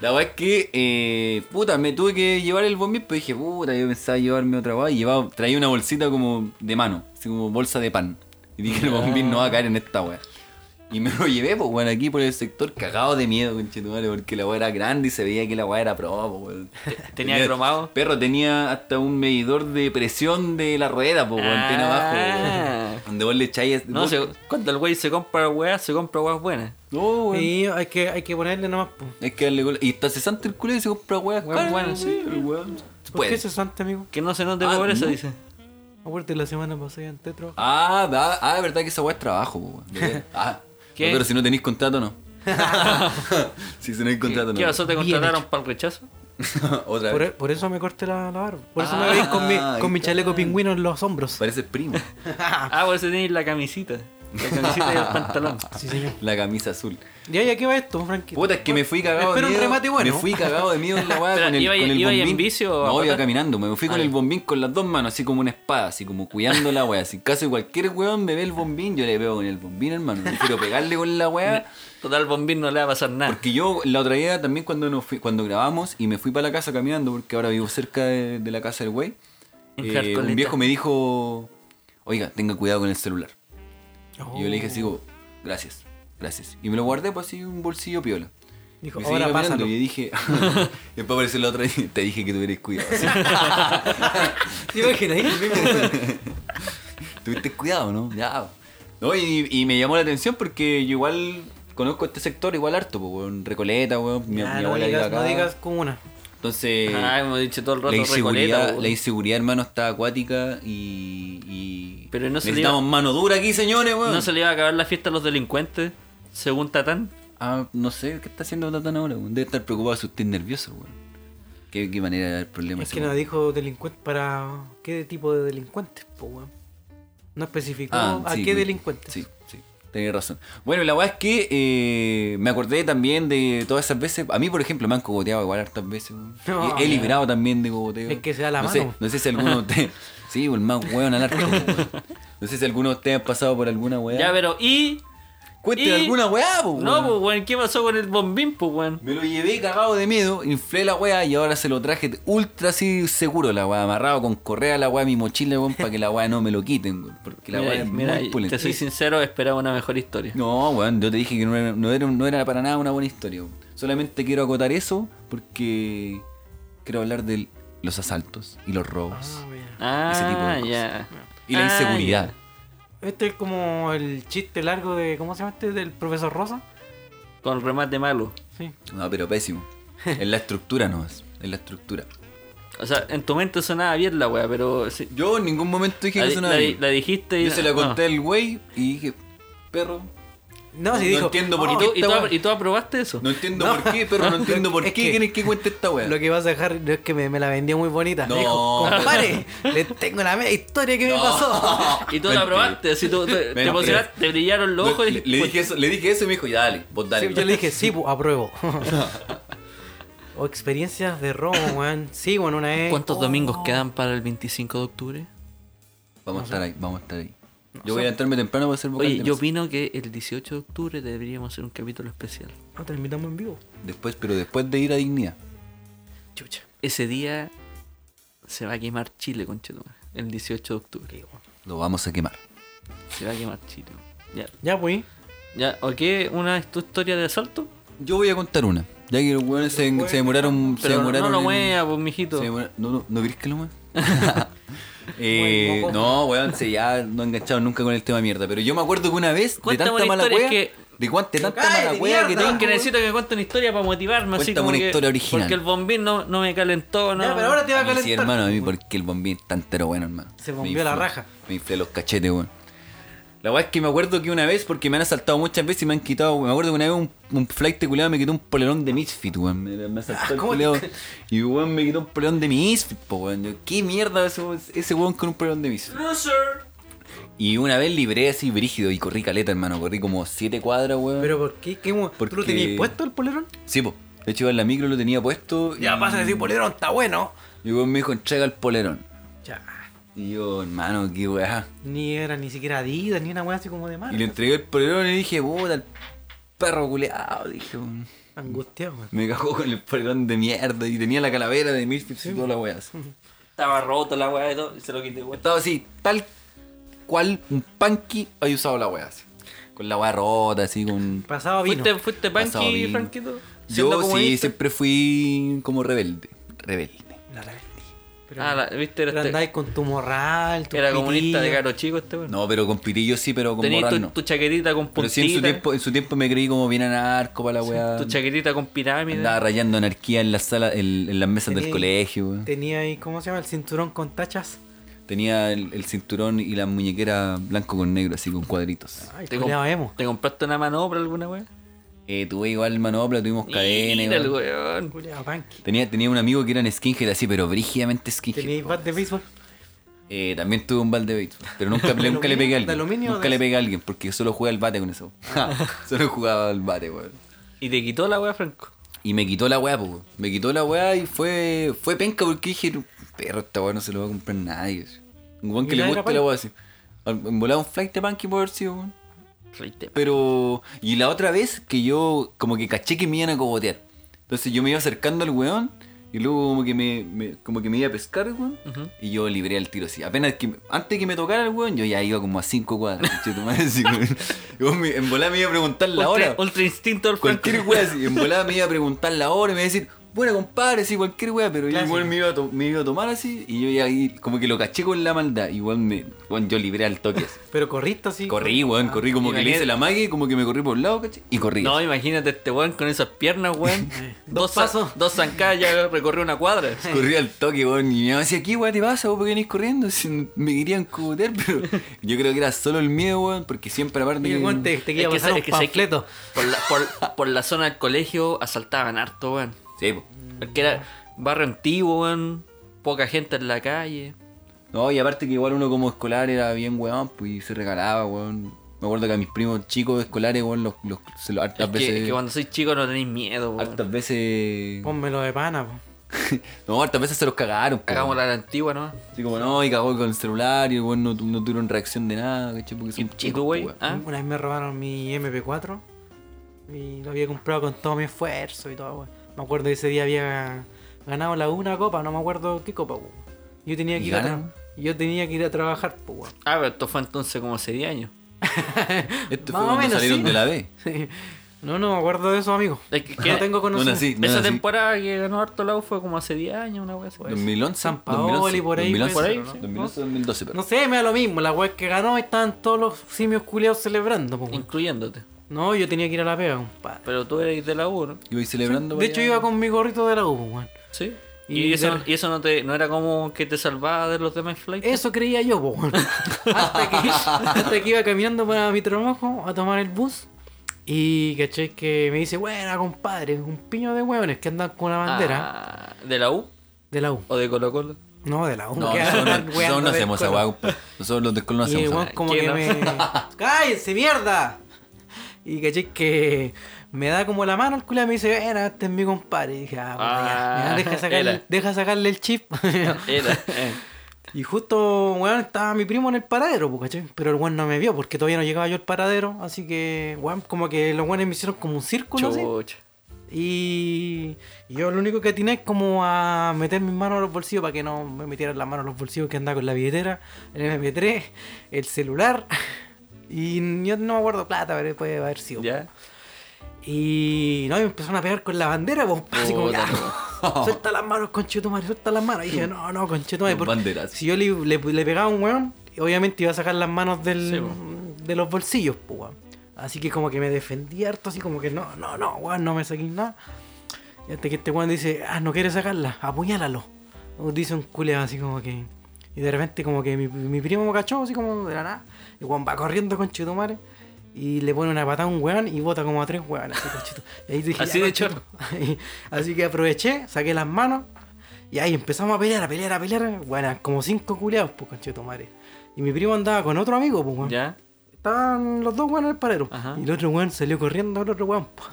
[SPEAKER 3] La weá es que, eh, puta, me tuve que llevar el bombín, pero dije, puta, yo pensaba llevarme otra weá. Y llevaba, traía una bolsita como de mano, así como bolsa de pan. Y dije, el bombín no va a caer en esta weá. Y me lo llevé, pues, weón, aquí por el sector, cagado de miedo, conchetumare, porque la weá era grande y se veía que la weá era pro, po, weón.
[SPEAKER 5] tenía cromado?
[SPEAKER 3] Perro, tenía hasta un medidor de presión de la rueda, po, weón, tiene abajo,
[SPEAKER 5] Ah.
[SPEAKER 3] weón. Donde vos le echáis.
[SPEAKER 5] No,
[SPEAKER 3] vos-
[SPEAKER 5] se- cuando el wey se compra weas, se compra weas buenas.
[SPEAKER 3] No, weón.
[SPEAKER 4] Y hay que, hay que ponerle nomás, pues.
[SPEAKER 3] Es que darle cola. Y está cesante el culo y se compra weas
[SPEAKER 5] Weas
[SPEAKER 3] caras,
[SPEAKER 5] buenas, sí.
[SPEAKER 3] el weón.
[SPEAKER 4] ¿Por
[SPEAKER 3] Puede.
[SPEAKER 4] qué se santa, amigo?
[SPEAKER 5] Que no se note
[SPEAKER 3] Ah,
[SPEAKER 5] pobreza,
[SPEAKER 3] ¿no?
[SPEAKER 5] dice.
[SPEAKER 4] Acuérdate la semana pasada en Tetro.
[SPEAKER 3] Ah, ah, ah, es verdad que esa wea es trabajo, po, weón.
[SPEAKER 5] [LAUGHS]
[SPEAKER 3] ¿Verdad? Ah,
[SPEAKER 5] ¿Qué?
[SPEAKER 3] no, pero si no tenéis contrato,
[SPEAKER 5] [LAUGHS]
[SPEAKER 3] no. [LAUGHS] si no hay contrato,
[SPEAKER 5] ¿Qué, ¿Qué
[SPEAKER 3] no.
[SPEAKER 5] pasó? ¿Te
[SPEAKER 4] Bien
[SPEAKER 5] contrataron para el rechazo?
[SPEAKER 3] [LAUGHS] Otra vez.
[SPEAKER 4] Por, e, por eso me corté la, la barba. Por eso me
[SPEAKER 3] Ah,
[SPEAKER 4] veis con mi,
[SPEAKER 3] ahí
[SPEAKER 4] con mi
[SPEAKER 3] está.
[SPEAKER 4] chaleco pingüino en los
[SPEAKER 5] e-
[SPEAKER 4] hombros.
[SPEAKER 3] Parece
[SPEAKER 5] [LAUGHS]
[SPEAKER 3] primo.
[SPEAKER 5] Ah, por eso tenéis la camisita. La camisita
[SPEAKER 3] [LAUGHS]
[SPEAKER 5] y el pantalón.
[SPEAKER 4] Sí, [LAUGHS] señor.
[SPEAKER 3] La camisa azul.
[SPEAKER 4] ¿Y ahí a qué va esto, Frankie?
[SPEAKER 3] Puta, es que me fui cagado de
[SPEAKER 4] Espero un
[SPEAKER 3] miedo.
[SPEAKER 4] remate bueno.
[SPEAKER 3] Me fui cagado de miedo
[SPEAKER 5] [LAUGHS]
[SPEAKER 3] en la weá
[SPEAKER 5] Espera,
[SPEAKER 3] con el,
[SPEAKER 5] ¿iba-
[SPEAKER 3] con el
[SPEAKER 5] iba en
[SPEAKER 3] bombín.
[SPEAKER 5] bici o a
[SPEAKER 3] no, iba
[SPEAKER 5] pata?
[SPEAKER 3] caminando. Me fui con
[SPEAKER 5] Ah,
[SPEAKER 3] el
[SPEAKER 5] ya.
[SPEAKER 3] bombín con las dos manos, así como una espada, así como cuidando la weá. Si en caso de cualquier weón me ve el bombín, yo le veo con el bombín, hermano. Prefiero pegarle con la weá.
[SPEAKER 5] Total, bombín no le va a pasar
[SPEAKER 4] Ah.
[SPEAKER 5] nada.
[SPEAKER 3] Porque yo la otra idea también cuando nos fui- cuando grabamos y me fui para la casa caminando, porque ahora vivo cerca de, de la casa del güey,
[SPEAKER 5] En
[SPEAKER 3] eh,
[SPEAKER 5] Jarcoleta.
[SPEAKER 3] un viejo me dijo, oiga, tenga cuidado con el celular.
[SPEAKER 4] Oh.
[SPEAKER 3] Y yo le dije así, como, gracias, gracias. Y me lo guardé pues así en un bolsillo piola.
[SPEAKER 4] Dijo,
[SPEAKER 3] Me seguí
[SPEAKER 4] ahora
[SPEAKER 3] caminando
[SPEAKER 4] pásalo.
[SPEAKER 3] y dije, [LAUGHS] y después apareció la otra y [LAUGHS] te dije que tuvieras
[SPEAKER 4] [LAUGHS]
[SPEAKER 3] cuidado. [LAUGHS] así.
[SPEAKER 4] ¿Te imaginas?
[SPEAKER 5] [LAUGHS]
[SPEAKER 3] Tuviste cuidado, ¿no? Ya. No, y, y me llamó la atención porque yo igual conozco este sector igual harto, pues, weón, Recoleta, weón, mi,
[SPEAKER 4] Ya,
[SPEAKER 3] mi
[SPEAKER 4] Ah, no,
[SPEAKER 3] abuela vive
[SPEAKER 4] digas,
[SPEAKER 3] acá.
[SPEAKER 4] no digas como una.
[SPEAKER 3] Entonces,
[SPEAKER 5] Ah, hemos dicho todo el rato
[SPEAKER 3] la
[SPEAKER 5] Recoleta,
[SPEAKER 3] inseguridad,
[SPEAKER 5] weón.
[SPEAKER 3] la inseguridad, hermano, está acuática y. y
[SPEAKER 5] Pero no se le
[SPEAKER 3] necesitamos mano dura aquí, señores, weón.
[SPEAKER 5] ¿No se le iba a acabar la fiesta a los delincuentes? Según Tatán.
[SPEAKER 3] Ah, no sé, ¿qué está haciendo Tatán ahora, weón? Debe estar preocupado si usted es nervioso, weón. ¿Qué, qué manera de dar problemas.
[SPEAKER 4] Es que nos dijo delincuente para. ¿Qué tipo de delincuentes, po, weón? No especificó a qué delincuentes.
[SPEAKER 3] Ah, Sí, sí, tenés razón. Bueno, la verdad es que eh, me acordé también de todas esas veces. A mí, por ejemplo, me han cogoteado igual hartas veces. weón.
[SPEAKER 4] No,
[SPEAKER 3] he, he
[SPEAKER 4] ya.
[SPEAKER 3] librado también de cogoteo.
[SPEAKER 4] Es que se da la
[SPEAKER 3] no
[SPEAKER 4] mano.
[SPEAKER 3] Sé, no sé si
[SPEAKER 4] [LAUGHS]
[SPEAKER 3] alguno de ustedes. Sí, pues, el más weón al arco. weón. No sé si alguno de ustedes ha pasado por alguna weá.
[SPEAKER 5] Ya, pero ¿y?
[SPEAKER 3] Cuente
[SPEAKER 5] Y-
[SPEAKER 3] alguna weá, po, ¿Eh?
[SPEAKER 5] No,
[SPEAKER 3] Oh, weón.
[SPEAKER 5] pues, weón, ¿qué pasó con el bombín, pues, weón?
[SPEAKER 3] Me lo llevé cagado de miedo, inflé la weá y ahora se lo traje ultra así seguro la weá, amarrado con correa la weá, mi mochila, weón, para que la weá no me lo quiten, weón. Porque la
[SPEAKER 5] Mira,
[SPEAKER 3] weá es
[SPEAKER 5] mira,
[SPEAKER 3] muy pulenta.
[SPEAKER 5] te soy sincero, esperaba una mejor historia.
[SPEAKER 3] No, weón, yo te dije que no era, no era- no era para nada una buena historia. weón. Solamente quiero acotar eso porque quiero hablar de los asaltos y los robos
[SPEAKER 4] Ah, mira.
[SPEAKER 5] Ah,
[SPEAKER 3] Ese tipo de cosas.
[SPEAKER 5] ya.
[SPEAKER 3] y la
[SPEAKER 5] Ah,
[SPEAKER 3] inseguridad.
[SPEAKER 4] Este es como el chiste largo de. ¿Cómo se llama este? Del profesor Rosa.
[SPEAKER 5] ya. Con remate malo.
[SPEAKER 4] Sí.
[SPEAKER 3] No, pero
[SPEAKER 5] [LAUGHS]
[SPEAKER 3] pésimo. En la estructura nomás, en la estructura.
[SPEAKER 5] O sea, en tu mente sonaba bien la weá, pero. sí.
[SPEAKER 3] Yo en ningún momento dije
[SPEAKER 5] La,
[SPEAKER 3] que
[SPEAKER 5] di-
[SPEAKER 3] eso no
[SPEAKER 5] la
[SPEAKER 3] era
[SPEAKER 5] di-
[SPEAKER 3] bien.
[SPEAKER 5] la dijiste y.
[SPEAKER 3] Yo se la
[SPEAKER 5] no.
[SPEAKER 3] conté al güey y dije, perro,
[SPEAKER 4] No,
[SPEAKER 3] No
[SPEAKER 4] sí dijo.
[SPEAKER 3] entiendo por
[SPEAKER 5] ¿Y
[SPEAKER 4] "Oh,
[SPEAKER 5] tú, y, tú,
[SPEAKER 3] Esta
[SPEAKER 5] apro-
[SPEAKER 3] weá.
[SPEAKER 5] y tú aprobaste eso?
[SPEAKER 3] no entiendo
[SPEAKER 4] No.
[SPEAKER 3] por qué, perro,
[SPEAKER 4] [LAUGHS]
[SPEAKER 3] no entiendo por
[SPEAKER 4] Es
[SPEAKER 3] qué
[SPEAKER 4] que-
[SPEAKER 3] quieres que cuente esta weá.
[SPEAKER 4] Lo que pasa, Harry, no es que me, me la vendió muy bonita.
[SPEAKER 3] No.
[SPEAKER 4] Me dijo,
[SPEAKER 3] [LAUGHS]
[SPEAKER 4] compadre, le tengo la media historia que me
[SPEAKER 3] No.
[SPEAKER 4] pasó.
[SPEAKER 5] Y tú
[SPEAKER 3] Mentira.
[SPEAKER 5] la probaste, así tú te, te
[SPEAKER 3] Mentira.
[SPEAKER 5] emocionaste, te brillaron los
[SPEAKER 3] No,
[SPEAKER 5] ojos. y
[SPEAKER 3] le, le dije eso, le dije eso y me dijo, ya dale, vos [LAUGHS] dale.
[SPEAKER 4] Sí, yo le dije, sí,
[SPEAKER 3] [LAUGHS]
[SPEAKER 4] pu, apruebo. [LAUGHS] o experiencias de robo, weón. Sí, bueno, una vez.
[SPEAKER 5] ¿Cuántos
[SPEAKER 4] Oh,
[SPEAKER 5] domingos quedan para el 25 de octubre?
[SPEAKER 3] Vamos a estar ahí, vamos a estar ahí. Yo voy a entrarme temprano para hacer vocal
[SPEAKER 5] Oye,
[SPEAKER 3] de
[SPEAKER 5] yo
[SPEAKER 3] mesa.
[SPEAKER 5] opino que el 18 de octubre deberíamos hacer un capítulo especial.
[SPEAKER 4] No, te invitamos en vivo.
[SPEAKER 3] Después, pero después de ir a Dignidad.
[SPEAKER 4] Chucha.
[SPEAKER 5] Ese día se va a quemar Chile, conchetumare. El 18 de octubre.
[SPEAKER 3] Lo vamos a quemar.
[SPEAKER 5] Se va a quemar Chile. Ya,
[SPEAKER 4] Ya, pues.
[SPEAKER 5] ya. ¿O qué? ¿Una tu historia de asalto?
[SPEAKER 3] Yo voy a contar una. Ya que los weones se, se demoraron. se
[SPEAKER 5] Pero no, no
[SPEAKER 3] demoraron
[SPEAKER 5] lo
[SPEAKER 3] en-
[SPEAKER 5] mueva, pues, mijito.
[SPEAKER 3] se demora- No, no, ¿no querés que lo mueva? Eh, no, weón, se ya no engancharon nunca con el tema de mierda. Pero yo me acuerdo que una vez, de
[SPEAKER 5] Cuéntame
[SPEAKER 3] tanta
[SPEAKER 5] una
[SPEAKER 3] mala
[SPEAKER 5] historia
[SPEAKER 3] wea,
[SPEAKER 5] que-
[SPEAKER 3] de cuán- de tanta mala
[SPEAKER 4] ¡Cállate,
[SPEAKER 3] wea que
[SPEAKER 4] mierda!
[SPEAKER 5] No,
[SPEAKER 3] tengo.
[SPEAKER 5] es Ah, que necesito que me cuente una historia para motivarme. así
[SPEAKER 3] Cuéntame
[SPEAKER 5] como
[SPEAKER 3] una
[SPEAKER 5] que-
[SPEAKER 3] historia original.
[SPEAKER 5] Porque el bombín no, no me calentó. No.
[SPEAKER 4] Ya, pero ahora te va a
[SPEAKER 3] A mí
[SPEAKER 4] calentar.
[SPEAKER 3] sí, hermano, a mí porque el bombín está entero bueno, hermano.
[SPEAKER 4] Se
[SPEAKER 3] Me
[SPEAKER 4] bombeó la
[SPEAKER 3] inflé-
[SPEAKER 4] raja.
[SPEAKER 3] Me inflé los cachetes, weón. La weá es que me acuerdo que una vez, porque me han asaltado muchas veces y me han quitado, me acuerdo que una vez un, un flight culiado me quitó un polerón de Misfit, weón. Me, me asaltó el
[SPEAKER 4] Ah, ¿cómo
[SPEAKER 3] culiao y weón me quitó un polerón de Misfit, po, weón. Yo, ¿Qué mierda ese, weón- ese weón con un polerón de Misfit? Y una vez libré así brígido y corrí caleta, hermano. Corrí como siete cuadras, weón.
[SPEAKER 4] ¿Pero por qué? ¿Qué mo- ¿Tú
[SPEAKER 3] Porque-
[SPEAKER 4] lo tenías puesto el polerón?
[SPEAKER 3] Sí, po. De hecho, en la micro lo tenía puesto. y-
[SPEAKER 4] Ya, pasa a decir polerón, está bueno.
[SPEAKER 3] Y weón me dijo, entrega el polerón.
[SPEAKER 4] Ya.
[SPEAKER 3] Y yo, hermano, qué weá.
[SPEAKER 4] Ni era ni siquiera Adidas, ni una weá así como de
[SPEAKER 3] Y
[SPEAKER 4] marca.
[SPEAKER 3] le entregué el polerón y dije, puta, el perro culeado. Dije, "Mm".
[SPEAKER 4] Angustiado, weón.
[SPEAKER 3] me cagó con el polerón de mierda. Y tenía la calavera de Misfits y toda la weá. así.
[SPEAKER 5] Estaba roto la weá y todo. Y se lo quité, weón.
[SPEAKER 3] Estaba así, tal cual un punky había usado la weá. así. Con la weá rota, así con.
[SPEAKER 4] Pasaba vino.
[SPEAKER 5] ¿Fuiste, fuiste
[SPEAKER 3] Pasado
[SPEAKER 5] punky,
[SPEAKER 3] bien.
[SPEAKER 5] Franquito? Siendo
[SPEAKER 3] Yo sí,
[SPEAKER 4] este-
[SPEAKER 5] comunista.
[SPEAKER 3] siempre fui como rebelde. Rebelde.
[SPEAKER 4] La rebeldía. Pero,
[SPEAKER 5] Ah, la- viste,
[SPEAKER 4] pero
[SPEAKER 5] era, este-
[SPEAKER 4] andáis con tu morral, tu
[SPEAKER 5] era comunista de
[SPEAKER 4] pitillo.
[SPEAKER 5] caro chico este weón.
[SPEAKER 3] No, pero con pitillo sí, pero con
[SPEAKER 5] Tenías
[SPEAKER 3] moral
[SPEAKER 5] tu,
[SPEAKER 3] no.
[SPEAKER 5] tu chaquetita con
[SPEAKER 3] Pero sí, en su,
[SPEAKER 5] puntita.
[SPEAKER 3] tiempo, en su tiempo me creí como bien anarco para la weá.
[SPEAKER 5] tu chaquetita con pirámide.
[SPEAKER 3] Andaba rayando anarquía en, la sala, en, en las mesas del
[SPEAKER 4] Tenía-
[SPEAKER 3] colegio. weón.
[SPEAKER 4] Tenía ahí, ¿cómo se llama? El cinturón con tachas.
[SPEAKER 3] Tenía el, el cinturón y la muñequera blanco con negro, así con cuadritos.
[SPEAKER 4] Ay,
[SPEAKER 5] Te,
[SPEAKER 4] te
[SPEAKER 5] comp-
[SPEAKER 4] emo.
[SPEAKER 5] ¿Te compraste una manopla alguna weá?
[SPEAKER 3] Eh, tuve igual manopla, tuvimos cadena.
[SPEAKER 5] Mira el
[SPEAKER 3] igual.
[SPEAKER 5] weón.
[SPEAKER 4] Culeado punky.
[SPEAKER 3] Tenía, tenía un amigo que era skinhead así, pero brígidamente
[SPEAKER 4] Teníais
[SPEAKER 5] "Oh,
[SPEAKER 3] skinhead.
[SPEAKER 4] bat de béisbol.
[SPEAKER 3] Eh, también tuve un balde de béisbol, pero
[SPEAKER 5] [LAUGHS]
[SPEAKER 3] nunca, le- nunca le
[SPEAKER 4] aluminio?
[SPEAKER 3] pegué a
[SPEAKER 4] ¿De
[SPEAKER 3] alguien.
[SPEAKER 4] aluminio o
[SPEAKER 3] Nunca
[SPEAKER 4] de-
[SPEAKER 3] le pegué a alguien, porque yo solo jugaba al bate con eso.
[SPEAKER 5] Ah.
[SPEAKER 3] [LAUGHS] solo jugaba al bate, weón.
[SPEAKER 5] Y te quitó la weá, Franco.
[SPEAKER 3] Y me quitó la weá, po, weón. Me quitó la weá y fue, fue penca porque dije, "No, perro, esta weá no se lo va a comprar nadie. Un weón que
[SPEAKER 4] ¿Y
[SPEAKER 3] le
[SPEAKER 4] nadie era
[SPEAKER 3] gusta la
[SPEAKER 4] punk?
[SPEAKER 3] weá así. Al- Volaba un flight de punky por haber sido, weón.
[SPEAKER 5] Reite.
[SPEAKER 3] Pero. Y la otra vez que yo como que caché que me iban a cogotear. Entonces yo me iba acercando al weón. Y luego como que me, me- como que me iba a pescar, weón. Y yo libré el tiro así. Apenas que antes que me tocara el weón, yo ya iba como a cinco cuadras. conche tu [LAUGHS] madre, así, weón. Y vos me- en volada me iba a preguntar la
[SPEAKER 5] Ultra,
[SPEAKER 3] hora.
[SPEAKER 5] ultra instinto del Franco.
[SPEAKER 3] Cualquier weá así. En volada me iba a preguntar la hora y me iba a decir, bueno compadre, sí, cualquier weá, pero yo
[SPEAKER 4] Clásico.
[SPEAKER 3] igual me iba, a to- me iba a tomar así. Y yo ya ahí como que lo caché con la maldad. Igual me. Bueno, yo libré al toque así.
[SPEAKER 4] Pero corriste así.
[SPEAKER 3] Corrí, weón, corrí como que le hice la magia y como que me corrí por un lado, ¿cachai? Y corrí.
[SPEAKER 5] No, imagínate este weón con esas piernas, [LAUGHS] weón. Eh, dos
[SPEAKER 4] Dos
[SPEAKER 5] sa-
[SPEAKER 4] pasos.
[SPEAKER 5] Dos zancadas ya recorrió una [LAUGHS] cuadra.
[SPEAKER 3] [LAUGHS] corrí al toque, weón. Y me decía, aquí, weón, te pasa? ¿Vos por qué venís corriendo? Si me querían cogotear, [LAUGHS] pero yo creo que era solo el miedo, weón, porque siempre aparte
[SPEAKER 4] Y el weón te,
[SPEAKER 3] que...
[SPEAKER 4] te quería
[SPEAKER 5] Es que
[SPEAKER 4] pasar
[SPEAKER 5] sé-
[SPEAKER 4] un
[SPEAKER 5] es que sé que-
[SPEAKER 4] panfleto.
[SPEAKER 5] Por la, por, por la zona del colegio asaltaban harto, weón.
[SPEAKER 3] Sí, po.
[SPEAKER 5] Porque era barrio antiguo, weón. Poca gente en la calle.
[SPEAKER 3] No, y aparte que igual uno como escolar era bien, weón, pues y se regalaba, weón. Me acuerdo que a mis primos chicos escolares, weón, los, los, se los- hartas
[SPEAKER 5] Es
[SPEAKER 3] veces...
[SPEAKER 5] que, es que cuando sois chico no tenéis miedo, weón.
[SPEAKER 3] Hartas veces...
[SPEAKER 4] Pónmelo de pana, po.
[SPEAKER 3] [LAUGHS] No, hartas veces se los cagaron, po,
[SPEAKER 5] Hagamos
[SPEAKER 3] weón.
[SPEAKER 5] la antigua, ¿no?
[SPEAKER 3] Así como, no, y cagó con el celular y el weón no, tu- no tuvieron reacción de nada, ¿cachai? Porque son pues,
[SPEAKER 5] Chico,
[SPEAKER 3] po,
[SPEAKER 5] güey. ¿Ah?
[SPEAKER 4] Una vez me robaron mi MP4 y lo había comprado con todo mi esfuerzo y todo, weón. Me acuerdo que ese día había ganado la una copa, no me acuerdo qué copa, weón. Yo tenía que
[SPEAKER 3] ¿Y
[SPEAKER 4] ir a
[SPEAKER 3] ganan?
[SPEAKER 4] tra- yo tenía que ir a trabajar, po, weón.
[SPEAKER 5] Ah, pero esto fue entonces como hace 10 años.
[SPEAKER 3] Esto fue
[SPEAKER 4] Ah, Más o
[SPEAKER 3] cuando
[SPEAKER 4] menos,
[SPEAKER 3] salieron
[SPEAKER 4] sí.
[SPEAKER 3] de la B.
[SPEAKER 4] Sí. [LAUGHS] No, no me acuerdo de eso, amigo.
[SPEAKER 5] Es [LAUGHS] que-
[SPEAKER 4] no tengo
[SPEAKER 3] Bueno,
[SPEAKER 4] conocimiento.
[SPEAKER 3] sí. No,
[SPEAKER 5] Esa
[SPEAKER 3] así-
[SPEAKER 5] temporada que ganó harto la U fue como hace 10 años, una weá así.
[SPEAKER 3] 2011,
[SPEAKER 4] San Pues, Paoli,
[SPEAKER 3] 2011,
[SPEAKER 4] por ahí,
[SPEAKER 3] 2011,
[SPEAKER 5] por ahí,
[SPEAKER 3] ¿no?
[SPEAKER 5] sí.
[SPEAKER 3] 2011, 2012, pero.
[SPEAKER 4] No sé, me da lo mismo. La web que ganó estaban todos los simios culiados celebrando, po, weón.
[SPEAKER 5] Incluyéndote.
[SPEAKER 4] No, yo tenía que ir a la pega, compadre.
[SPEAKER 5] Pero tú eres de la U, ¿no?
[SPEAKER 3] Iba ahí celebrando.
[SPEAKER 4] De hecho, iba con mi gorrito de la U, po, weón.
[SPEAKER 5] Sí. Y,
[SPEAKER 4] Y
[SPEAKER 5] eso,
[SPEAKER 4] de-
[SPEAKER 5] y eso no te no era como que te salvaba de los demás flights.
[SPEAKER 4] Eso creía yo, po,
[SPEAKER 3] [LAUGHS]
[SPEAKER 4] weón. hasta, que, hasta que iba caminando para mi trabajo a tomar el bus. Y caché que me dice, bueno, compadre, un piño de hueones que andan con una bandera
[SPEAKER 5] Ah, ¿De la U
[SPEAKER 4] de la U.
[SPEAKER 5] o de Colo Colo?
[SPEAKER 4] No, de la U.
[SPEAKER 3] No,
[SPEAKER 4] [LAUGHS] que
[SPEAKER 3] nosotros no,
[SPEAKER 4] andan
[SPEAKER 3] nosotros
[SPEAKER 4] hueando
[SPEAKER 3] no
[SPEAKER 4] del
[SPEAKER 3] hacemos esa
[SPEAKER 4] Colo.
[SPEAKER 3] weá, compa. Nosotros los del Colo no
[SPEAKER 4] Y el
[SPEAKER 3] hacemos esa
[SPEAKER 4] weón
[SPEAKER 3] weá.
[SPEAKER 4] como
[SPEAKER 5] ¿Quién
[SPEAKER 4] que
[SPEAKER 5] no?
[SPEAKER 3] [LAUGHS]
[SPEAKER 4] me... ¡Cállense, mierda! Y caché que me da como la mano al culo y me dice, ven, este es mi compadre. Y dije, ah, puta, ya,
[SPEAKER 5] Ah,
[SPEAKER 4] ya, deja, sacarle, [LAUGHS]
[SPEAKER 5] era.
[SPEAKER 4] deja sacarle el chip.
[SPEAKER 5] Era. eh.
[SPEAKER 4] Y justo, weón, estaba mi primo en el paradero, po, ¿cachai? Pero el weón no me vio porque todavía no llegaba yo al paradero. Así que, weón, como que los weones me hicieron como un círculo así.
[SPEAKER 5] Chucha.
[SPEAKER 4] Y y yo lo único que atiné es como a meter mis manos a los bolsillos para que no me metieran las manos a los bolsillos que andaba con la billetera, el MP3, el celular. [LAUGHS] Y yo no me acuerdo plata, pero puede haber sido.
[SPEAKER 5] ¿Ya?
[SPEAKER 4] Y no, y me empezaron a pegar con la bandera, pues, [LAUGHS] así como,
[SPEAKER 3] Puta,
[SPEAKER 4] "Ah, suelta las manos, conchetumare, suelta las manos. Y dije, no, no, conchetumare,
[SPEAKER 3] Un
[SPEAKER 4] porque
[SPEAKER 3] banderazo.
[SPEAKER 4] si yo le, le, le pegaba a un weón, obviamente iba a sacar las manos del,
[SPEAKER 5] Sí, po.
[SPEAKER 4] de los bolsillos, pues, weón. Así que como que me defendí harto, así como que no, no, no, weón, no me saquís nada. Y hasta que este weón dice, ah, no quiere sacarla, apuñálalo. O Dice un culeado así como que. Y de repente, como que mi, mi primo me cachó, así como de la nada. El weón va corriendo con Chetumare. Y le pone una patada a un weón y bota como a tres weones. Así, conchetu- y ahí dije,
[SPEAKER 5] Así
[SPEAKER 4] "Ya,
[SPEAKER 5] de
[SPEAKER 4] conchetu-". [LAUGHS] Así que aproveché, saqué las manos. Y ahí empezamos a pelear, a pelear, a pelear. Bueno, como cinco culeados, pues, conchetumare. Y mi primo andaba con otro amigo, pues, weón.
[SPEAKER 5] ¿Ya?
[SPEAKER 4] Estaban los dos weones en el parero.
[SPEAKER 5] Ajá.
[SPEAKER 4] Y el otro weón salió corriendo, el otro weón. [LAUGHS] po.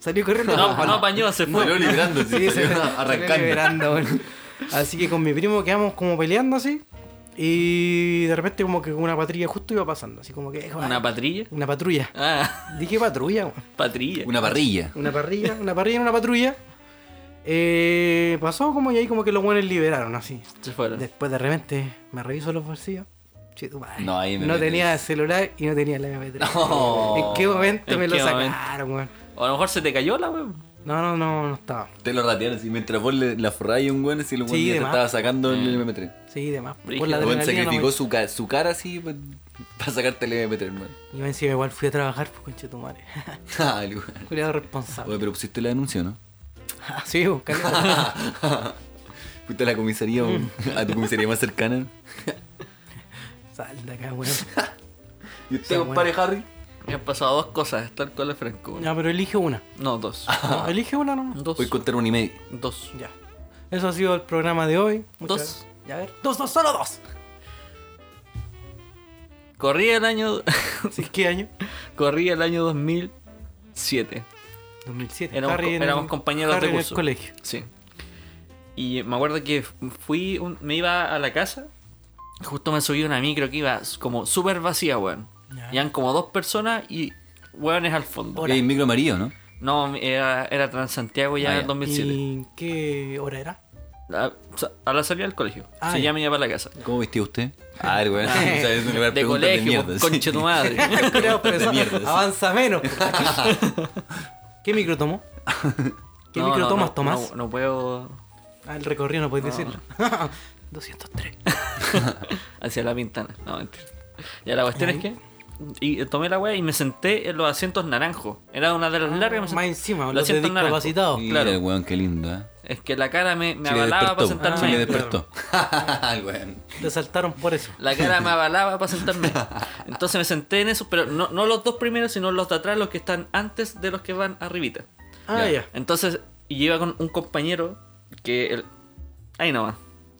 [SPEAKER 4] Salió corriendo.
[SPEAKER 5] No, no apañó, se fue.
[SPEAKER 3] Salió librando, sí, [LAUGHS] salió
[SPEAKER 4] Sí, se- salió
[SPEAKER 3] arrancando.
[SPEAKER 4] liberando, weón. Así que con mi primo quedamos como peleando así. Y de repente como que una patrulla justo iba pasando. Así como que...
[SPEAKER 5] ¿Una patrilla?
[SPEAKER 4] Una patrulla.
[SPEAKER 5] Ah, [LAUGHS]
[SPEAKER 4] Dije patrulla, weón.
[SPEAKER 5] patrilla.
[SPEAKER 3] Una parrilla.
[SPEAKER 4] Una parrilla, una parrilla en una patrulla. Eh, pasó como y ahí como que los buenos liberaron así.
[SPEAKER 5] Se fueron.
[SPEAKER 4] Después de repente me reviso los bolsillos. Che, tu madre.
[SPEAKER 3] No, ahí me
[SPEAKER 4] no
[SPEAKER 3] metes.
[SPEAKER 4] tenía celular y no tenía la MP3.
[SPEAKER 3] No.
[SPEAKER 4] ¿En qué momento
[SPEAKER 5] ¿En
[SPEAKER 4] me
[SPEAKER 5] qué
[SPEAKER 4] lo
[SPEAKER 5] momento?
[SPEAKER 4] sacaron, weón?
[SPEAKER 5] O a lo mejor se te cayó la weón.
[SPEAKER 4] No, no, no, no estaba.
[SPEAKER 3] Te lo ratearon así. Mientras vos le- la forrabas a un weón, así el weón
[SPEAKER 4] Sí,
[SPEAKER 3] ya te
[SPEAKER 4] de más.
[SPEAKER 3] estaba sacando
[SPEAKER 5] Mm.
[SPEAKER 3] el MP3.
[SPEAKER 4] Sí, demás.
[SPEAKER 5] Brígido.
[SPEAKER 4] Por la
[SPEAKER 3] El weón
[SPEAKER 4] adrenalina no me-
[SPEAKER 3] sacrificó su, ca- su cara así pa- [LAUGHS] para sacarte el MP3, hermano. [LAUGHS]
[SPEAKER 4] Y me encima igual fui a trabajar, pues conche tu madre. [LAUGHS]
[SPEAKER 3] Ah, el weón.
[SPEAKER 4] Cuidado responsable.
[SPEAKER 3] Oye, pero pusiste la denuncia,
[SPEAKER 4] [LAUGHS]
[SPEAKER 3] ¿no? [LAUGHS]
[SPEAKER 4] Ah, sí, pues, caleta.
[SPEAKER 3] Fuiste a la comisaría, o-
[SPEAKER 4] Mm.
[SPEAKER 3] a tu comisaría más cercana.
[SPEAKER 4] Sal de acá, weón.
[SPEAKER 3] ¿Y
[SPEAKER 4] Sí,
[SPEAKER 3] usted, compadre Harry?
[SPEAKER 5] Me han pasado dos cosas, estar con el Franco. weón.
[SPEAKER 4] No, pero elige una.
[SPEAKER 5] No, dos.
[SPEAKER 4] No, elige una nomás.
[SPEAKER 5] Dos.
[SPEAKER 3] Ah, Voy a contar una y media.
[SPEAKER 5] Dos.
[SPEAKER 4] Ya. Eso ha sido el programa de hoy.
[SPEAKER 5] Dos.
[SPEAKER 4] Ya a ver. Dos, dos, solo dos.
[SPEAKER 5] Corría el año. [LAUGHS]
[SPEAKER 4] ¿Sí, ¿Qué año?
[SPEAKER 5] Corría el año 2007.
[SPEAKER 4] 2007.
[SPEAKER 5] Éramos co-
[SPEAKER 4] en-
[SPEAKER 5] éramos compañeros
[SPEAKER 4] Harry
[SPEAKER 5] de
[SPEAKER 4] en el
[SPEAKER 5] curso.
[SPEAKER 4] colegio.
[SPEAKER 5] Sí. Y me acuerdo que fui, un- me iba a la casa. Justo me subí a una micro que iba como súper vacía, weón.
[SPEAKER 4] Ya.
[SPEAKER 5] Iban como dos personas y weones al fondo.
[SPEAKER 3] Y el micro amarillo, ¿no?
[SPEAKER 5] No, era, era Transantiago ya
[SPEAKER 3] Ah,
[SPEAKER 5] en
[SPEAKER 3] ya.
[SPEAKER 5] el 2007.
[SPEAKER 4] ¿Y qué hora era?
[SPEAKER 5] [LAUGHS] A, a la salida del colegio.
[SPEAKER 4] Ah,
[SPEAKER 5] Se
[SPEAKER 4] ya.
[SPEAKER 5] llama ya para la casa.
[SPEAKER 3] ¿Cómo vestía usted? Ah, el
[SPEAKER 4] [LAUGHS]
[SPEAKER 3] weón. [LAUGHS] o sea, es un lugar
[SPEAKER 5] De
[SPEAKER 3] preguntas
[SPEAKER 5] colegio,
[SPEAKER 3] mierda, sí.
[SPEAKER 5] conche tu
[SPEAKER 3] [LAUGHS]
[SPEAKER 5] madre.
[SPEAKER 4] Cuidado, pero eso-
[SPEAKER 3] mierda, sí.
[SPEAKER 4] Avanza menos.
[SPEAKER 5] [LAUGHS]
[SPEAKER 4] ¿Qué micro tomó? ¿Qué
[SPEAKER 5] No,
[SPEAKER 4] micro
[SPEAKER 5] no,
[SPEAKER 4] tomas,
[SPEAKER 5] no,
[SPEAKER 4] Tomás?
[SPEAKER 5] No, no puedo
[SPEAKER 4] Ah, el recorrido no podéis decirlo. [LAUGHS] 203.
[SPEAKER 5] [LAUGHS] hacia la ventana. No, mentira. Ya la cuestión es que. Y eh, tomé la weá y me senté en los asientos naranjos. Era una
[SPEAKER 4] Ah,
[SPEAKER 5] de las largas. me senté-
[SPEAKER 4] Más encima,
[SPEAKER 5] los
[SPEAKER 4] los de
[SPEAKER 5] asientos naranjos.
[SPEAKER 4] discapacitados.
[SPEAKER 3] Mira
[SPEAKER 5] Oh, claro.
[SPEAKER 3] el weón, qué lindo, ¿eh?
[SPEAKER 5] Es que la cara me, me
[SPEAKER 3] Se le
[SPEAKER 5] avalaba
[SPEAKER 3] despertó,
[SPEAKER 5] para sentarme.
[SPEAKER 3] se le
[SPEAKER 5] ahí.
[SPEAKER 3] despertó. [LAUGHS] el weón.
[SPEAKER 4] Te saltaron por eso.
[SPEAKER 5] La cara me avalaba para sentarme. Entonces me senté en eso, pero no, no los dos primeros, sino los de atrás, los que están antes de los que van arribita.
[SPEAKER 4] Ah,
[SPEAKER 3] Ya.
[SPEAKER 4] ya.
[SPEAKER 5] Entonces, y iba con un compañero que. El... Ahí nomás.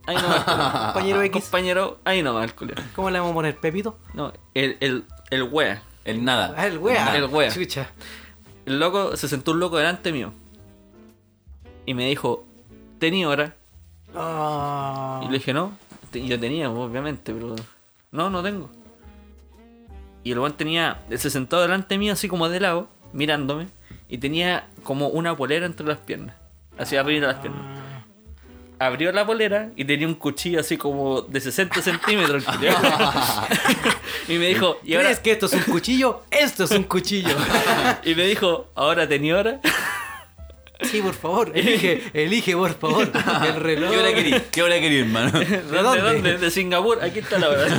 [SPEAKER 5] Ahí
[SPEAKER 4] [LAUGHS]
[SPEAKER 5] nomás.
[SPEAKER 4] Compañero X.
[SPEAKER 5] Compañero, ahí nomás, el culero.
[SPEAKER 4] ¿Cómo le vamos a poner? ¿Pepito?
[SPEAKER 5] No, el, el, el wea.
[SPEAKER 3] El nada.
[SPEAKER 4] Ah, el wea.
[SPEAKER 5] El wea.
[SPEAKER 4] Chucha.
[SPEAKER 5] El loco, se sentó un loco delante mío. Y me dijo, ¿tenía hora?
[SPEAKER 4] Ah.
[SPEAKER 5] Y le dije, no. Te- Yo tenía, pues, obviamente, pero. No, no tengo. Y el weón tenía. Se sentó delante mío, así como de lado, mirándome. Y tenía como una polera entre las piernas. Hacia arriba de las piernas.
[SPEAKER 4] Ah.
[SPEAKER 5] Abrió la polera y tenía un cuchillo así como de 60 centímetros. el culiao.
[SPEAKER 4] [LAUGHS]
[SPEAKER 5] [LAUGHS] y me dijo, ¿y ahora
[SPEAKER 4] ¿Crees que esto es un cuchillo? esto es un
[SPEAKER 5] [LAUGHS]
[SPEAKER 4] cuchillo.
[SPEAKER 5] Y me dijo, ¿ahora tenía hora?
[SPEAKER 4] Sí, por
[SPEAKER 5] [LAUGHS]
[SPEAKER 4] favor, elige, elige, por favor. El reloj.
[SPEAKER 3] ¿Qué hora querí? ¿Qué hora querí, hermano?
[SPEAKER 4] [LAUGHS]
[SPEAKER 5] ¿De dónde? De Singapur, aquí está la hora. [LAUGHS]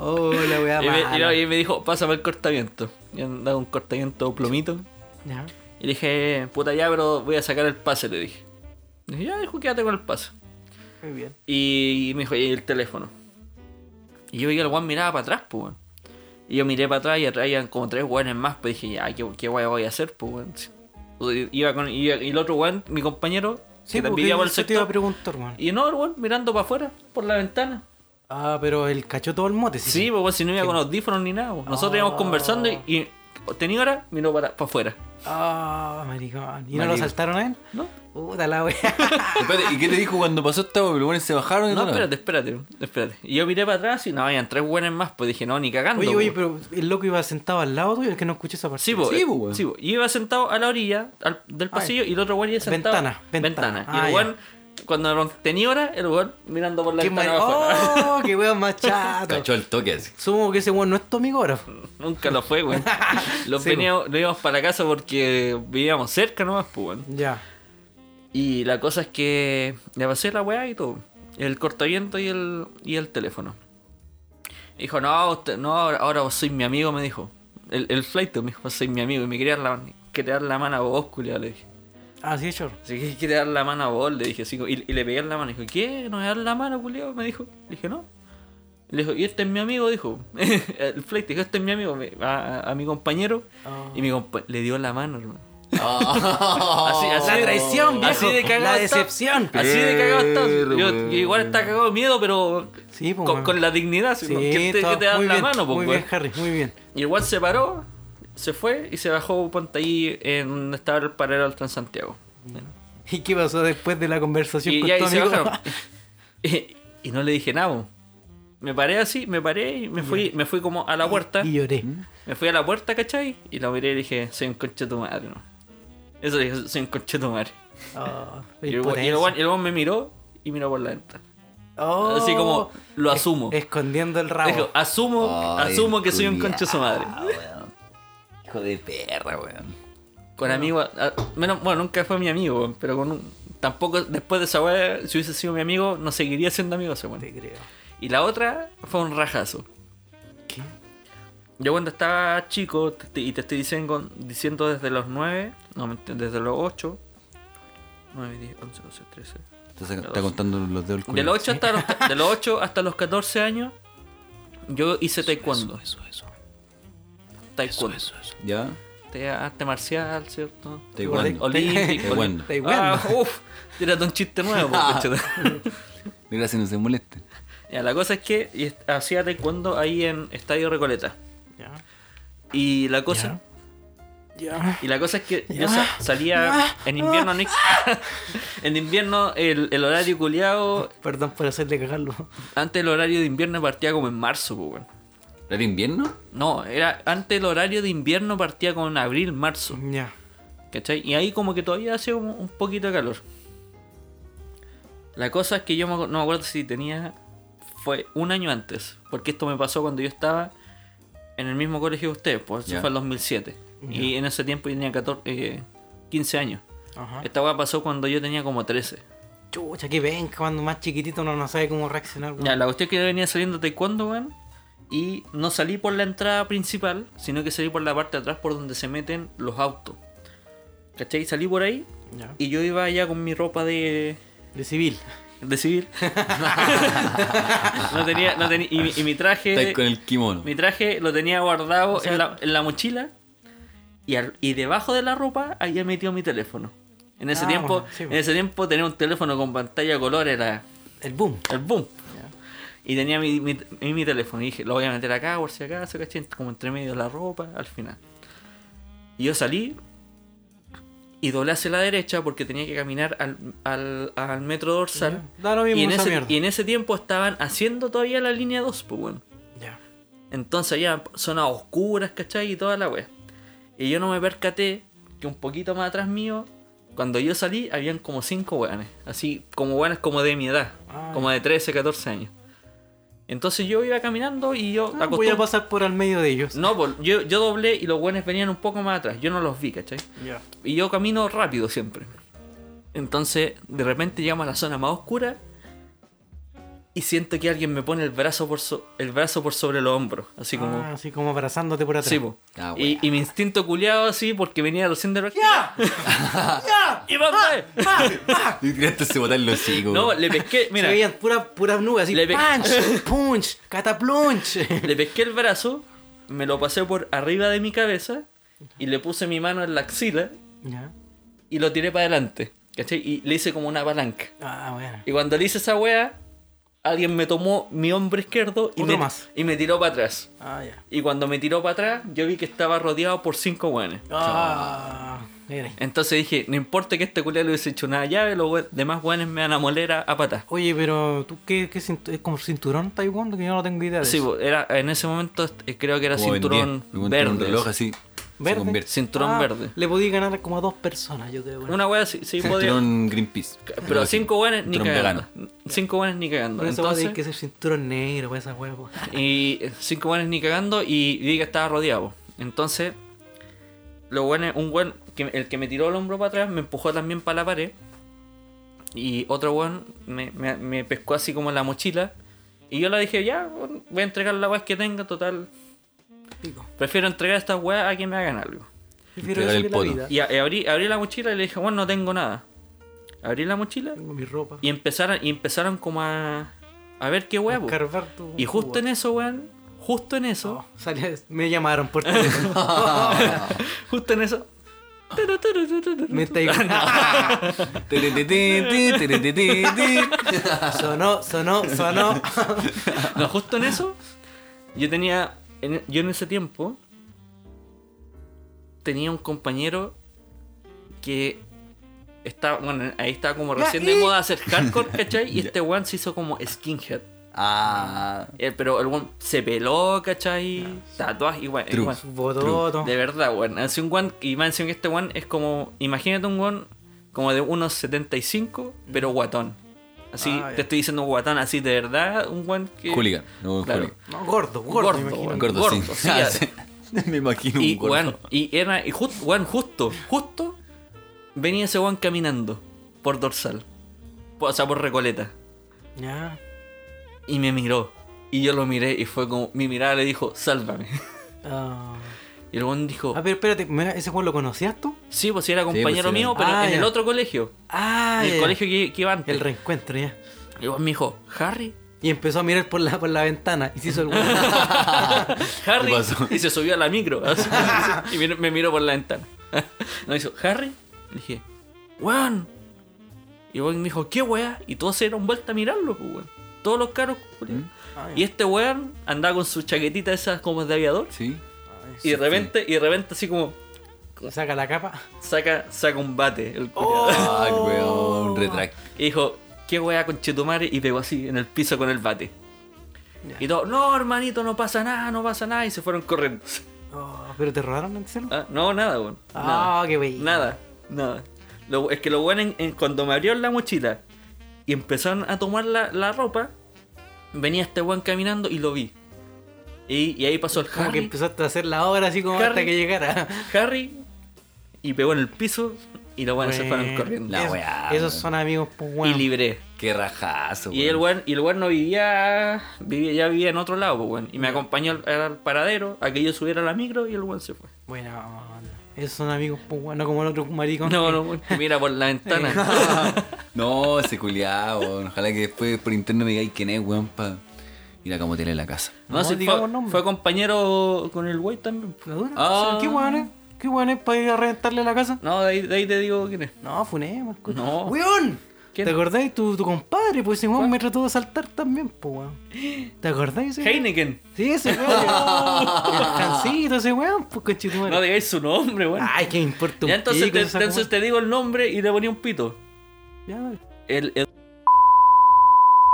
[SPEAKER 4] Oh, la wea
[SPEAKER 5] y, me, y
[SPEAKER 4] mala.
[SPEAKER 5] no, y me dijo, pásame el cortaviento. Y andaba un cortaviento plomito.
[SPEAKER 4] Ya.
[SPEAKER 5] Y le dije, puta ya, pero voy a sacar el pase, le dije. Le dije, ya, dijo, quédate con el pase.
[SPEAKER 4] Muy bien.
[SPEAKER 5] Y me dijo, y el teléfono. Y yo vi que el weón miraba para atrás, pues, weón. Y yo miré para atrás y atrás iban como tres weones más, pues dije, ya, ¿qué, qué weón voy a hacer, pues, weón? Sí. O sea, Iba con, y, y el otro weón, mi compañero,
[SPEAKER 4] Sí, porque
[SPEAKER 5] que también iba por el
[SPEAKER 4] yo te iba a
[SPEAKER 5] sector.
[SPEAKER 4] preguntar, man.
[SPEAKER 5] Y no, el weón mirando para afuera, por la ventana.
[SPEAKER 4] Ah, pero él cachó todo el mote, sí.
[SPEAKER 5] pues,
[SPEAKER 4] Oh.
[SPEAKER 5] Sí, pues, weón, si no iba con audífonos ni nada, weón. Nosotros íbamos pues. conversando y, y tenía hora, miró para, para afuera.
[SPEAKER 4] Ah, maricón. ¿Y no lo
[SPEAKER 3] Maricón.
[SPEAKER 4] saltaron a él?
[SPEAKER 5] No.
[SPEAKER 4] Puta la
[SPEAKER 5] [LAUGHS]
[SPEAKER 4] wea.
[SPEAKER 3] Espérate, ¿y qué te dijo cuando pasó esta weá? Los buenos se bajaron y
[SPEAKER 5] No,
[SPEAKER 3] todo.
[SPEAKER 5] espérate, espérate, espérate. Y yo miré para atrás y no, habían tres buenas más, pues dije, no, ni cagando.
[SPEAKER 4] Oye, oye,
[SPEAKER 5] po.
[SPEAKER 4] pero pues, el loco iba sentado al lado tuyo, el que no escuché esa parte.
[SPEAKER 5] Sí, po,
[SPEAKER 3] Sí,
[SPEAKER 5] eh,
[SPEAKER 3] po, weón.
[SPEAKER 5] sí, po. Y iba sentado a la orilla al- del pasillo y el otro weón iba sentado.
[SPEAKER 4] Ventana, ventana.
[SPEAKER 5] Y
[SPEAKER 4] Ah,
[SPEAKER 5] el
[SPEAKER 4] ya.
[SPEAKER 5] weón, cuando lo- tenía hora, el weón mirando por la
[SPEAKER 4] Qué
[SPEAKER 5] ventana
[SPEAKER 4] mari-
[SPEAKER 5] abajo.
[SPEAKER 4] ¡Oh! ¡Qué weón más chato!
[SPEAKER 3] Cachó el toque así.
[SPEAKER 4] Supongo que ese weón no es tu amigo ahora.
[SPEAKER 5] [LAUGHS] Nunca lo
[SPEAKER 4] [LAUGHS]
[SPEAKER 5] fue, weón. Los
[SPEAKER 4] Sí, pues. po.
[SPEAKER 5] veníamos, lo íbamos para la casa porque vivíamos cerca nomás, pues, weón.
[SPEAKER 4] Ya.
[SPEAKER 5] Y la cosa es que le pasé la weá y todo. El cortaviento y el, y el teléfono. Dijo, no, usted- no ahora, ahora vos sois mi amigo, me dijo. El, el flight me dijo, vos sois mi amigo. Y me quería dar la, quería dar la mano a vos, culiao, le dije.
[SPEAKER 4] Ah, sí, chor.
[SPEAKER 5] Así que quería dar la mano a vos, le dije así. como- Y, y le pegué en la mano. Dijo, ¿qué? ¿No me das la mano, culiao? Me dijo. Le dije, no. Le dijo, y este es mi amigo, dijo. [LAUGHS] el flight dijo, este es mi amigo, mi- a, a- a mi compañero.
[SPEAKER 4] Ah.
[SPEAKER 5] Y mi compa- le dio la mano, hermano.
[SPEAKER 3] así,
[SPEAKER 5] [LAUGHS] Así, así
[SPEAKER 4] La
[SPEAKER 5] de-
[SPEAKER 4] traición, viejo.
[SPEAKER 5] Así de cagado
[SPEAKER 4] La
[SPEAKER 5] está.
[SPEAKER 4] decepción.
[SPEAKER 5] Así de cagado está. Yo,
[SPEAKER 3] Pero,
[SPEAKER 5] yo igual está cagado de miedo, pero
[SPEAKER 4] Sí, po,
[SPEAKER 5] con,
[SPEAKER 4] weón.
[SPEAKER 5] con la dignidad. si
[SPEAKER 4] Sí,
[SPEAKER 5] no, ¿Qué te,
[SPEAKER 4] todo-
[SPEAKER 5] qué te dan
[SPEAKER 4] muy
[SPEAKER 5] la
[SPEAKER 4] bien,
[SPEAKER 5] mano? po,
[SPEAKER 4] Muy
[SPEAKER 5] weón?
[SPEAKER 4] bien, Harry, muy bien.
[SPEAKER 5] Y el weón se paró, se fue y se bajó, ponte ahí, en donde estaba el paralelo al Transantiago.
[SPEAKER 4] ¿Y qué pasó después de la conversación
[SPEAKER 5] Y
[SPEAKER 4] con
[SPEAKER 5] ya
[SPEAKER 4] tu
[SPEAKER 5] y se
[SPEAKER 4] pues, amigo?
[SPEAKER 5] bajaron.
[SPEAKER 4] [LAUGHS]
[SPEAKER 5] y, y no le dije nada. po. Me paré así, me paré y me fui, me fui como a la puerta.
[SPEAKER 4] y lloré.
[SPEAKER 5] Me fui a la puerta, ¿cachai? Y la miré y dije, soy un conche tu madre. ¿no? Eso dije, soy un conche tu madre.
[SPEAKER 4] Oh,
[SPEAKER 5] Y el weón- y el weón y el weón me miró y miró por la ventana.
[SPEAKER 4] Oh.
[SPEAKER 5] Así como, lo asumo.
[SPEAKER 4] escondiendo el rabo.
[SPEAKER 5] Dijo, "Ah". asumo,
[SPEAKER 3] Ay,
[SPEAKER 5] asumo que soy un
[SPEAKER 3] culiao,
[SPEAKER 5] concho su madre.
[SPEAKER 3] weón. Hijo de perra, weón.
[SPEAKER 5] Con amigo, a- menos, bueno, nunca fue mi amigo, weón, pero con un- tampoco después de esa weá, si hubiese sido mi amigo, no seguiría siendo amigo ese weón.
[SPEAKER 4] Te creo.
[SPEAKER 5] Y la otra fue un rajazo.
[SPEAKER 4] ¿Qué?
[SPEAKER 5] Yo cuando estaba chico, te- te- y te estoy diciendo, diciendo desde los 9, no, mentira, desde los 8, 9, 10, 11, 12, 13.
[SPEAKER 3] Está, saca- está contando los dedos del culo.
[SPEAKER 5] De los, 8 hasta los, de los 8 hasta los 14 años, yo hice taekwondo.
[SPEAKER 3] Eso, eso.
[SPEAKER 5] taekwondo.
[SPEAKER 3] ¿Ya?
[SPEAKER 5] Te- arte marcial, ¿cierto?
[SPEAKER 3] Taekwondo.
[SPEAKER 5] Olímpico.
[SPEAKER 3] [LAUGHS] Taekwondo.
[SPEAKER 4] Taekwondo.
[SPEAKER 5] Ah, uf, tírate un
[SPEAKER 3] [LAUGHS]
[SPEAKER 5] chiste nuevo. po, cachota.
[SPEAKER 3] Mira si no se moleste.
[SPEAKER 5] ya, la cosa es que y est- hacía taekwondo ahí en Estadio Recoleta.
[SPEAKER 4] Ya.
[SPEAKER 5] Y la cosa,
[SPEAKER 4] Ya.
[SPEAKER 5] y la cosa es que yo sa- salía en invierno ni- [LAUGHS] en invierno el, el horario culiado,
[SPEAKER 4] Perdón por hacerle cagarlo.
[SPEAKER 5] antes el horario de invierno partía como en marzo, po, weón.
[SPEAKER 3] ¿Era de invierno?
[SPEAKER 5] No, era antes el horario de invierno partía como en abril, marzo.
[SPEAKER 4] [LAUGHS] Ya.
[SPEAKER 5] ¿Cachai? Y ahí como que todavía hacía como un poquito de calor. La cosa es que yo me acu- no me acuerdo si tenía... Fue un año antes. Porque esto me pasó cuando yo estaba en el mismo colegio que ustedes. Pues eso
[SPEAKER 3] Ya.
[SPEAKER 5] fue en 2007. Y en ese tiempo yo tenía 14, eh, 15 años.
[SPEAKER 4] Ajá.
[SPEAKER 5] Esta weá pasó cuando yo tenía como 13.
[SPEAKER 4] Eh, Chucha, que ven, cuando más chiquitito uno no sabe cómo reaccionar. weón.
[SPEAKER 5] Ya, la cuestión es que yo venía saliendo de taekwondo, weón. Y no salí por la entrada principal, sino que salí por la parte de atrás por donde se meten los autos. ¿Cachai? Salí por ahí
[SPEAKER 4] Ya.
[SPEAKER 5] y yo iba allá con mi ropa de,
[SPEAKER 4] De civil.
[SPEAKER 3] [LAUGHS]
[SPEAKER 5] de civil. no tenía, no tenía, y, mi- y mi
[SPEAKER 3] Está
[SPEAKER 5] traje,
[SPEAKER 3] ahí con el kimono.
[SPEAKER 5] mi traje lo tenía guardado en, la, en la mochila y, al- y debajo de la ropa había metido mi teléfono. En ese
[SPEAKER 4] Ah,
[SPEAKER 5] tiempo,
[SPEAKER 4] bueno, sí,
[SPEAKER 5] en
[SPEAKER 4] bueno.
[SPEAKER 5] ese tiempo tenía un teléfono con pantalla de color era
[SPEAKER 4] El boom.
[SPEAKER 5] el boom. Y tenía mi, mi, mi- mi teléfono. Y dije, lo voy a meter acá por si acaso, ¿cachai? Como entre medio de la ropa, al final. Y yo salí y doblé hacia la derecha porque tenía que caminar al, al, al metro dorsal.
[SPEAKER 4] Da lo mismo
[SPEAKER 5] y, en
[SPEAKER 4] esa
[SPEAKER 5] ese,
[SPEAKER 4] mierda.
[SPEAKER 5] y en ese tiempo estaban haciendo todavía la línea 2, pues bueno.
[SPEAKER 4] Ya.
[SPEAKER 5] Entonces había zonas oscuras, ¿cachai? Y toda la wea. Y yo no me percaté que un poquito más atrás mío, cuando yo salí, habían como cinco weones. Así, como weones como de mi edad.
[SPEAKER 4] Ah.
[SPEAKER 5] Como de 13, 14 años. Entonces yo iba caminando y yo
[SPEAKER 4] Ah,
[SPEAKER 5] acostum-
[SPEAKER 4] voy a pasar por al medio de ellos.
[SPEAKER 5] No, por- yo, yo doblé y los weones venían un poco más atrás. Yo no los vi, ¿cachai?
[SPEAKER 4] Ya.
[SPEAKER 5] Y yo camino rápido siempre. Entonces, de repente llegamos a la zona más oscura y siento que alguien me pone el brazo por, so- el brazo por sobre los hombros. Así como...
[SPEAKER 4] Ah, así como abrazándote por atrás.
[SPEAKER 5] Sí, po.
[SPEAKER 3] Ah,
[SPEAKER 5] y,
[SPEAKER 3] wea.
[SPEAKER 5] y mi instinto culiado así, porque venía recién de
[SPEAKER 4] [LAUGHS]
[SPEAKER 5] la...
[SPEAKER 4] ¡Ya! Ah, ¡Ya!
[SPEAKER 5] ¡Y vamos, eh!
[SPEAKER 3] [LAUGHS] Y tiraste ese botán en los hocico,
[SPEAKER 5] No,
[SPEAKER 3] weón.
[SPEAKER 5] le pesqué,
[SPEAKER 4] Mira.
[SPEAKER 5] [LAUGHS] mira,
[SPEAKER 4] Se veían puras puras nubes así.
[SPEAKER 5] Le pe-
[SPEAKER 4] ¡Punch!
[SPEAKER 5] [LAUGHS]
[SPEAKER 4] ¡Punch! ¡Cataplunch!
[SPEAKER 5] le pesqué el brazo, me lo pasé por arriba de mi cabeza y le puse mi mano en la axila
[SPEAKER 4] ya.
[SPEAKER 5] y lo tiré para adelante, ¿cachai? Y le hice como una palanca.
[SPEAKER 4] Ah, bueno.
[SPEAKER 5] Y cuando le hice esa wea, alguien me tomó mi hombro izquierdo y,
[SPEAKER 4] Otro
[SPEAKER 5] me,
[SPEAKER 4] más.
[SPEAKER 5] y me tiró para atrás.
[SPEAKER 4] Ah, ya.
[SPEAKER 5] Y cuando me tiró para atrás, yo vi que estaba rodeado por cinco buenos.
[SPEAKER 4] Ah, mira.
[SPEAKER 5] Entonces dije, no importa que este culé le hubiese hecho una llave, los we- demás buenos me van a moler a, a patas.
[SPEAKER 4] Oye, pero tú qué, qué cintu- es como cinturón taekwondo que yo no tengo idea de
[SPEAKER 5] Sí,
[SPEAKER 4] eso.
[SPEAKER 5] bo, era, en ese momento eh, creo que era
[SPEAKER 3] Como Ben 10,
[SPEAKER 5] cinturón
[SPEAKER 3] me compré
[SPEAKER 5] verde.
[SPEAKER 3] Un reloj así. se
[SPEAKER 4] Verde.
[SPEAKER 3] convierte.
[SPEAKER 5] Cinturón
[SPEAKER 4] Ah,
[SPEAKER 5] verde.
[SPEAKER 4] Le podía ganar como a dos personas, yo creo.
[SPEAKER 5] Una wea sí, sí podía.
[SPEAKER 3] [LAUGHS] Cinturón Greenpeace.
[SPEAKER 5] Pero cinco buenos ni
[SPEAKER 3] Cinturón
[SPEAKER 5] cagando.
[SPEAKER 3] vegano.
[SPEAKER 5] Cinco buenos ni cagando.
[SPEAKER 4] Por eso va a tener
[SPEAKER 5] Entonces,
[SPEAKER 4] que ser cinturón negro para esa pues. huevo.
[SPEAKER 5] Y cinco buenos ni cagando y vi que estaba rodeado. Entonces, lo bueno, un buen, que, el que me tiró el hombro para atrás me empujó también para la pared. Y otro buen me, me- me pescó así como la mochila. Y yo le dije, ya, bueno, voy a entregar la weá que tenga, total.
[SPEAKER 4] Pico.
[SPEAKER 5] Prefiero entregar estas weas a que me hagan algo.
[SPEAKER 4] Prefiero
[SPEAKER 3] Entregar
[SPEAKER 4] eso
[SPEAKER 3] el
[SPEAKER 4] que la
[SPEAKER 3] poto.
[SPEAKER 4] vida.
[SPEAKER 5] Y a- y abrí, abrí la mochila y le dije, bueno, no tengo nada. Abrí la mochila
[SPEAKER 4] Tengo mi ropa.
[SPEAKER 5] y empezaron, y empezaron como a, a ver qué huevo.
[SPEAKER 4] Carvar tu.
[SPEAKER 5] Y justo en eso, weón, justo en eso,
[SPEAKER 4] Oh, salía- me llamaron por teléfono.
[SPEAKER 5] [LAUGHS] Justo en eso.
[SPEAKER 4] me estáis-
[SPEAKER 5] [LAUGHS]
[SPEAKER 4] sonó, sonó, sonó.
[SPEAKER 5] No, justo en eso. Yo tenía. en- yo en ese tiempo. Tenía un compañero. Que. Estaba, bueno, ahí estaba como recién de moda hacer hardcore, ¿cachai? Y este weón se hizo como skinhead.
[SPEAKER 3] Ah,
[SPEAKER 5] Eh, pero el weón se peló, ¿cachai? Tatuaje, igual.
[SPEAKER 3] True.
[SPEAKER 5] igual.
[SPEAKER 4] Su bototo.
[SPEAKER 5] De verdad, weón. Así un guan, y más encima que este guan es como. Imagínate un guan como de unos 75, pero guatón. Así,
[SPEAKER 4] Mm. Ah,
[SPEAKER 5] te
[SPEAKER 4] ya.
[SPEAKER 5] estoy diciendo guatón, así de verdad, un guan que.
[SPEAKER 3] hooligan. No,
[SPEAKER 5] Claro.
[SPEAKER 3] hooligan.
[SPEAKER 4] No, gordo, gordo,
[SPEAKER 5] Gordo,
[SPEAKER 4] me imagino.
[SPEAKER 5] weón.
[SPEAKER 3] Gordo,
[SPEAKER 5] Gordo,
[SPEAKER 3] sí.
[SPEAKER 5] sí,
[SPEAKER 3] Ah,
[SPEAKER 5] ya.
[SPEAKER 3] sí. [LAUGHS] Me imagino [LAUGHS]
[SPEAKER 5] Y
[SPEAKER 3] un gordo.
[SPEAKER 5] weón, y era. Y justo, weón, justo, justo venía ese guan caminando por dorsal. O sea, por recoleta.
[SPEAKER 4] Ya.
[SPEAKER 5] Y me miró. Y yo lo miré y fue como. Mi mirada le dijo, sálvame. [LAUGHS]
[SPEAKER 4] Ah.
[SPEAKER 5] Y el guan dijo,
[SPEAKER 4] A ver, espérate, mira, ¿ese juego lo conocías tú?
[SPEAKER 5] sí, pues si era
[SPEAKER 3] pues,
[SPEAKER 5] compañero
[SPEAKER 3] sí,
[SPEAKER 5] mío,
[SPEAKER 4] era-
[SPEAKER 5] pero
[SPEAKER 4] Ah,
[SPEAKER 5] en el
[SPEAKER 4] ya.
[SPEAKER 5] otro colegio.
[SPEAKER 4] Ah,
[SPEAKER 5] en el
[SPEAKER 4] ya.
[SPEAKER 5] colegio que, que iba antes.
[SPEAKER 4] El reencuentro, ya.
[SPEAKER 5] Y el guan me dijo, Harry,
[SPEAKER 4] Y empezó a mirar por la, por la ventana y se hizo el huevo.
[SPEAKER 5] [LAUGHS] Harry
[SPEAKER 3] ¿Qué pasó?
[SPEAKER 5] y se subió a la micro [LAUGHS] así, y mir- me miró por la ventana. [LAUGHS] No hizo Harry, le dije, weón. Y weón me dijo, ¿qué weá? Y todos se dieron vuelta a mirarlo, pues, weón. Todos los caros, culiao.
[SPEAKER 3] Ah,
[SPEAKER 5] Y este weón andaba con su chaquetita esas como de aviador.
[SPEAKER 3] Sí.
[SPEAKER 5] y de repente, y de repente así como
[SPEAKER 4] Saca la capa.
[SPEAKER 5] saca, saca un bate el culiao.
[SPEAKER 3] Ah, weón, retract.
[SPEAKER 5] Y dijo, ¿qué weá con Chetumare? Y pegó así en el piso con el bate. Y todos, no hermanito, no pasa nada, no pasa nada. Y se fueron corriendo. [LAUGHS]
[SPEAKER 4] Oh, ¿Pero te robaron el celular?
[SPEAKER 5] Ah, no, nada, weón.
[SPEAKER 4] Ah,
[SPEAKER 5] nada.
[SPEAKER 4] qué bello.
[SPEAKER 5] Nada, nada. Lo- es que lo bueno, en- en- cuando me abrieron la mochila y empezaron a tomar la, la ropa, venía este weón caminando y lo vi. Y, y ahí pasó el
[SPEAKER 4] Como que
[SPEAKER 5] Harry,
[SPEAKER 4] empezaste a hacer la obra así como hasta
[SPEAKER 5] Harry.
[SPEAKER 4] que llegara.
[SPEAKER 5] Harry y pegó en el piso y los weones se fueron
[SPEAKER 4] Bueno,
[SPEAKER 5] corriendo.
[SPEAKER 3] La
[SPEAKER 4] eso-
[SPEAKER 3] weá,
[SPEAKER 4] Esos
[SPEAKER 3] weón.
[SPEAKER 4] son amigos, pues,
[SPEAKER 5] Y
[SPEAKER 4] weón.
[SPEAKER 5] libré.
[SPEAKER 3] Qué rajazo,
[SPEAKER 5] Y el weón, y el weón no vivía, vivía, ya vivía en otro lado, pues, weón. Y me acompañó al, al paradero a que yo subiera a la micro y el weón se fue.
[SPEAKER 4] Bueno, esos son amigos, pues, weón. No como el otro maricón.
[SPEAKER 5] No,
[SPEAKER 4] que-
[SPEAKER 5] no, weón, que mira por la ventana.
[SPEAKER 3] No, ese culiao, weón. Ojalá que después por interno me digáis quién es, weón, para ir a camotearle la casa.
[SPEAKER 5] [LAUGHS] No,
[SPEAKER 4] No,
[SPEAKER 5] sí,
[SPEAKER 4] digamos
[SPEAKER 5] fue,
[SPEAKER 4] nombre.
[SPEAKER 5] fue compañero con el güey también. pues.
[SPEAKER 4] ¿La dura?
[SPEAKER 3] Ah.
[SPEAKER 4] pues, ¿Qué weón es? ¿Qué weón es para ir a reventarle la casa?
[SPEAKER 5] No, de ahí, de ahí te digo quién es.
[SPEAKER 4] No, funemos. el culo.
[SPEAKER 5] No.
[SPEAKER 4] ¡Weón!
[SPEAKER 5] ¿Quién?
[SPEAKER 4] ¿Te acordáis? Tu, tu compadre, pues ese weón me trató de saltar también, pues, weón. ¿Te acordáis? ese weón?
[SPEAKER 5] Heineken.
[SPEAKER 4] Sí, ese weón.
[SPEAKER 5] [LAUGHS]
[SPEAKER 4] El cancito, ese weón, pues, conchetumare.
[SPEAKER 5] No digáis su nombre, güey.
[SPEAKER 4] Ay, qué importa un
[SPEAKER 5] Ya entonces,
[SPEAKER 4] pico
[SPEAKER 5] te,
[SPEAKER 4] esa
[SPEAKER 5] entonces te digo el nombre y te ponía un pito.
[SPEAKER 4] Ya, güey.
[SPEAKER 5] El, el,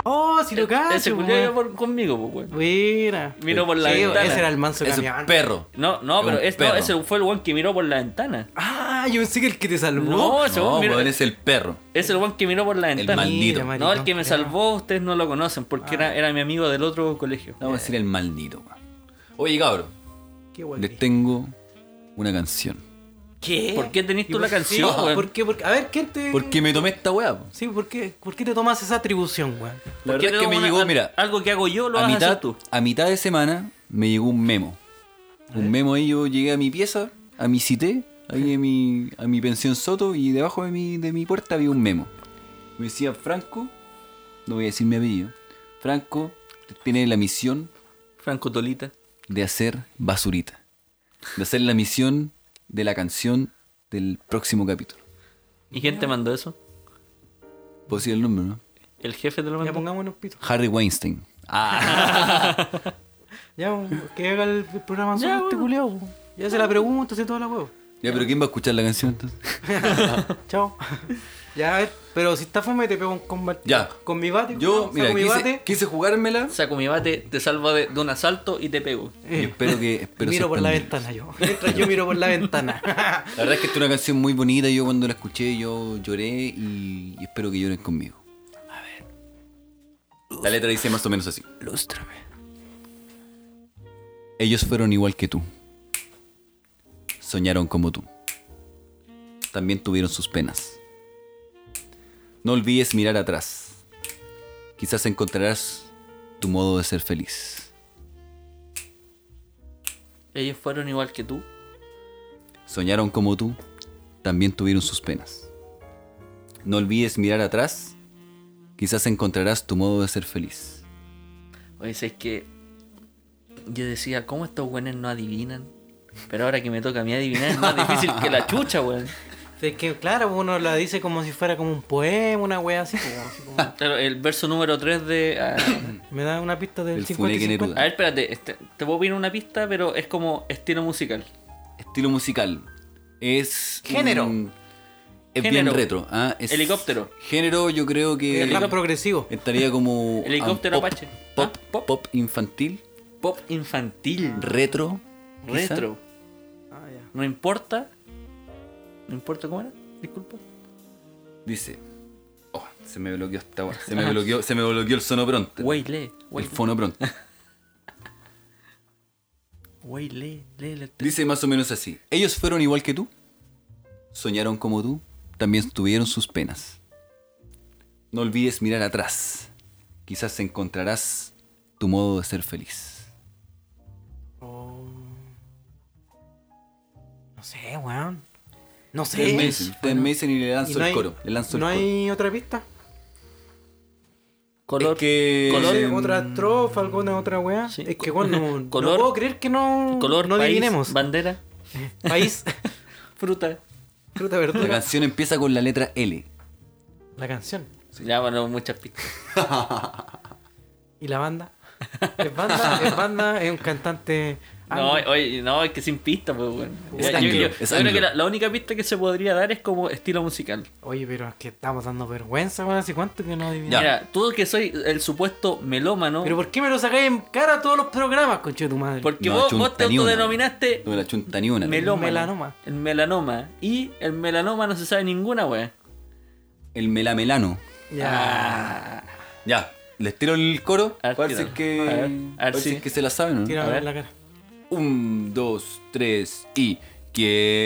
[SPEAKER 4] Oh, si lo cacho.
[SPEAKER 5] ese
[SPEAKER 4] pues,
[SPEAKER 5] culiao iba
[SPEAKER 4] weón.
[SPEAKER 5] por- conmigo, pues, güey.
[SPEAKER 4] Mira.
[SPEAKER 5] Miró por la
[SPEAKER 4] Sí,
[SPEAKER 5] ventana.
[SPEAKER 4] Ese era el manso
[SPEAKER 3] Es
[SPEAKER 4] camión.
[SPEAKER 3] un perro.
[SPEAKER 5] No, no,
[SPEAKER 3] Es
[SPEAKER 5] pero
[SPEAKER 3] un
[SPEAKER 5] es- no,
[SPEAKER 3] perro.
[SPEAKER 5] ese fue el güey que miró por la ventana.
[SPEAKER 4] Ah, yo pensé que el que te salvó.
[SPEAKER 5] No, ese
[SPEAKER 3] No, pues,
[SPEAKER 5] güey miró-
[SPEAKER 3] weón, es el perro.
[SPEAKER 5] es el güey que miró por la ventana.
[SPEAKER 3] maldito.
[SPEAKER 5] No, el que
[SPEAKER 4] maricón,
[SPEAKER 5] me
[SPEAKER 4] Ah.
[SPEAKER 5] salvó, ustedes no lo conocen porque era, era mi amigo del otro colegio.
[SPEAKER 3] Vamos a decir el maldito, weón. Oye, cabro,
[SPEAKER 4] Qué guay.
[SPEAKER 3] les tengo una canción.
[SPEAKER 4] ¿Qué?
[SPEAKER 5] ¿Por qué tenés
[SPEAKER 4] ¿Y
[SPEAKER 5] tú la
[SPEAKER 4] por-
[SPEAKER 5] canción,
[SPEAKER 4] sí,
[SPEAKER 5] weón?
[SPEAKER 4] ¿por qué? Porque- A ver, ¿quién te...?
[SPEAKER 3] Porque me tomé esta weá, po.
[SPEAKER 4] Sí, ¿por qué, ¿por qué te tomas esa atribución, weón?
[SPEAKER 3] La
[SPEAKER 5] ¿Por qué
[SPEAKER 3] verdad es que
[SPEAKER 5] no
[SPEAKER 3] me
[SPEAKER 5] una-
[SPEAKER 3] llegó,
[SPEAKER 5] al-
[SPEAKER 3] mira,
[SPEAKER 5] Algo que hago yo lo
[SPEAKER 3] a
[SPEAKER 5] haces
[SPEAKER 3] mitad,
[SPEAKER 5] tú.
[SPEAKER 3] a mitad de semana me llegó un memo. Un memo ahí, yo llegué a mi pieza, a mi cité, ahí a mi, a mi pensión Soto, y debajo de mi, de mi puerta había un memo. Me decía, Franco, no voy a decir mi apellido, Franco tiene la misión
[SPEAKER 5] Franco Tolita.
[SPEAKER 3] de hacer basurita. De hacer la misión de la canción del próximo capítulo.
[SPEAKER 5] ¿Y quién te mandó eso?
[SPEAKER 3] Puedo decir el nombre, ¿no?
[SPEAKER 5] El jefe de
[SPEAKER 4] Ya
[SPEAKER 5] la banda.
[SPEAKER 4] pongámonos pito.
[SPEAKER 3] Harry Weinstein.
[SPEAKER 5] [LAUGHS]
[SPEAKER 3] Ah,
[SPEAKER 4] Ya, que haga el programa solo este culiao. po. Ya se la pregunto, se toda la
[SPEAKER 3] [LAUGHS]
[SPEAKER 4] huevo.
[SPEAKER 3] ya, pero ¿quién va a escuchar la canción entonces?
[SPEAKER 4] Chao. [LAUGHS] ya, a ver, pero si está fome te pego un combate.
[SPEAKER 3] Ya.
[SPEAKER 4] Con mi bate.
[SPEAKER 3] Yo,
[SPEAKER 4] saco
[SPEAKER 3] mira,
[SPEAKER 4] mi
[SPEAKER 3] quise,
[SPEAKER 4] bate.
[SPEAKER 3] quise jugármela
[SPEAKER 5] Saco mi bate, te salvo de, de un asalto y te pego.
[SPEAKER 3] y espero
[SPEAKER 4] [LAUGHS]
[SPEAKER 3] que. Espero
[SPEAKER 4] Eh. miro por la
[SPEAKER 3] sorprender.
[SPEAKER 4] ventana yo. Mientras yo miro por la
[SPEAKER 3] [LAUGHS]
[SPEAKER 4] ventana. [LAUGHS]
[SPEAKER 3] La verdad es que esta es una canción muy bonita. Yo cuando la escuché, yo lloré y, y espero que lloren conmigo. A ver. La letra dice más o menos así: Lústrame. Ellos fueron igual que tú. Soñaron como tú. También tuvieron sus penas. No olvides mirar atrás. Quizás encontrarás tu modo de ser feliz.
[SPEAKER 5] Ellos fueron igual que tú.
[SPEAKER 3] soñaron como tú, también tuvieron sus penas. No olvides mirar atrás, quizás encontrarás tu modo de ser feliz.
[SPEAKER 5] Oye, es que yo decía, ¿cómo estos güeyes no adivinan? Pero ahora que me toca a mí adivinar es más difícil que
[SPEAKER 4] [LAUGHS]
[SPEAKER 5] la chucha, weón.
[SPEAKER 4] es que, claro, pues, uno la dice como si fuera como un poema, una wea así. po, así
[SPEAKER 3] [LAUGHS]
[SPEAKER 4] como-
[SPEAKER 5] Claro, el verso número 3 de...
[SPEAKER 3] [COUGHS]
[SPEAKER 5] ah,
[SPEAKER 4] me da una pista del
[SPEAKER 3] El
[SPEAKER 4] 50 y
[SPEAKER 3] Funeque
[SPEAKER 4] 50.
[SPEAKER 5] a ver, espérate, este, te puedo pedir una pista, pero es como estilo musical.
[SPEAKER 3] Estilo musical. Es.
[SPEAKER 5] Género.
[SPEAKER 3] un- es
[SPEAKER 5] Género.
[SPEAKER 3] bien retro. ah, es-
[SPEAKER 5] Helicóptero.
[SPEAKER 3] Género, yo creo que.
[SPEAKER 4] El rap progresivo.
[SPEAKER 3] Estaría como.
[SPEAKER 5] [LAUGHS] Helicóptero
[SPEAKER 3] ah, pop,
[SPEAKER 5] Apache.
[SPEAKER 3] Pop,
[SPEAKER 5] Ah,
[SPEAKER 3] pop,
[SPEAKER 5] pop.
[SPEAKER 3] infantil.
[SPEAKER 5] Pop infantil.
[SPEAKER 3] Retro. quizá.
[SPEAKER 5] Retro.
[SPEAKER 4] Ah, ya.
[SPEAKER 5] No importa. No importa cómo era. Disculpa.
[SPEAKER 3] Dice. Oh, se me bloqueó esta hora. Se me bloqueó, se me bloqueó el sonopronto.
[SPEAKER 5] Waylé.
[SPEAKER 3] El
[SPEAKER 5] Waylé.
[SPEAKER 3] fonopronto.
[SPEAKER 5] Waylé. Lee la
[SPEAKER 3] Dice más o menos así. Ellos fueron igual que tú. Soñaron como tú. También tuvieron sus penas. No olvides mirar atrás. Quizás encontrarás tu modo de ser feliz.
[SPEAKER 4] Oh. No sé, weón. No sé.
[SPEAKER 3] Ustedes me dicen, ustedes me dicen y le
[SPEAKER 4] Y
[SPEAKER 3] lanzo
[SPEAKER 4] no
[SPEAKER 3] el
[SPEAKER 4] hay-
[SPEAKER 3] coro. Le lanzo el
[SPEAKER 4] no
[SPEAKER 3] coro.
[SPEAKER 4] hay otra pista.
[SPEAKER 5] Color.
[SPEAKER 3] Es que-
[SPEAKER 4] No
[SPEAKER 5] Color.
[SPEAKER 4] sé,
[SPEAKER 3] Eh,
[SPEAKER 4] otra estrofa, alguna otra weá.
[SPEAKER 5] sí.
[SPEAKER 4] Es que cuando
[SPEAKER 5] [LAUGHS]
[SPEAKER 4] no
[SPEAKER 5] Color-
[SPEAKER 4] puedo creer que no,
[SPEAKER 5] color.
[SPEAKER 4] no
[SPEAKER 5] país,
[SPEAKER 4] adivinemos.
[SPEAKER 5] Bandera.
[SPEAKER 4] [LAUGHS]
[SPEAKER 5] [LAUGHS]
[SPEAKER 4] País,
[SPEAKER 5] Fruta.
[SPEAKER 4] fruta,
[SPEAKER 3] La
[SPEAKER 4] verdura.
[SPEAKER 3] canción empieza con la letra L.
[SPEAKER 4] La canción.
[SPEAKER 5] Ya, bueno, muchas pistas.
[SPEAKER 4] ¿Y la banda? Es banda, es banda, es un cantante.
[SPEAKER 5] [LAUGHS] No,
[SPEAKER 4] anglo.
[SPEAKER 5] oye, no, es que sin pistas, pues, bueno.
[SPEAKER 3] Es
[SPEAKER 5] yo,
[SPEAKER 3] anglo,
[SPEAKER 5] yo-
[SPEAKER 3] es
[SPEAKER 5] yo creo que
[SPEAKER 3] anglo.
[SPEAKER 5] la, la única pista que se podría dar es como estilo musical.
[SPEAKER 4] Oye, pero es que estamos dando vergüenza, weón. ¿Hace cuánto que no
[SPEAKER 3] Ya.
[SPEAKER 4] adivinamos?
[SPEAKER 5] Mira, tú que soy el supuesto melómano.
[SPEAKER 4] Pero ¿por qué me lo sacáis en cara a todos los programas, conche de
[SPEAKER 3] [LAUGHS]
[SPEAKER 4] tu madre?
[SPEAKER 5] Porque
[SPEAKER 3] No
[SPEAKER 5] vos,
[SPEAKER 3] achunta
[SPEAKER 5] vos te
[SPEAKER 3] ni una.
[SPEAKER 5] autodenominaste
[SPEAKER 3] No me la chunta ni una.
[SPEAKER 5] melómano.
[SPEAKER 4] Melanoma.
[SPEAKER 5] El melanoma. Y el melanoma no se sabe ninguna, weón.
[SPEAKER 3] El melamelano.
[SPEAKER 5] Ah,
[SPEAKER 4] Ya.
[SPEAKER 3] Ya. Les tiro el coro.
[SPEAKER 5] A ver,
[SPEAKER 3] A ver si es
[SPEAKER 5] tíralo.
[SPEAKER 3] que,
[SPEAKER 5] A ver, a
[SPEAKER 3] a
[SPEAKER 5] ver
[SPEAKER 3] ver si
[SPEAKER 5] si-
[SPEAKER 3] es que se la saben. ¿no?
[SPEAKER 4] Tira
[SPEAKER 5] A ver.
[SPEAKER 4] la cara.
[SPEAKER 3] Un, dos, tres y.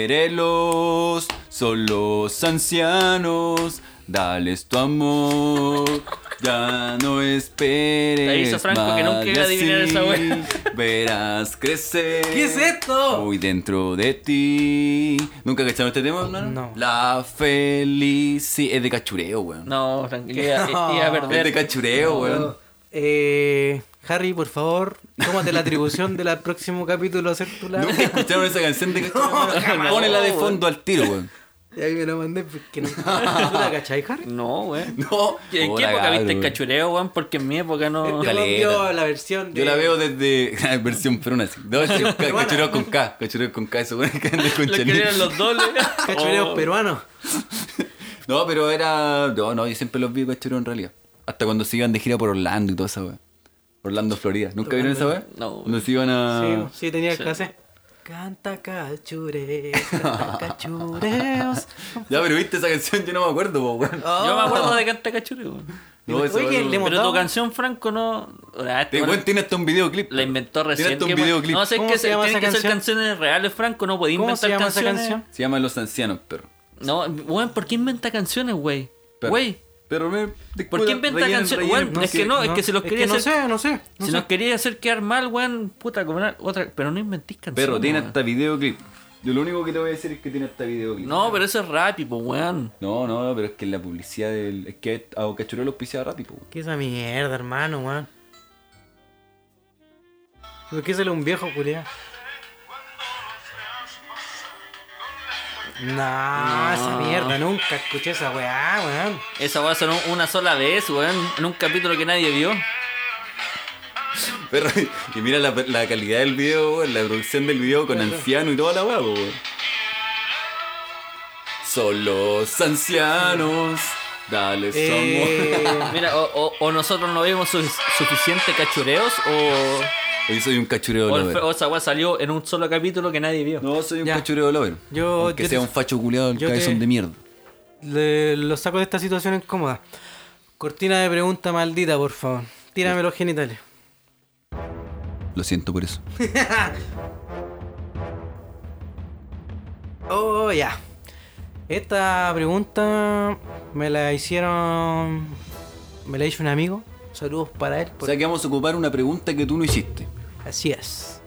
[SPEAKER 3] Quiérelos, son los ancianos, dales tu amor, ya no esperes.
[SPEAKER 5] La hizo Franco, que nunca
[SPEAKER 3] más
[SPEAKER 5] iba a
[SPEAKER 3] de
[SPEAKER 5] adivinar esa
[SPEAKER 3] así,
[SPEAKER 5] wea.
[SPEAKER 3] Verás crecer.
[SPEAKER 4] ¿Qué es esto?
[SPEAKER 3] Muy dentro de ti. ¿Nunca cacharon este tema, hermano?
[SPEAKER 4] No.
[SPEAKER 3] La felicidad. Es de cachureo, weón.
[SPEAKER 5] No, tranquilidad.
[SPEAKER 4] [LAUGHS] No.
[SPEAKER 5] Iba a
[SPEAKER 3] Es de
[SPEAKER 5] perder.
[SPEAKER 3] cachureo, weón.
[SPEAKER 4] Eh, Harry, por favor, tómate la atribución del próximo capítulo hacer tu la. [LAUGHS]
[SPEAKER 3] Nunca escucharon esa canción de cachureo. Pónela de fondo al tiro, weón.
[SPEAKER 4] Y ahí me la mandé porque no.
[SPEAKER 5] [LAUGHS]
[SPEAKER 4] ¿Tú la cachai, Harry?
[SPEAKER 5] No, weón.
[SPEAKER 3] [LAUGHS] No.
[SPEAKER 5] ¿En qué
[SPEAKER 3] Hola,
[SPEAKER 5] época viste el
[SPEAKER 3] cabrón.
[SPEAKER 5] cachureo, weón? Porque en mi
[SPEAKER 3] [LAUGHS]
[SPEAKER 5] época no. [LAUGHS]
[SPEAKER 4] Este
[SPEAKER 3] Caleta.
[SPEAKER 4] weón vio la versión. de-
[SPEAKER 3] Yo la veo desde [LAUGHS] la versión perona así. No,
[SPEAKER 5] [LAUGHS]
[SPEAKER 3] sí, ca-
[SPEAKER 4] Peruana.
[SPEAKER 3] cachureo con K, cachureo con K, eso bueno, que ande con
[SPEAKER 5] Los que
[SPEAKER 3] Chanel.
[SPEAKER 5] eran los dobles.
[SPEAKER 4] [LAUGHS] Cachureos
[SPEAKER 5] Oh.
[SPEAKER 4] peruanos.
[SPEAKER 3] No, pero era. No, no, yo siempre los vi cachureo en realidad. Hasta cuando se iban de gira por Orlando y toda esa weá. Orlando, Florida. ¿Nunca vieron esa weá?
[SPEAKER 5] No.
[SPEAKER 3] Nos iban a.
[SPEAKER 4] Sí, sí, tenía
[SPEAKER 5] Ah. Sí.
[SPEAKER 4] clase. Canta cachureos, canta
[SPEAKER 5] [LAUGHS]
[SPEAKER 4] cachureos.
[SPEAKER 3] [LAUGHS] Ya, pero viste esa canción, yo no me acuerdo, po, weón.
[SPEAKER 5] Yo me acuerdo de cantar cachureo, weón.
[SPEAKER 3] No, esa
[SPEAKER 4] Oye,
[SPEAKER 3] weá no-
[SPEAKER 4] le hemos
[SPEAKER 5] Pero
[SPEAKER 4] dado-
[SPEAKER 5] tu canción, Franco, no. Ah,
[SPEAKER 3] Te-
[SPEAKER 5] este weón
[SPEAKER 3] weón, tiene hasta un videoclip.
[SPEAKER 5] La inventó recién.
[SPEAKER 3] Tiene hasta un
[SPEAKER 5] qué weón.
[SPEAKER 3] videoclip.
[SPEAKER 5] No sé, es
[SPEAKER 4] ¿Cómo
[SPEAKER 5] que
[SPEAKER 4] se
[SPEAKER 5] se-
[SPEAKER 4] llama
[SPEAKER 5] tienen
[SPEAKER 4] esa
[SPEAKER 5] que ser
[SPEAKER 4] canción?
[SPEAKER 5] canciones reales, Franco. No podía
[SPEAKER 4] ¿Cómo
[SPEAKER 5] inventar
[SPEAKER 4] se llama esa
[SPEAKER 5] canciones.
[SPEAKER 4] canción?
[SPEAKER 3] Se llama Los Ancianos, perro.
[SPEAKER 5] No, weón, ¿por qué inventa canciones, güey?
[SPEAKER 3] Perro.
[SPEAKER 5] Güey,
[SPEAKER 3] Pero me.
[SPEAKER 5] ¿Por qué inventa canciones? Weón, es que no, es que se los quería
[SPEAKER 4] no
[SPEAKER 5] hacer-
[SPEAKER 4] sé, no sé. No sé.
[SPEAKER 5] si nos quería hacer quedar mal, weón, puta, como una- otra. Pero no inventís canciones.
[SPEAKER 3] Perro, tiene
[SPEAKER 5] weón.
[SPEAKER 3] hasta videoclip. Yo lo único que te voy a decir es que tiene hasta videoclip.
[SPEAKER 5] No, pero eso es rap, y, pues, weón.
[SPEAKER 3] No, no, no, pero es que la publicidad del. Es que a Cachureo lo auspiciaba [LAUGHS] rápido, weón.
[SPEAKER 4] ¿Qué esa mierda, hermano, weón? ¿Por qué sale un viejo, culiao? No, esa mierda, nunca escuché esa weá, weón.
[SPEAKER 5] Esa weá sonó una sola vez, weón. En un capítulo que nadie vio.
[SPEAKER 3] Pero, y mira la, la calidad del video, weón, la producción del video con anciano y toda la hueá, weón. Son los ancianos. Dale,
[SPEAKER 4] Eh,
[SPEAKER 5] Mira, o, o- o nosotros no vimos su- suficiente cachureos o,
[SPEAKER 3] somos. Hoy soy un cachureo
[SPEAKER 5] o, el-
[SPEAKER 3] lover.
[SPEAKER 5] o esa weá salió en un solo capítulo que nadie vio.
[SPEAKER 3] No, soy un
[SPEAKER 4] Ya.
[SPEAKER 3] cachureo lover.
[SPEAKER 4] Yo-
[SPEAKER 3] Aunque
[SPEAKER 4] yo te-
[SPEAKER 3] sea un facho culiado, el
[SPEAKER 4] yo te-
[SPEAKER 3] cabezón de mierda.
[SPEAKER 4] le- lo saco de esta situación incómoda. Cortina de pregunta maldita, por favor. Tírame los genitales.
[SPEAKER 3] Lo siento por eso.
[SPEAKER 4] Oh, ya. Esta pregunta me la hicieron. Me la hizo un amigo. Saludos para él.
[SPEAKER 3] O
[SPEAKER 4] por-
[SPEAKER 3] sea que vamos a ocupar una pregunta que tú no hiciste.
[SPEAKER 4] Así es.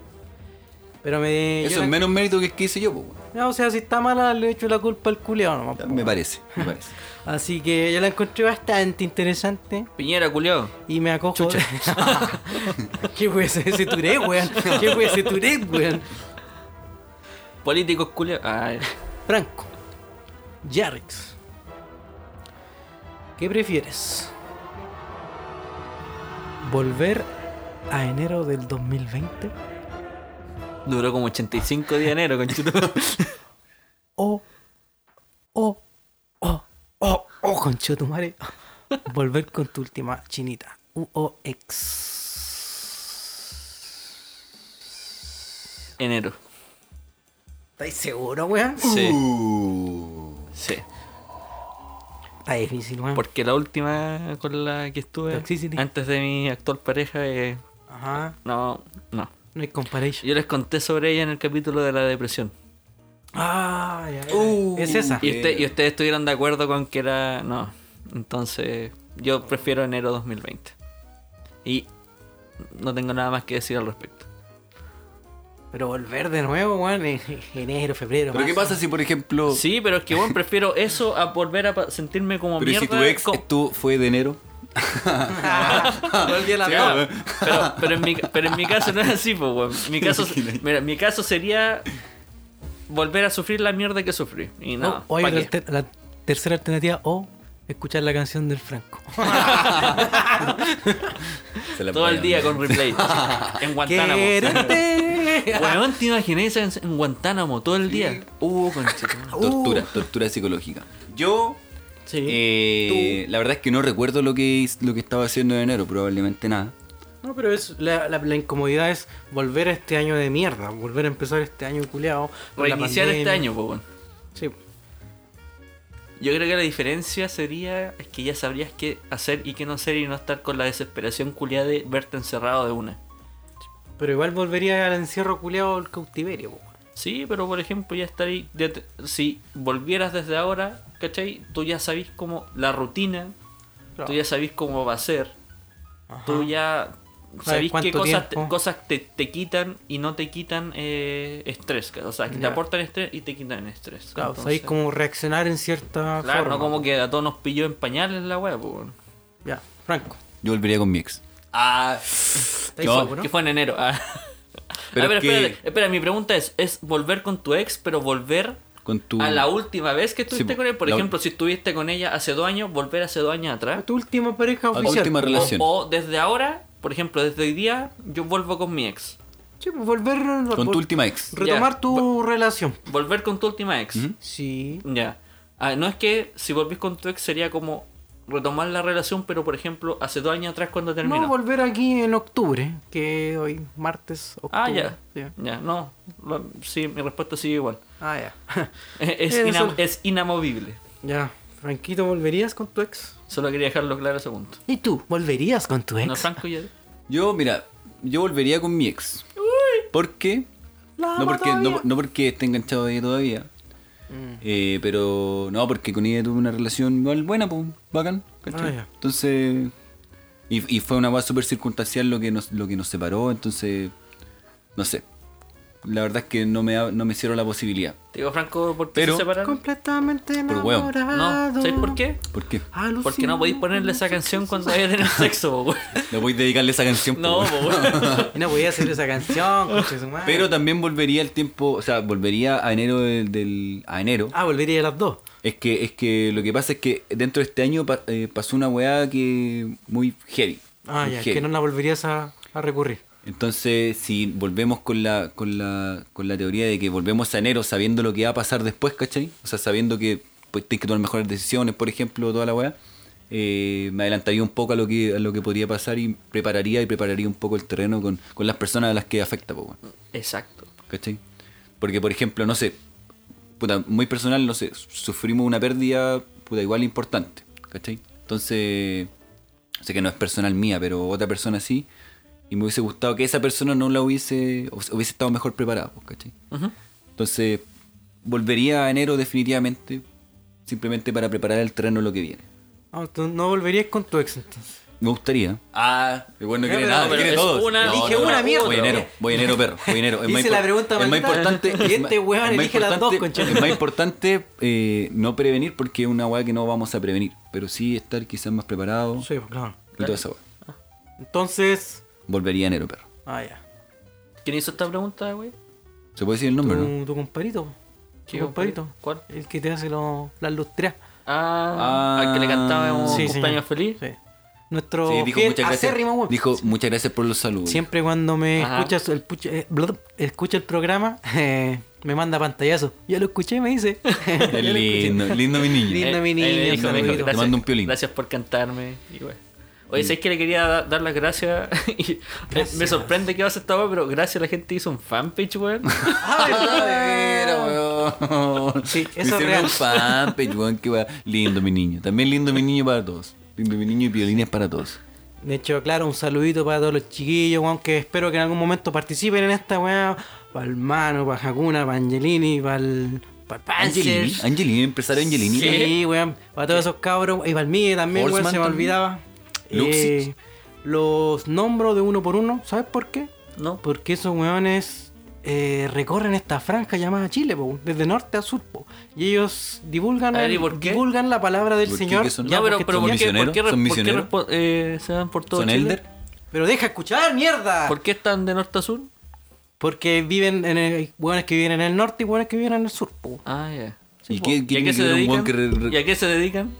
[SPEAKER 4] Pero me. Eh, yo
[SPEAKER 3] Eso
[SPEAKER 4] la-
[SPEAKER 3] es menos mérito que el que hice yo, pues,
[SPEAKER 4] No, o sea, si está mala, le echo la culpa al culeado nomás. po.
[SPEAKER 3] Me parece, me parece.
[SPEAKER 4] Así que yo la encontré bastante interesante.
[SPEAKER 5] Piñera, culiao.
[SPEAKER 4] Y me acojo. [LAUGHS] ¿Qué fue ese, ese Tourette, weón? ¿Qué fue ese Tourette, weón?
[SPEAKER 5] Políticos, culiao. Ah, eh. Ay.
[SPEAKER 4] Franco. Yarrix. ¿Qué prefieres? ¿Volver a enero del 2020?
[SPEAKER 5] Duró como 85 días de enero, conchito.
[SPEAKER 4] ¿O. o. o. o. o. conchetumare? Volver con tu última chinita. UOX.
[SPEAKER 5] Enero.
[SPEAKER 4] ¿Estáis seguro, weón?
[SPEAKER 5] Sí.
[SPEAKER 3] Uh,
[SPEAKER 5] Sí.
[SPEAKER 4] Está difícil, weón.
[SPEAKER 5] Porque la última con la que estuve
[SPEAKER 4] Toxicity.
[SPEAKER 5] antes de mi actual pareja, eh,
[SPEAKER 4] Ajá.
[SPEAKER 5] no, no.
[SPEAKER 4] No hay comparison.
[SPEAKER 5] Yo les conté sobre ella en el capítulo de la depresión.
[SPEAKER 4] Ah, ya, ya.
[SPEAKER 3] Uh.
[SPEAKER 4] es esa.
[SPEAKER 5] Y,
[SPEAKER 3] Bien.
[SPEAKER 5] usted- y ustedes estuvieron de acuerdo con que era. No. Entonces, yo prefiero enero 2020. Y no tengo nada más que decir al respecto.
[SPEAKER 4] Pero volver de nuevo, weón, en en enero, febrero.
[SPEAKER 3] Pero ¿qué
[SPEAKER 4] marzo.
[SPEAKER 3] pasa si, por ejemplo,
[SPEAKER 5] Sí, pero es que bueno, prefiero eso a volver a pa- sentirme como
[SPEAKER 3] pero ¿y
[SPEAKER 5] mierda.
[SPEAKER 3] si tu ex
[SPEAKER 5] con-
[SPEAKER 3] estuvo- fue de enero?
[SPEAKER 5] [LAUGHS]
[SPEAKER 4] Volví a la
[SPEAKER 3] Sí,
[SPEAKER 4] mierda.
[SPEAKER 3] weón.
[SPEAKER 5] pero, pero en mi, pero en mi caso no es así, pues, weón. Mi
[SPEAKER 3] [LAUGHS]
[SPEAKER 5] caso, mira, mi caso sería volver a sufrir la mierda que sufrí. Y no,
[SPEAKER 4] O- o hay
[SPEAKER 5] Ah, ¿pa'
[SPEAKER 4] la,
[SPEAKER 5] qué?
[SPEAKER 4] alter- la tercera alternativa o escuchar la canción del Franco. [LAUGHS]
[SPEAKER 3] Se la
[SPEAKER 5] todo el
[SPEAKER 3] ponen.
[SPEAKER 5] día con replay. en Guantánamo.
[SPEAKER 4] Quererte.
[SPEAKER 5] Weón, te imaginas en, en Guantánamo todo el día. Uh, conchetumare.
[SPEAKER 3] Tortura, tortura psicológica. Yo, eh, la verdad es que no recuerdo lo que, lo que estaba haciendo en enero, probablemente nada.
[SPEAKER 4] No, pero es, la, la- la incomodidad es volver a este año de mierda, volver a empezar este año culeado.
[SPEAKER 5] Reiniciar este año, pues, weón.
[SPEAKER 4] Sí.
[SPEAKER 5] Yo creo que la diferencia sería es que ya sabrías qué hacer y qué no hacer y no estar con la desesperación culiada de verte encerrado de una.
[SPEAKER 4] Pero igual volvería al encierro culeado al cautiverio, po, weón.
[SPEAKER 5] Sí, pero por ejemplo, ya estaría. ya te- si volvieras desde ahora, ¿cachai? Tú ya sabís cómo. La rutina, tú ya sabís cómo va a ser. Tú ya sabís qué
[SPEAKER 4] cuánto
[SPEAKER 5] cosas, te,
[SPEAKER 4] tiempo?
[SPEAKER 5] cosas te, te quitan y no te quitan eh, estrés. ca- O sea, que te
[SPEAKER 4] Ya.
[SPEAKER 5] aportan estrés y te quitan estrés.
[SPEAKER 4] Claro,
[SPEAKER 5] Entonces,
[SPEAKER 4] sabéis cómo reaccionar en cierta
[SPEAKER 5] Claro,
[SPEAKER 4] forma.
[SPEAKER 5] no como
[SPEAKER 4] po.
[SPEAKER 5] que a todos nos pilló en pañales la wea, pues. bueno.
[SPEAKER 4] Ya, Franco.
[SPEAKER 3] Yo volvería con mi ex. Ah,
[SPEAKER 4] ¿Estáis
[SPEAKER 3] No,
[SPEAKER 4] seguros?
[SPEAKER 5] Que fue en enero. Ah. [LAUGHS]
[SPEAKER 3] Pero
[SPEAKER 5] Ah, pero
[SPEAKER 3] es que-
[SPEAKER 5] espérate, espera, mi pregunta es, ¿es volver con tu ex, pero volver
[SPEAKER 3] con tu...
[SPEAKER 5] a la última vez que estuviste
[SPEAKER 3] po,
[SPEAKER 5] con él? Por
[SPEAKER 3] la
[SPEAKER 5] ejemplo, si estuviste con ella hace dos años, volver hace dos años atrás.
[SPEAKER 4] Tu última pareja
[SPEAKER 3] tu
[SPEAKER 4] oficial.
[SPEAKER 3] última
[SPEAKER 4] po.
[SPEAKER 3] relación.
[SPEAKER 5] O, o desde ahora, por ejemplo, desde hoy día, yo vuelvo con mi ex.
[SPEAKER 4] Sí, pues, volver
[SPEAKER 3] Con tu última ex.
[SPEAKER 4] Retomar
[SPEAKER 5] Ya.
[SPEAKER 4] tu relación.
[SPEAKER 5] Volver con tu última ex.
[SPEAKER 4] Sí.
[SPEAKER 5] Ya. Ah, no es que si volvís con tu ex sería como retomar la relación, pero por ejemplo, hace dos años atrás cuando terminó.
[SPEAKER 4] No, volver aquí en octubre, que hoy martes, octubre.
[SPEAKER 5] ah, ya.
[SPEAKER 4] Sí.
[SPEAKER 5] Ya, no. Lo- sí, mi respuesta sigue igual. [LAUGHS]
[SPEAKER 4] Ah, ya.
[SPEAKER 5] Es,
[SPEAKER 4] Eh, Eso.
[SPEAKER 5] inam- es inamovible.
[SPEAKER 4] [LAUGHS] ya, Franquito, ¿volverías con tu ex?
[SPEAKER 5] Solo quería dejarlo claro ese punto.
[SPEAKER 4] ¿Y tú? ¿Volverías con tu ex?
[SPEAKER 5] No, Franco ya.
[SPEAKER 3] Yo, mira, yo volvería con mi ex. ¿Por qué?
[SPEAKER 4] La
[SPEAKER 3] No
[SPEAKER 4] amo
[SPEAKER 3] porque, no,
[SPEAKER 4] todavía.
[SPEAKER 3] no porque esté enganchado de ella todavía. Eh, pero no, porque con ella tuve una relación igual buena, pues, bacán. ¿cachai?
[SPEAKER 4] Ah, ya.
[SPEAKER 3] Entonces. Y, y fue una cosa súper circunstancial lo que, nos, lo que nos separó, entonces. No sé. la verdad es que no me, ha- no me cierro la posibilidad.
[SPEAKER 5] Te digo, Franco, ¿por qué
[SPEAKER 3] Pero-
[SPEAKER 5] se separaron?
[SPEAKER 4] Completamente
[SPEAKER 3] Por huevo.
[SPEAKER 4] enamorado.
[SPEAKER 5] No, ¿sabes por qué?
[SPEAKER 3] ¿Por qué?
[SPEAKER 5] Porque no podéis ponerle esa canción cuando vaya a tener sexo, po,
[SPEAKER 4] [LAUGHS]
[SPEAKER 5] weón.
[SPEAKER 3] No voy a dedicarle esa canción.
[SPEAKER 5] No,
[SPEAKER 3] po,
[SPEAKER 5] po,
[SPEAKER 3] weón.
[SPEAKER 5] weón.
[SPEAKER 4] Y no podía hacer esa
[SPEAKER 5] [LAUGHS]
[SPEAKER 4] canción, coche su madre.
[SPEAKER 3] [LAUGHS] Pero también volvería el tiempo, o sea, volvería a enero del, del- a enero.
[SPEAKER 4] Ah, volvería a las dos.
[SPEAKER 3] Es que es que lo que pasa es que dentro de este año pa- eh, pasó una weá que muy heavy.
[SPEAKER 4] Ah,
[SPEAKER 3] muy
[SPEAKER 4] ya,
[SPEAKER 3] heavy.
[SPEAKER 4] que no la volverías a, a recurrir.
[SPEAKER 3] Entonces, si volvemos con la, con la, con la teoría de que volvemos a enero sabiendo lo que va a pasar después, ¿cachai? O sea, sabiendo que pues, tienes que tomar mejores decisiones, por ejemplo, toda la weá, eh, me adelantaría un poco a lo que a lo que podría pasar y prepararía y prepararía un poco el terreno con, con las personas a las que afecta, po, weón.
[SPEAKER 5] Exacto.
[SPEAKER 3] ¿Cachai? Porque, por ejemplo, no sé, puta, muy personal, no sé, sufrimos una pérdida, puta, igual importante, ¿cachai? Entonces, sé que no es personal mía, pero otra persona sí, y me hubiese gustado que esa persona no la hubiese, hubiese estado mejor preparada, pues, ¿cachai?
[SPEAKER 5] Ujú.
[SPEAKER 3] Entonces, volvería a enero definitivamente, simplemente para preparar el terreno a lo que viene.
[SPEAKER 4] Ah, tú no volverías con tu ex entonces.
[SPEAKER 3] Me gustaría. Ah, igual no quiere
[SPEAKER 4] pero-
[SPEAKER 3] nada,
[SPEAKER 4] no, pero
[SPEAKER 3] quiere
[SPEAKER 5] es
[SPEAKER 3] todos.
[SPEAKER 5] una-
[SPEAKER 3] No,
[SPEAKER 5] dije
[SPEAKER 3] no, no.
[SPEAKER 5] una mierda.
[SPEAKER 3] Voy enero, voy enero, perro, voy enero. Es
[SPEAKER 4] [LAUGHS] Hice
[SPEAKER 3] más
[SPEAKER 4] la
[SPEAKER 3] impor-
[SPEAKER 4] pregunta
[SPEAKER 3] Es más
[SPEAKER 4] maldita.
[SPEAKER 3] importante.
[SPEAKER 4] Y
[SPEAKER 3] es más-
[SPEAKER 4] este weón
[SPEAKER 3] es más
[SPEAKER 4] elige las dos,
[SPEAKER 3] importante-
[SPEAKER 4] concha.
[SPEAKER 3] Es más importante eh, no prevenir porque es una weá que no vamos a prevenir, pero sí estar quizás más preparado
[SPEAKER 4] Sí, pues, claro.
[SPEAKER 3] y toda esa weá.
[SPEAKER 4] Entonces.
[SPEAKER 3] Volvería a enero, perro.
[SPEAKER 4] Ah, ya.
[SPEAKER 5] ¿Quién hizo esta pregunta, güey?
[SPEAKER 3] ¿Se puede decir el nombre, no?
[SPEAKER 4] Tu, tu compadrito.
[SPEAKER 5] ¿Qué
[SPEAKER 4] tu compadrito?
[SPEAKER 5] compadrito? ¿Cuál?
[SPEAKER 4] El que te hace lo- las lustrias.
[SPEAKER 5] Ah,
[SPEAKER 3] Ah.
[SPEAKER 5] al que le cantábamos
[SPEAKER 3] Sí,
[SPEAKER 5] cumpleaños feliz.
[SPEAKER 4] Sí. Nuestro
[SPEAKER 3] Sí,
[SPEAKER 4] fiel
[SPEAKER 3] gracias.
[SPEAKER 4] acérrimo, weón.
[SPEAKER 3] Dijo muchas gracias por los saludos.
[SPEAKER 4] Siempre cuando me
[SPEAKER 5] Ajá.
[SPEAKER 4] escuchas el pucha- eh, blub, escucha el
[SPEAKER 3] [LAUGHS]
[SPEAKER 4] programa, eh, me manda pantallazo. Ya lo escuché, me dice.
[SPEAKER 3] Es
[SPEAKER 4] [LAUGHS] Ya lo escuché. [LAUGHS]
[SPEAKER 3] lindo, lindo mi niño.
[SPEAKER 4] Lindo.
[SPEAKER 5] Eh,
[SPEAKER 4] mi
[SPEAKER 5] ahí
[SPEAKER 4] niño,
[SPEAKER 5] me dijo, me dijo,
[SPEAKER 3] saludito. Te
[SPEAKER 5] gracias-
[SPEAKER 3] mando un piolín.
[SPEAKER 5] Gracias por cantarme. y bueno. Oye, ¿sabes que le quería da- dar las gracias? [LAUGHS] Y, eh, me
[SPEAKER 4] Gracias.
[SPEAKER 5] sorprende que vas a esta weá, pero gracias a la gente hizo un fanpage, weón.
[SPEAKER 3] Este
[SPEAKER 4] Ah, verdad. Sí,
[SPEAKER 3] Me
[SPEAKER 4] eso es
[SPEAKER 3] hicieron
[SPEAKER 4] real.
[SPEAKER 3] un fanpage, weón, qué weá. Lindo mi niño. También lindo mi niño para todos. Lindo mi niño y violines para todos.
[SPEAKER 4] De hecho, claro, un saludito para todos los chiquillos, weón, que espero que en algún momento participen en esta weá. Para el Mano, para Hakuna, para Angelini, para el. Para
[SPEAKER 3] Angelini, Angelini, empresario Angelini.
[SPEAKER 4] Sí, weón. Para todos esos cabros. Y para el Miguel también, weón,
[SPEAKER 3] Holzman
[SPEAKER 4] se me
[SPEAKER 3] también.
[SPEAKER 4] olvidaba.
[SPEAKER 3] Luxich.
[SPEAKER 4] Eh, los nombro de uno por uno, ¿sabes por qué?
[SPEAKER 5] No, pues,
[SPEAKER 4] Porque esos weones eh, recorren esta franja llamada Chile, po, desde norte a sur. po. Y ellos divulgan,
[SPEAKER 5] A ver,
[SPEAKER 4] el-
[SPEAKER 5] ¿y por qué?
[SPEAKER 4] divulgan la palabra del
[SPEAKER 3] ¿Por qué
[SPEAKER 4] Señor.
[SPEAKER 3] que son-
[SPEAKER 5] Ya, pero,
[SPEAKER 4] porque
[SPEAKER 5] pero
[SPEAKER 4] tú-
[SPEAKER 5] ¿por
[SPEAKER 3] son
[SPEAKER 5] qué, por qué,
[SPEAKER 3] misioneros,
[SPEAKER 5] re-
[SPEAKER 3] son
[SPEAKER 5] por qué
[SPEAKER 3] misioneros.
[SPEAKER 5] respo- eh, se van por todo
[SPEAKER 3] ¿Son
[SPEAKER 5] Chile?
[SPEAKER 3] Elder?
[SPEAKER 4] Pero deja escuchar, mierda.
[SPEAKER 5] ¿Por qué están de norte a sur?
[SPEAKER 4] Porque viven en el, hay hueones que viven en el norte y hueones que viven en el sur. po.
[SPEAKER 5] Ah, ya.
[SPEAKER 3] ¿Y
[SPEAKER 5] po.
[SPEAKER 3] qué- qué
[SPEAKER 5] a
[SPEAKER 3] tiene que ver un weón que re- re-
[SPEAKER 5] ¿Y a qué se dedican?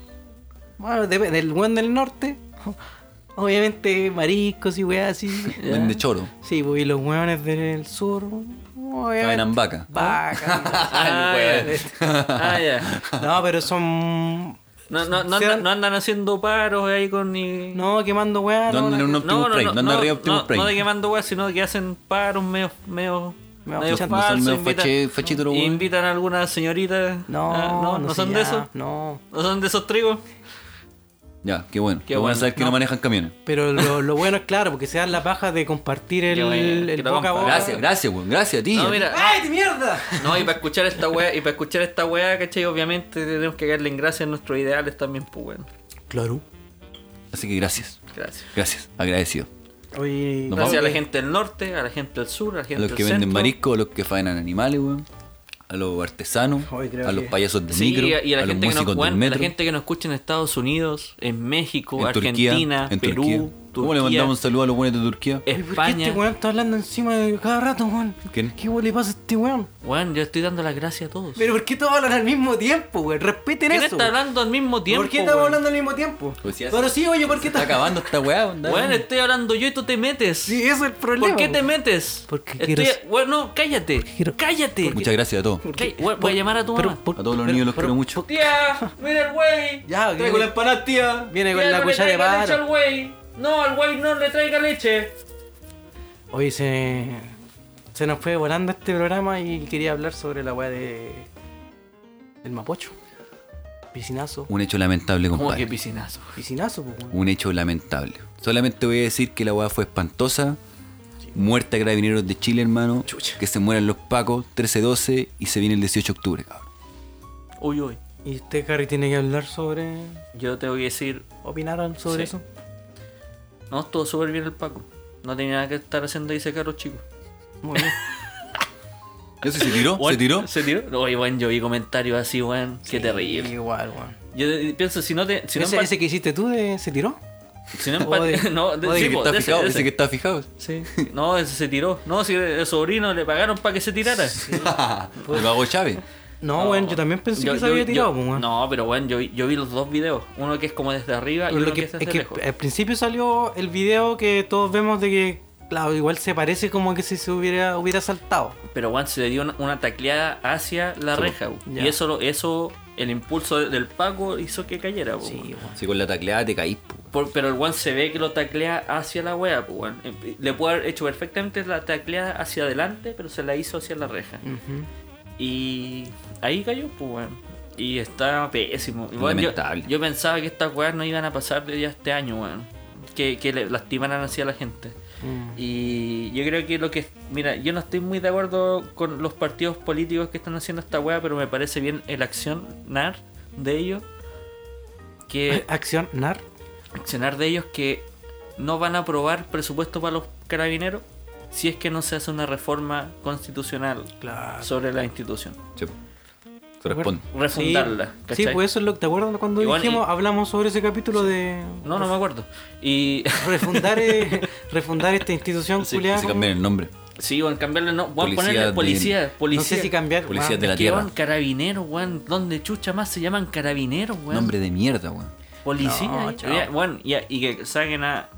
[SPEAKER 4] Bueno, dep- del hueón del norte, [LAUGHS] obviamente mariscos y weas así.
[SPEAKER 3] Vende choro.
[SPEAKER 4] Sí, pues, y los hueones del sur,
[SPEAKER 3] Caben
[SPEAKER 4] obviamente.
[SPEAKER 3] en vaca.
[SPEAKER 4] Vacas.
[SPEAKER 3] [LAUGHS]
[SPEAKER 5] Ah,
[SPEAKER 3] weón.
[SPEAKER 5] ya. Ah, ya.
[SPEAKER 4] No, pero son.
[SPEAKER 5] No, no, no,
[SPEAKER 4] Se
[SPEAKER 5] andan,
[SPEAKER 4] van-
[SPEAKER 5] no andan haciendo paros ahí con ni...
[SPEAKER 4] No, quemando weas.
[SPEAKER 3] No
[SPEAKER 4] no,
[SPEAKER 3] andan
[SPEAKER 4] la-
[SPEAKER 3] en un Optimus Prime, no andan arriba de Optimus
[SPEAKER 5] no,
[SPEAKER 3] Prime.
[SPEAKER 5] no de quemando weas, sino de que hacen paros medio, medio,
[SPEAKER 4] Medio
[SPEAKER 5] medio
[SPEAKER 4] fachantes.
[SPEAKER 3] No son
[SPEAKER 5] falsos.
[SPEAKER 3] medio
[SPEAKER 5] invitan,
[SPEAKER 3] fache- fachitos los
[SPEAKER 5] y
[SPEAKER 3] weones.
[SPEAKER 5] invitan a alguna señorita.
[SPEAKER 4] No,
[SPEAKER 5] Ah, no, no
[SPEAKER 4] sé
[SPEAKER 5] son de
[SPEAKER 4] ya,
[SPEAKER 5] esos.
[SPEAKER 4] No.
[SPEAKER 5] No son de esos trigos.
[SPEAKER 3] Ya, qué bueno.
[SPEAKER 5] Qué
[SPEAKER 3] Qué bueno
[SPEAKER 5] bueno.
[SPEAKER 3] saber que no, manejan camiones.
[SPEAKER 4] Pero lo, lo bueno es claro, porque se dan la paja de compartir el,
[SPEAKER 5] [LAUGHS] Qué bueno,
[SPEAKER 4] el
[SPEAKER 5] que lo
[SPEAKER 4] boca a
[SPEAKER 5] compa-
[SPEAKER 4] boca.
[SPEAKER 3] Gracias, gracias, weón. Gracias a ti.
[SPEAKER 5] No, mira.
[SPEAKER 4] ¡Ay, de mierda!
[SPEAKER 5] No, y para escuchar esta weá, y para escuchar esta weá, ¿cachai? Obviamente tenemos que darle en gracia a nuestros ideales también, pues weón.
[SPEAKER 4] Claro.
[SPEAKER 3] Así que gracias.
[SPEAKER 5] Gracias.
[SPEAKER 3] Gracias. Agradecido.
[SPEAKER 4] Oye,
[SPEAKER 3] Nos
[SPEAKER 5] Gracias a
[SPEAKER 3] vamos.
[SPEAKER 5] la gente del norte, a la gente del sur, a la
[SPEAKER 3] A
[SPEAKER 5] gente
[SPEAKER 3] los que
[SPEAKER 5] del
[SPEAKER 3] venden
[SPEAKER 5] centro.
[SPEAKER 3] marisco, a los que faenan animales, weón. A los artesanos,
[SPEAKER 4] Hoy creo
[SPEAKER 3] a los
[SPEAKER 4] que-
[SPEAKER 3] payasos de
[SPEAKER 5] Sí,
[SPEAKER 3] micro,
[SPEAKER 5] y a, y a la
[SPEAKER 3] a los
[SPEAKER 5] gente que nos,
[SPEAKER 3] músicos del
[SPEAKER 5] bueno, a la
[SPEAKER 3] metro.
[SPEAKER 5] gente que nos escucha en Estados Unidos, en México,
[SPEAKER 3] en
[SPEAKER 5] Argentina,
[SPEAKER 3] Turquía, en
[SPEAKER 5] Perú,
[SPEAKER 3] Turquía. ¿Cómo le
[SPEAKER 5] Turquía,
[SPEAKER 3] mandamos un saludo a los buenos de Turquía?
[SPEAKER 4] Oye, ¿por qué
[SPEAKER 5] España.
[SPEAKER 4] este weón está hablando encima de cada rato, weón?
[SPEAKER 3] ¿Quién?
[SPEAKER 4] ¿Qué weón le pasa a este weón?
[SPEAKER 5] Weón, yo estoy dando las gracias a todos.
[SPEAKER 4] Pero ¿por qué todos hablan al mismo tiempo, weón? Respeten
[SPEAKER 5] ¿Quién
[SPEAKER 4] eso.
[SPEAKER 5] está hablando al mismo tiempo?
[SPEAKER 4] ¿Por qué estamos
[SPEAKER 5] weón?
[SPEAKER 4] hablando al mismo tiempo?
[SPEAKER 3] Pues si hace-
[SPEAKER 4] Pero sí, oye, ¿por qué
[SPEAKER 3] Está
[SPEAKER 4] está
[SPEAKER 3] acabando esta weá, onda.
[SPEAKER 5] Weón, estoy hablando yo y tú te metes.
[SPEAKER 4] Sí, ese es el problema.
[SPEAKER 5] ¿Por qué te
[SPEAKER 4] weón.
[SPEAKER 5] metes?
[SPEAKER 4] Porque
[SPEAKER 5] Estoy-
[SPEAKER 4] quiero-
[SPEAKER 5] Weón, no, cállate.
[SPEAKER 4] quiero-
[SPEAKER 5] Cállate.
[SPEAKER 3] Muchas gracias a todos.
[SPEAKER 5] Cállate. Weón, voy a llamar a tu
[SPEAKER 4] Pero,
[SPEAKER 5] mamá.
[SPEAKER 4] ¿por-
[SPEAKER 3] A todos los
[SPEAKER 4] pero-
[SPEAKER 3] niños los
[SPEAKER 4] pero-
[SPEAKER 3] quiero mucho.
[SPEAKER 5] Tía, mira el güey.
[SPEAKER 4] Ya,
[SPEAKER 5] Traigo la
[SPEAKER 4] empanada, tía. Viene con
[SPEAKER 5] Tía,
[SPEAKER 4] la
[SPEAKER 5] no le
[SPEAKER 4] cuchara de
[SPEAKER 5] traiga leche al
[SPEAKER 4] paro.
[SPEAKER 5] güey. No, al güey no le traiga leche.
[SPEAKER 4] Hoy se, se nos fue volando este programa y quería hablar sobre la weá de. del Mapocho. Piscinazo.
[SPEAKER 3] Un hecho lamentable,
[SPEAKER 5] Como
[SPEAKER 3] compadre.
[SPEAKER 5] que piscinazo.
[SPEAKER 4] Piscinazo, pues, weón.
[SPEAKER 3] Un hecho lamentable. Solamente voy a decir que la weá fue espantosa. Muerta de carabineros de Chile, hermano.
[SPEAKER 5] Chucha.
[SPEAKER 3] Que se mueran los pacos, 13-12 y se viene el 18 de octubre, cabrón.
[SPEAKER 5] Uy, uy.
[SPEAKER 4] Y usted, Harry, tiene que hablar sobre.
[SPEAKER 5] Yo te voy a decir,
[SPEAKER 4] ¿Opinaron sobre
[SPEAKER 5] Sí.
[SPEAKER 4] eso?
[SPEAKER 5] no, estuvo súper bien el Paco. No tenía nada que estar haciendo ahí ese caro chico.
[SPEAKER 4] Muy bien.
[SPEAKER 3] Eso se tiró, se
[SPEAKER 5] Weón,
[SPEAKER 3] tiró.
[SPEAKER 5] ¿Se tiró? No, y bueno, yo vi comentarios así, weón. [LAUGHS] Qué terrible.
[SPEAKER 4] Igual, weón.
[SPEAKER 5] Yo eh, pienso, si no te. Si no
[SPEAKER 4] ¿Ese,
[SPEAKER 5] empa-
[SPEAKER 4] ese que hiciste tú de- se tiró? [LAUGHS]
[SPEAKER 5] Si no
[SPEAKER 4] o de-
[SPEAKER 5] empate. [LAUGHS] No, de-
[SPEAKER 4] o de
[SPEAKER 5] sí,
[SPEAKER 3] Ese que
[SPEAKER 5] po,
[SPEAKER 3] está
[SPEAKER 5] de ese,
[SPEAKER 3] fijado,
[SPEAKER 5] de
[SPEAKER 3] ese
[SPEAKER 5] ese.
[SPEAKER 3] que está fijado.
[SPEAKER 5] Sí. No, ese se tiró. No, si el sobrino le pagaron para que se tirara.
[SPEAKER 3] El vago Chávez.
[SPEAKER 4] No, weón, yo también pensé
[SPEAKER 5] Yo-
[SPEAKER 4] que se
[SPEAKER 5] yo-
[SPEAKER 4] había
[SPEAKER 5] yo-
[SPEAKER 4] tirado, pues, weón.
[SPEAKER 5] No, pero bueno, yo, yo vi los dos videos. Uno que es como desde arriba y
[SPEAKER 4] Lo
[SPEAKER 5] uno
[SPEAKER 4] que-
[SPEAKER 5] que es desde
[SPEAKER 4] es que eh,
[SPEAKER 5] lejos.
[SPEAKER 4] al principio salió el video que todos vemos de que, claro, igual se parece como que si se hubiera, hubiera saltado.
[SPEAKER 5] Pero Juan se le dio una, una tacleada hacia la reja. bu.
[SPEAKER 4] Ya.
[SPEAKER 5] Y eso, lo- eso, el impulso de- del Paco hizo que cayera. bu, weón.
[SPEAKER 3] Si con la tacleada te caís, po.
[SPEAKER 5] Por- pero el Juan se ve que lo taclea hacia la wea. bu, weón. Eh, Le puede haber hecho perfectamente la tacleada hacia adelante, pero se la hizo hacia la reja. Y ahí cayó, pues, weón. Y está pésimo. Y, weón, yo,
[SPEAKER 3] Lamentable.
[SPEAKER 5] yo pensaba que estas weas no iban a pasar de ya este año, weón. Que, que le lastimaran así a la gente. Y yo creo que lo que. Mira, yo no estoy muy de acuerdo con los partidos políticos que están haciendo esta wea, pero me parece bien el accionar de ellos. Que
[SPEAKER 4] Eh, Acción NAR.
[SPEAKER 5] accionar de ellos que no van a aprobar presupuesto para los carabineros si es que no se hace una reforma constitucional
[SPEAKER 4] Claro.
[SPEAKER 5] sobre la institución.
[SPEAKER 3] Sí, po. Te responde.
[SPEAKER 5] Refundarla.
[SPEAKER 4] Sí,
[SPEAKER 5] ¿cachai?
[SPEAKER 4] pues eso es lo que te acuerdas cuando
[SPEAKER 5] Igual y-
[SPEAKER 4] dijimos, hablamos sobre ese capítulo de
[SPEAKER 5] No, no me acuerdo. Y [LAUGHS]
[SPEAKER 4] refundar, eh, refundar esta institución
[SPEAKER 5] Sí,
[SPEAKER 4] culiada.
[SPEAKER 3] Se cambian el nombre.
[SPEAKER 5] sí, van a cambiarle, no, van a
[SPEAKER 3] Policía
[SPEAKER 5] ponerle
[SPEAKER 3] de-
[SPEAKER 5] policía, policía.
[SPEAKER 4] No sé si cambiar. ah,
[SPEAKER 3] Policía
[SPEAKER 4] weón.
[SPEAKER 3] de la
[SPEAKER 5] Que
[SPEAKER 3] tierra.
[SPEAKER 5] van carabineros, weón. ¿Dónde chucha más se llaman carabineros, weón?
[SPEAKER 3] Nombre de mierda, weón.
[SPEAKER 5] Policía.
[SPEAKER 4] No,
[SPEAKER 5] eh.
[SPEAKER 4] chao.
[SPEAKER 5] Ya, weón, ya, y que saquen a.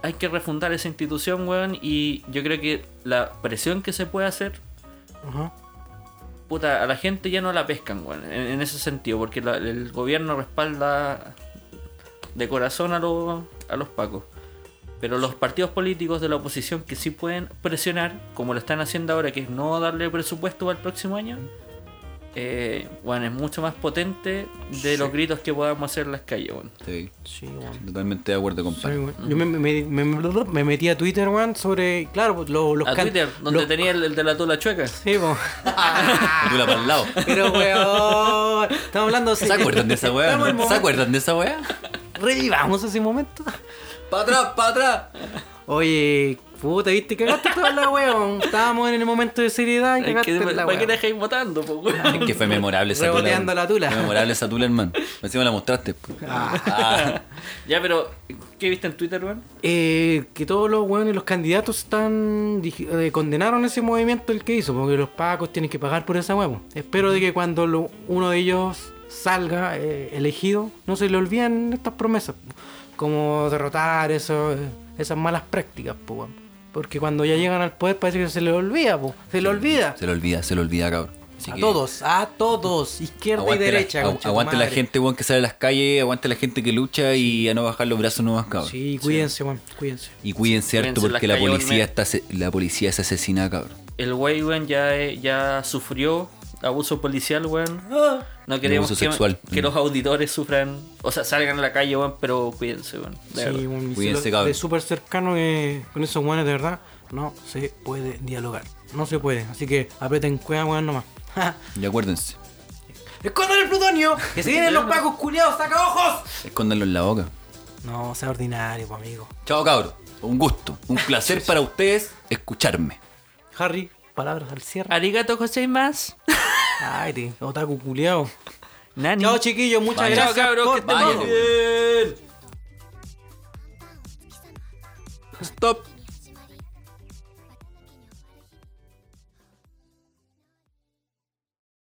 [SPEAKER 5] Hay que refundar esa institución, weón. Y yo creo que la presión que se puede hacer
[SPEAKER 4] Ajá.
[SPEAKER 5] puta, a la gente ya no la pescan, weón, en, en ese sentido, porque la- el gobierno respalda de corazón a, los a los pacos. Pero los partidos políticos de la oposición que sí pueden presionar, como lo están haciendo ahora, que es no darle presupuesto para el próximo año, eh, weón, es mucho más potente de los gritos que podamos hacer en las calles, weón.
[SPEAKER 3] Sí,
[SPEAKER 4] Sí, weón.
[SPEAKER 3] totalmente de acuerdo,
[SPEAKER 4] Sí,
[SPEAKER 3] compadre.
[SPEAKER 4] weón. Yo me, me- me- me- me metí a Twitter, weón, sobre, claro, pues, lo- los
[SPEAKER 5] A
[SPEAKER 4] can-
[SPEAKER 5] Twitter, donde
[SPEAKER 4] los-
[SPEAKER 5] tenía el, el de la tula chueca.
[SPEAKER 4] Sí, po.
[SPEAKER 3] [LAUGHS]
[SPEAKER 4] [LAUGHS]
[SPEAKER 3] Y tú la para el lado.
[SPEAKER 4] Pero, weón, estamos hablando...
[SPEAKER 3] ¿Se acuerdan de esa weá?
[SPEAKER 4] Estamos en el
[SPEAKER 3] ¿Se
[SPEAKER 4] momento-
[SPEAKER 3] acuerdan de esa weá?
[SPEAKER 4] Revivamos ese momento.
[SPEAKER 3] ¡Para atrás, para atrás!
[SPEAKER 4] Oye, puta, viste, cagaste toda la weón. Estábamos en el momento de seriedad y
[SPEAKER 5] Ay,
[SPEAKER 4] cagaste
[SPEAKER 5] que-
[SPEAKER 4] la
[SPEAKER 5] ¿Para qué
[SPEAKER 4] weón.
[SPEAKER 5] la dejáis votando, po, weón?
[SPEAKER 4] [LAUGHS]
[SPEAKER 3] Es que fue memorable esa tula.
[SPEAKER 4] Reboteando
[SPEAKER 3] weón.
[SPEAKER 4] la tula.
[SPEAKER 3] Fue memorable esa tula, hermano. Encima la mostraste. pues. po. Ah.
[SPEAKER 5] Ya, pero, ¿qué viste en Twitter, weón?
[SPEAKER 4] Eh, que todos los weones, los candidatos están dij- eh, condenaron ese movimiento el que hizo, porque los pacos tienen que pagar por esa huevo. Espero de que cuando lo- uno de ellos salga eh, elegido, no se le olviden estas promesas, po. como derrotar eso, eh, esas malas prácticas, po, weón. porque cuando ya llegan al poder parece que se le olvida, po. se le olvida.
[SPEAKER 3] Ah, Se le olvida, se le olvida, cabrón. Así
[SPEAKER 4] a
[SPEAKER 3] que
[SPEAKER 4] todos, a todos, izquierda
[SPEAKER 3] aguante
[SPEAKER 4] y
[SPEAKER 3] la-
[SPEAKER 4] derecha.
[SPEAKER 3] agu-
[SPEAKER 4] concha tu
[SPEAKER 3] aguante la
[SPEAKER 4] madre.
[SPEAKER 3] gente, weón, que sale a las calles. Aguante la gente que lucha y a no bajar los brazos nomás, cabrón.
[SPEAKER 4] Sí, cuídense, weón, cuídense.
[SPEAKER 3] Y cuídense harto
[SPEAKER 5] Cuídense
[SPEAKER 3] porque
[SPEAKER 5] las
[SPEAKER 3] la
[SPEAKER 5] calles,
[SPEAKER 3] policía,
[SPEAKER 5] weón.
[SPEAKER 3] está, ase- la policía es asesina, cabrón.
[SPEAKER 5] El güey, weón, ya, eh, ya sufrió abuso policial, weón. No queremos
[SPEAKER 3] Abuso
[SPEAKER 5] que,
[SPEAKER 3] sexual.
[SPEAKER 5] que
[SPEAKER 3] Mm.
[SPEAKER 5] los auditores sufran, o sea, salgan a la calle, weón, pero cuídense, weón. de
[SPEAKER 4] Sí,
[SPEAKER 5] verdad.
[SPEAKER 4] un-
[SPEAKER 3] Cuídense,
[SPEAKER 4] si lo-
[SPEAKER 3] cabrón.
[SPEAKER 4] De súper cercano eh, con esos guanes, de verdad, no se puede dialogar. No se puede. Así que apreten cueva, weón, nomás. [LAUGHS]
[SPEAKER 3] Y acuérdense,
[SPEAKER 4] ¡Escondan el plutonio! ¡Que se vienen los pacos culiados! ¡Saca ojos!
[SPEAKER 3] escóndanlo en la boca.
[SPEAKER 4] No, sea ordinario, pues, amigo.
[SPEAKER 3] Chao, cabrón. Un gusto, un placer para ustedes escucharme.
[SPEAKER 4] Harry, palabras al cierre.
[SPEAKER 5] Arigato, José más.
[SPEAKER 4] Ay, te, otaku culiao.
[SPEAKER 5] Nani.
[SPEAKER 4] Chao, chiquillos, muchas
[SPEAKER 3] Vaya.
[SPEAKER 4] gracias.
[SPEAKER 5] Chao, cabros, que
[SPEAKER 4] por
[SPEAKER 5] estén
[SPEAKER 4] todo.
[SPEAKER 3] Váyanse, weón. Stop.